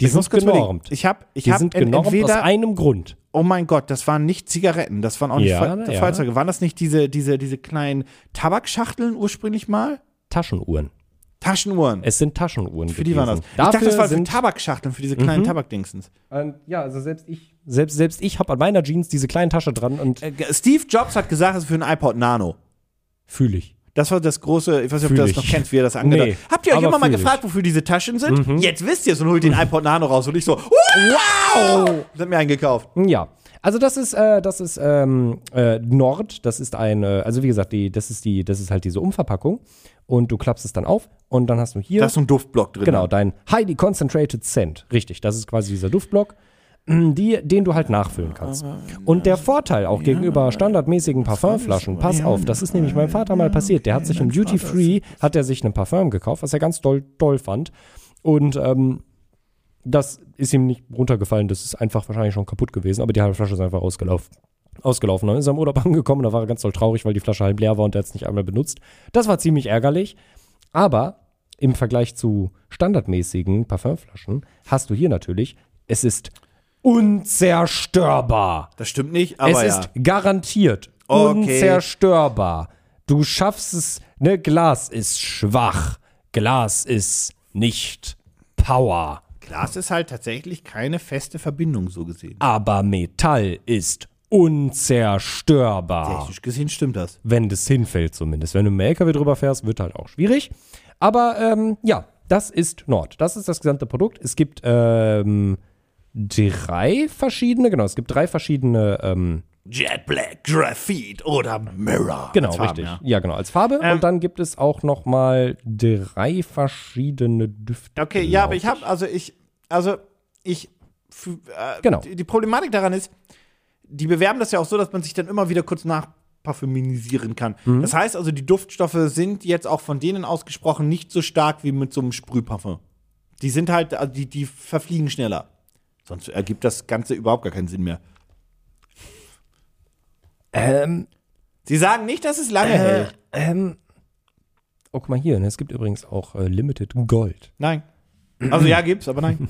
Speaker 3: Die
Speaker 2: ich muss
Speaker 3: sind
Speaker 2: kurz überlegen.
Speaker 3: genormt.
Speaker 2: Ich habe, ich
Speaker 3: die
Speaker 2: habe
Speaker 3: sind genormt aus
Speaker 2: entweder,
Speaker 3: einem Grund.
Speaker 2: oh mein Gott, das waren nicht Zigaretten, das waren auch nicht
Speaker 3: Ja,
Speaker 2: Fe-
Speaker 3: na ja.
Speaker 2: Feuerzeuge. Waren das nicht diese, diese, diese kleinen Tabakschachteln ursprünglich mal?
Speaker 3: Taschenuhren.
Speaker 2: Taschenuhren.
Speaker 3: Es sind Taschenuhren.
Speaker 2: für die waren das. ich
Speaker 3: Äh, Dafür
Speaker 2: dachte, das war für
Speaker 3: sind, Mhm.
Speaker 2: Tabakschachteln, für diese kleinen Tabakdingsens.
Speaker 3: ähm, ja, also selbst ich, selbst, selbst ich habe an meiner Jeans diese kleine Tasche dran und äh,
Speaker 2: Äh, Steve Jobs hat gesagt, es ist für ein iPod Nano.
Speaker 3: fühle ich.
Speaker 2: Das war das große, ich weiß nicht, ob
Speaker 3: Fühl
Speaker 2: du das
Speaker 3: ich.
Speaker 2: noch kennst, wie er das angedeutet
Speaker 3: Nee,
Speaker 2: hat. Habt ihr euch
Speaker 3: aber
Speaker 2: immer mal
Speaker 3: fühl ich. Mhm.
Speaker 2: gefragt, wofür diese Taschen sind? Jetzt wisst ihr es und holt den iPod Nano raus und ich so, wow! Ich hab mir einen gekauft.
Speaker 3: Ja. Also das ist, äh, das ist ähm, äh, Nord, das ist ein, äh, also wie gesagt, die, das ist die, das ist halt diese Umverpackung und du klappst es dann auf und dann hast du hier
Speaker 2: Da ist so ein Duftblock drin.
Speaker 3: Genau, dein Highly Concentrated Scent. Richtig, das ist quasi dieser Duftblock, m, die, den du halt nachfüllen kannst. Und der Vorteil auch gegenüber standardmäßigen Parfümflaschen, pass auf, das ist nämlich meinem Vater mal passiert. Der hat sich im Duty Free, hat er sich ein Parfüm gekauft, was er ganz doll, doll fand. Und ähm, das ist ihm nicht runtergefallen, das ist einfach wahrscheinlich schon kaputt gewesen, aber die halbe Flasche ist einfach ausgelaufen. Ausgelaufen. Dann ist er im Urlaub [LAUGHS] angekommen, da war er ganz doll traurig, weil die Flasche halb leer war und er hat es nicht einmal benutzt. Das war ziemlich ärgerlich. Aber im Vergleich zu standardmäßigen Parfümflaschen hast du hier natürlich, es ist unzerstörbar.
Speaker 2: Das stimmt nicht, aber
Speaker 3: es
Speaker 2: ja.
Speaker 3: ist garantiert
Speaker 2: Okay.
Speaker 3: unzerstörbar. Du schaffst es, ne, Glas ist schwach. Glas ist nicht Power.
Speaker 2: Glas ist halt tatsächlich keine feste Verbindung, so gesehen.
Speaker 3: Aber Metall ist unzerstörbar.
Speaker 2: Technisch gesehen stimmt das.
Speaker 3: wenn das hinfällt zumindest. Wenn du mit dem LKW drüber fährst, wird halt auch schwierig. Aber ähm, ja, das ist Nord. Das ist das gesamte Produkt. Es gibt ähm, drei verschiedene, genau, es gibt drei verschiedene, ähm,
Speaker 2: Jet Black, Graphit oder Mirror.
Speaker 3: genau,
Speaker 2: Als Farben,
Speaker 3: richtig. Ja.
Speaker 2: ja.
Speaker 3: genau, als Farbe.
Speaker 2: Ähm.
Speaker 3: Und dann gibt es auch noch mal drei verschiedene Düfte.
Speaker 2: Okay, ja, aber ich habe, also ich, also ich, f- äh,
Speaker 3: Genau.
Speaker 2: die die Problematik daran ist, die bewerben das ja auch so, dass man sich dann immer wieder kurz nachparfümisieren kann.
Speaker 3: Mhm.
Speaker 2: Das heißt also, die Duftstoffe sind jetzt auch von denen ausgesprochen nicht so stark wie mit so einem Sprühparfum. Die sind halt, also die, die verfliegen schneller. Sonst ergibt das Ganze überhaupt gar keinen Sinn mehr.
Speaker 3: Ähm,
Speaker 2: Sie sagen nicht, dass es lange
Speaker 3: Äh.
Speaker 2: hält.
Speaker 3: ähm, oh, guck mal hier. ne, Es gibt übrigens auch äh, Limited Gold.
Speaker 2: Nein. Also ja, gibt's, aber nein.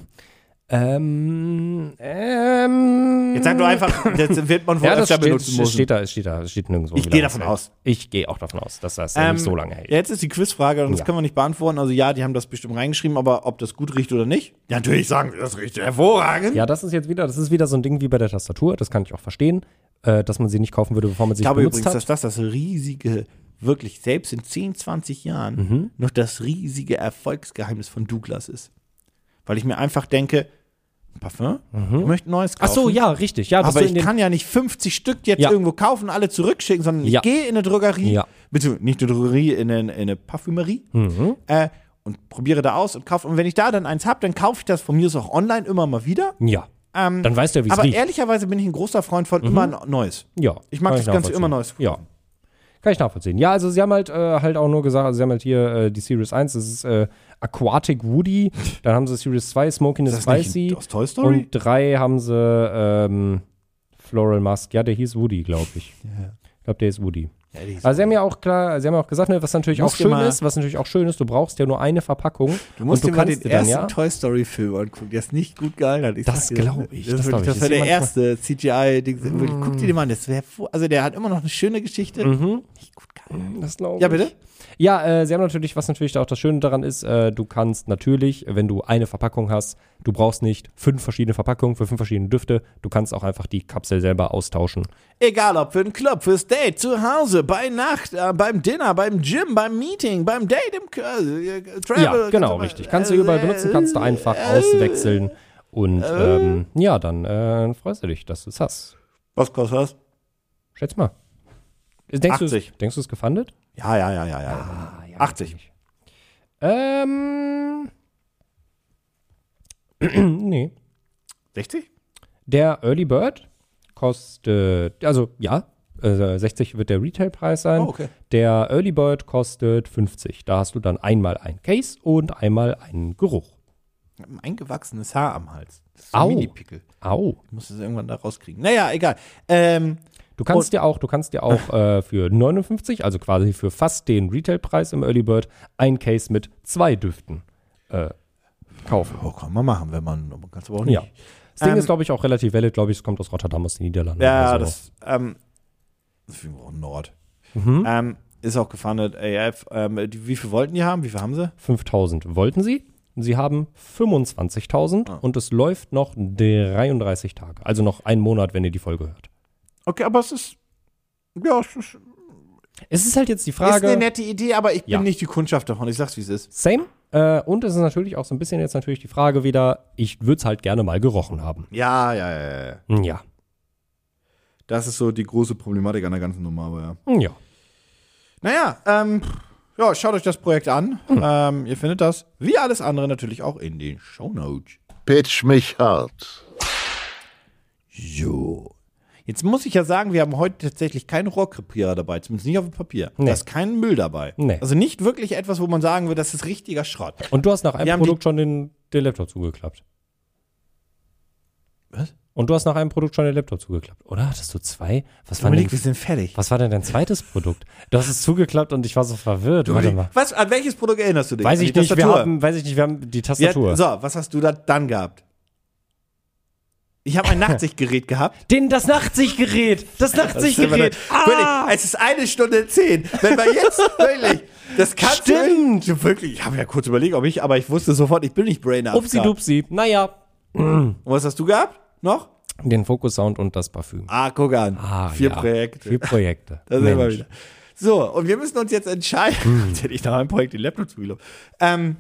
Speaker 3: Ähm, ähm.
Speaker 2: Jetzt sag du einfach, das wird man wohl
Speaker 3: Ja, das
Speaker 2: öfter
Speaker 3: steht,
Speaker 2: benutzen
Speaker 3: es
Speaker 2: müssen.
Speaker 3: steht da, es steht da, es steht nirgendwo.
Speaker 2: Ich
Speaker 3: wie
Speaker 2: gehe
Speaker 3: lange es
Speaker 2: davon
Speaker 3: hält.
Speaker 2: aus.
Speaker 3: Ich gehe auch davon aus, dass das
Speaker 2: Ähm,
Speaker 3: nicht so lange hält.
Speaker 2: Jetzt ist die Quizfrage, und das
Speaker 3: Ja.
Speaker 2: können wir nicht beantworten. Also ja, die haben das bestimmt reingeschrieben, aber ob das gut riecht oder nicht? Ja, natürlich sagen sie, das riecht hervorragend.
Speaker 3: Ja, das ist jetzt wieder, das ist wieder so ein Ding wie bei der Tastatur, das kann ich auch verstehen, äh, dass man sie nicht kaufen würde, bevor man sie
Speaker 2: ich glaube
Speaker 3: benutzt
Speaker 2: übrigens,
Speaker 3: hat.
Speaker 2: dass das das riesige, wirklich selbst in 10, 20 Jahren
Speaker 3: Mhm.
Speaker 2: noch das riesige Erfolgsgeheimnis von Douglas ist. Weil ich mir einfach denke, Parfum, ich möchte ein neues
Speaker 3: Mhm. Ach
Speaker 2: kaufen.
Speaker 3: so, ja, richtig. Ja, dass
Speaker 2: Aber
Speaker 3: du
Speaker 2: ich
Speaker 3: in den,
Speaker 2: kann ja nicht 50 Stück jetzt
Speaker 3: Ja.
Speaker 2: irgendwo kaufen, alle zurückschicken, sondern
Speaker 3: Ja.
Speaker 2: ich gehe in eine Drogerie,
Speaker 3: Ja.
Speaker 2: beziehungsweise nicht eine Drogerie, in eine, in eine Parfümerie
Speaker 3: Mhm.
Speaker 2: äh, und probiere da aus und kaufe. Und wenn ich da dann eins habe, dann kaufe ich das von mir aus auch online immer mal wieder.
Speaker 3: ja.
Speaker 2: Ähm,
Speaker 3: Dann weißt du ja, wie es
Speaker 2: aber
Speaker 3: riecht. Mhm.
Speaker 2: ehrlicherweise bin ich ein großer Freund von immer ein Neues.
Speaker 3: ja,
Speaker 2: Ich mag
Speaker 3: kann
Speaker 2: das Ganze
Speaker 3: nachvollziehen.
Speaker 2: immer Neues.
Speaker 3: Ja. Kann ich nachvollziehen. Ja, also sie haben halt, äh, halt auch nur gesagt, also sie haben halt hier äh, die Series 1, das ist äh, Aquatic Woody, dann haben sie Series 2, Smoking is
Speaker 2: Ist das nicht
Speaker 3: Spicy.
Speaker 2: aus Toy Story?
Speaker 3: Und drei haben sie ähm, Floral Mask. Ja, der hieß Woody, glaube ich. Ich glaube, der ist Woody. Also sie haben ja auch klar, sie haben ja auch gesagt, ne, was natürlich auch
Speaker 2: musst dir
Speaker 3: schön
Speaker 2: mal-
Speaker 3: ist, was natürlich auch schön ist, du brauchst ja nur eine Verpackung.
Speaker 2: Du musst
Speaker 3: und
Speaker 2: dir
Speaker 3: du
Speaker 2: mal
Speaker 3: kannst
Speaker 2: den
Speaker 3: dir dann,
Speaker 2: ersten
Speaker 3: ja.
Speaker 2: Toy Story Film angucken, der ist nicht gut gealtert. Ich
Speaker 3: Das
Speaker 2: sag dir,
Speaker 3: glaub ich,
Speaker 2: Das,
Speaker 3: das
Speaker 2: ist
Speaker 3: glaub
Speaker 2: wirklich-
Speaker 3: ich.
Speaker 2: das
Speaker 3: Das
Speaker 2: war der
Speaker 3: ist
Speaker 2: erste CGI-Ding. Wirklich, Guck dir den mal an, das wär, hervor- also der hat immer noch eine schöne Geschichte.
Speaker 3: Mhm.
Speaker 2: Nicht gut gealtert.
Speaker 3: Das glaub
Speaker 2: Ja,
Speaker 3: ich.
Speaker 2: bitte?
Speaker 3: Ja, äh, sie haben natürlich, was natürlich auch das Schöne daran ist, äh, du kannst natürlich, wenn du eine Verpackung hast, du brauchst nicht fünf verschiedene Verpackungen für fünf verschiedene Düfte, du kannst auch einfach die Kapsel selber austauschen.
Speaker 2: Egal ob für den Club, fürs Date, zu Hause, bei Nacht, äh, beim Dinner, beim Gym, beim Meeting, beim Date, im K äh, Travel.
Speaker 3: Ja, genau,
Speaker 2: mal- äh,
Speaker 3: richtig. Kannst du überall benutzen, kannst du einfach auswechseln. Und ähm, ja, dann äh, freust du dich, dass du es hast.
Speaker 2: Was kostet das?
Speaker 3: Schätz mal. Denkst du,
Speaker 2: 80.
Speaker 3: denkst du es gefundet?
Speaker 2: Ja, ja, ja, ja, ja.
Speaker 3: Ah,
Speaker 2: 80.
Speaker 3: Ähm. [CLEARS THROAT] nee.
Speaker 2: 60?
Speaker 3: Der Early Bird kostet, also ja, äh, 60 wird der Retailpreis sein.
Speaker 2: Oh, okay.
Speaker 3: Der Early Bird kostet 50. Da hast du dann einmal ein Case und einmal einen Geruch.
Speaker 2: Ich hab ein eingewachsenes Haar am Hals. Das ist
Speaker 3: Au.
Speaker 2: ein Mini-Pickel.
Speaker 3: Au.
Speaker 2: Ich muss es irgendwann da rauskriegen. Naja, egal. Ähm,
Speaker 3: Du kannst dir auch, du kannst
Speaker 2: [LAUGHS]
Speaker 3: dir auch äh, für 59, also quasi für fast den Retailpreis im Early Bird, ein Case mit zwei Düften äh, kaufen.
Speaker 2: oh, kann man machen, wenn man, man kann es aber auch
Speaker 3: Ja. Das Ding
Speaker 2: Ähm,
Speaker 3: ist, glaube ich, auch relativ valid, glaube ich, es kommt aus Rotterdam, aus den Niederlanden.
Speaker 2: Ja,
Speaker 3: also.
Speaker 2: das, ähm, deswegen auch Nord.
Speaker 3: Mhm.
Speaker 2: Ähm, ist auch gefundet, AF. Ähm, die, wie viel wollten die haben? Wie viel haben sie?
Speaker 3: 5000 wollten sie. Sie haben 25.000
Speaker 2: Ah.
Speaker 3: und es läuft noch 33 Tage. Also noch einen Monat, wenn ihr die Folge hört.
Speaker 2: Okay, aber es ist. Ja, es ist.
Speaker 3: Es ist halt jetzt die
Speaker 2: Ist eine
Speaker 3: Frage.
Speaker 2: nette Idee, aber ich bin
Speaker 3: Ja.
Speaker 2: nicht die Kundschaft davon. Ich sag's, wie es ist.
Speaker 3: Same. Äh, und es ist natürlich auch so ein bisschen jetzt natürlich die Frage wieder, ich würde es halt gerne mal gerochen haben.
Speaker 2: Ja, ja, ja, ja.
Speaker 3: Ja.
Speaker 2: Das ist so die große Problematik an der ganzen Nummer, aber ja.
Speaker 3: Ja.
Speaker 2: Naja, ähm, ja, schaut euch das Projekt an. Ähm, ihr findet das, wie alles andere, natürlich auch in den Shownotes.
Speaker 1: Pitch mich hart.
Speaker 2: So. Jetzt muss ich ja sagen, wir haben heute tatsächlich keinen Rohrkrepierer dabei, zumindest nicht auf dem Papier.
Speaker 3: Nee.
Speaker 2: Da ist kein Müll dabei.
Speaker 3: Nee.
Speaker 2: Also nicht wirklich etwas, wo man sagen würde, das ist richtiger Schrott.
Speaker 3: Und du hast nach
Speaker 2: Wir
Speaker 3: einem
Speaker 2: haben die-
Speaker 3: Produkt schon den, den Laptop zugeklappt.
Speaker 2: Was?
Speaker 3: Und du hast nach einem Produkt schon den Laptop zugeklappt, oder? Hattest du zwei? Was war, denn,
Speaker 2: Dominik, wir sind fertig.
Speaker 3: was war denn dein zweites Produkt? Du hast es zugeklappt und ich war so verwirrt. Warte mal.
Speaker 2: Was, an welches Produkt erinnerst du dich?
Speaker 3: Weiß
Speaker 2: An
Speaker 3: ich
Speaker 2: die
Speaker 3: nicht, wir
Speaker 2: Tastatur?
Speaker 3: haben, weiß ich nicht, wir haben die
Speaker 2: Ja,
Speaker 3: Tastatur.
Speaker 2: so, was hast du da dann gehabt? Ich habe ein
Speaker 3: [LAUGHS]
Speaker 2: Nachtsichtgerät gehabt.
Speaker 3: Den, das Nachtsichtgerät!
Speaker 2: [LAUGHS]
Speaker 3: Das Nachtsichtgerät!
Speaker 2: Wirklich,
Speaker 3: Ah!
Speaker 2: es ist eine Stunde zehn. Wenn wir
Speaker 3: [LAUGHS]
Speaker 2: jetzt wirklich, das kannst
Speaker 3: Stimmt.
Speaker 2: du nicht- wirklich. Ich habe ja kurz überlegt, ob ich, aber ich wusste sofort, ich bin nicht Brain Up.
Speaker 3: Upsi dupsi. Naja.
Speaker 2: Und was hast du gehabt? Noch?
Speaker 3: Den Fokus-Sound und das Parfüm.
Speaker 2: Ah, guck an.
Speaker 3: Ah,
Speaker 2: Vier
Speaker 3: ja.
Speaker 2: Projekte.
Speaker 3: Vier Projekte.
Speaker 2: Da sind wir
Speaker 3: Mensch. Hm.
Speaker 2: wieder. So, und wir müssen uns jetzt entscheiden. Jetzt hätte ich nach einem Projekt den Laptop zugelaufen. Ähm,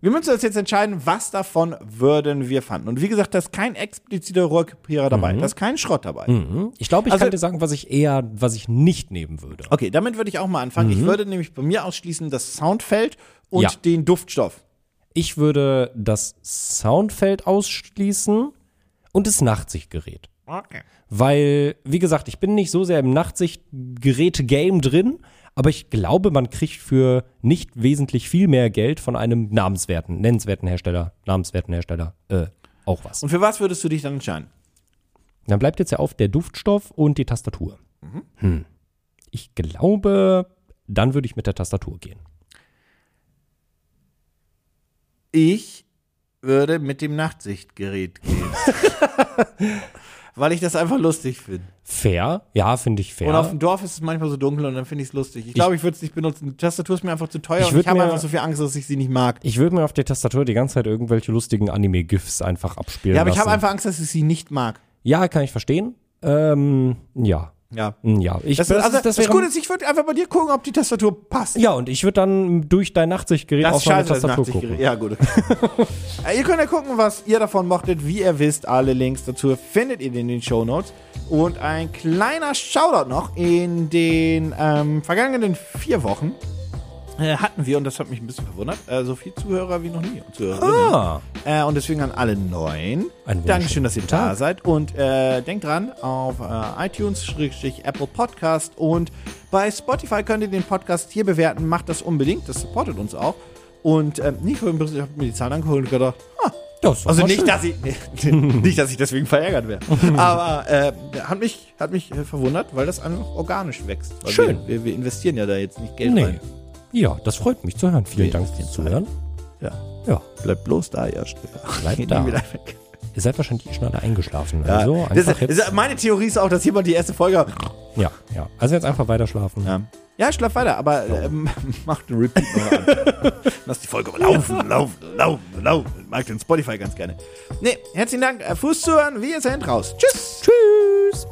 Speaker 2: wir müssen uns jetzt entscheiden, was davon würden wir fanden. Und wie gesagt, da ist kein expliziter Rohrkrepierer
Speaker 3: Mhm.
Speaker 2: dabei. Da ist kein Schrott dabei.
Speaker 3: Hm? Ich glaube, ich
Speaker 2: Also-
Speaker 3: kann dir sagen, was ich eher, was ich nicht nehmen würde.
Speaker 2: Okay, damit würde ich auch mal anfangen. Ich würde nämlich bei mir ausschließen das Soundfeld und
Speaker 3: Mhm. Ja.
Speaker 2: den Duftstoff.
Speaker 3: Ich würde das Soundfeld ausschließen und das Nachtsichtgerät.
Speaker 2: Okay.
Speaker 3: Weil, wie gesagt, ich bin nicht so sehr im Nachtsichtgerät-Game drin, aber ich glaube, man kriegt für nicht wesentlich viel mehr Geld von einem namenswerten, nennenswerten Hersteller, namenswerten Hersteller, äh, auch was.
Speaker 2: Und für was würdest du dich dann entscheiden?
Speaker 3: Dann bleibt jetzt ja auf der Duftstoff und die Tastatur. Hm.
Speaker 2: Mhm.
Speaker 3: Ich glaube, dann würde ich mit der Tastatur gehen.
Speaker 2: Ich würde mit dem Nachtsichtgerät
Speaker 3: [LAUGHS]
Speaker 2: gehen. Weil ich das einfach lustig finde.
Speaker 3: Fair? Ja, finde ich fair.
Speaker 2: Und auf dem Dorf ist es manchmal so dunkel und dann finde ich es lustig. Ich glaube, ich würde es nicht benutzen. Die Tastatur ist mir einfach zu teuer
Speaker 3: Ich
Speaker 2: und ich
Speaker 3: würd
Speaker 2: habe
Speaker 3: mir-
Speaker 2: einfach so viel Angst, dass ich sie nicht mag.
Speaker 3: Ich würde mir auf der Tastatur die ganze Zeit irgendwelche lustigen Anime-GIFs einfach abspielen.
Speaker 2: Ja, aber ich habe
Speaker 3: lassen.
Speaker 2: einfach Angst, dass ich sie nicht mag.
Speaker 3: Ja, kann ich verstehen. Ähm, ja.
Speaker 2: Ja.
Speaker 3: Mm, Ja. Ich,
Speaker 2: Das, also, das,
Speaker 3: wäre-
Speaker 2: Gute ist, ich würde einfach bei dir gucken, ob die Tastatur passt.
Speaker 3: ja, und ich würde dann durch dein Nachtsichtgerät auf meine
Speaker 2: das
Speaker 3: Tastatur gucken.
Speaker 2: Nachtsichtgerät. Ja, gut.
Speaker 3: [LAUGHS]
Speaker 2: Äh, ihr könnt ja gucken, was ihr davon mochtet. Wie ihr wisst, alle Links dazu findet ihr in den Show Notes. Und ein kleiner Shoutout noch. In den ähm, vergangenen vier Wochen äh, hatten wir, und das hat mich ein bisschen verwundert, äh, so viele Zuhörer wie noch nie. Und Zuhörerinnen.
Speaker 3: Ah.
Speaker 2: Äh, und deswegen an alle Neuen.
Speaker 3: Einen
Speaker 2: Dankeschön,
Speaker 3: wunderschönen
Speaker 2: dass ihr
Speaker 3: guten
Speaker 2: da
Speaker 3: Tag.
Speaker 2: seid. Und äh, denkt dran, auf äh, iTunes, Schrägstrich, Apple Podcast und bei Spotify könnt ihr den Podcast hier bewerten. Macht das unbedingt, das supportet uns auch. Und ähm, Nico, ich habe mir die Zahlen angeholt und gedacht, ah,
Speaker 3: Ja, ist doch
Speaker 2: also
Speaker 3: mal
Speaker 2: nicht
Speaker 3: schön.
Speaker 2: dass, ich, [LAUGHS] nicht, dass ich deswegen verärgert
Speaker 3: [LAUGHS]
Speaker 2: wäre. Aber äh, hat mich, hat mich äh, verwundert, weil das einfach organisch wächst. Weil
Speaker 3: Schön.
Speaker 2: Wir, wir, wir investieren ja da jetzt nicht Geld
Speaker 3: Nee.
Speaker 2: rein.
Speaker 3: Ja, das freut mich zu hören. Vielen
Speaker 2: Nee,
Speaker 3: Dank
Speaker 2: das
Speaker 3: fürs
Speaker 2: ist
Speaker 3: Zuhören.
Speaker 2: Ja.
Speaker 3: Ja.
Speaker 2: Bleibt bloß da, ja. Stücker. [LAUGHS]
Speaker 3: Bleibt
Speaker 2: Geht nie
Speaker 3: da.
Speaker 2: wieder weg.
Speaker 3: Ihr seid wahrscheinlich eh schon alle eingeschlafen.
Speaker 2: Ja.
Speaker 3: Also
Speaker 2: Äh, das
Speaker 3: einfach
Speaker 2: ist,
Speaker 3: jetzt.
Speaker 2: ist, meine Theorie ist auch, dass jemand die erste Folge.
Speaker 3: Ja, ja. Also jetzt einfach weiter schlafen.
Speaker 2: Ja, ja schlaf weiter, aber ähm, [LAUGHS] mach den Repeat noch an. [LAUGHS] Lass die Folge mal laufen, laufen, laufen, laufen. Mag den Spotify ganz gerne. Nee, herzlichen Dank äh, fürs Zuhören. Wir sind raus. Tschüss.
Speaker 3: Tschüss.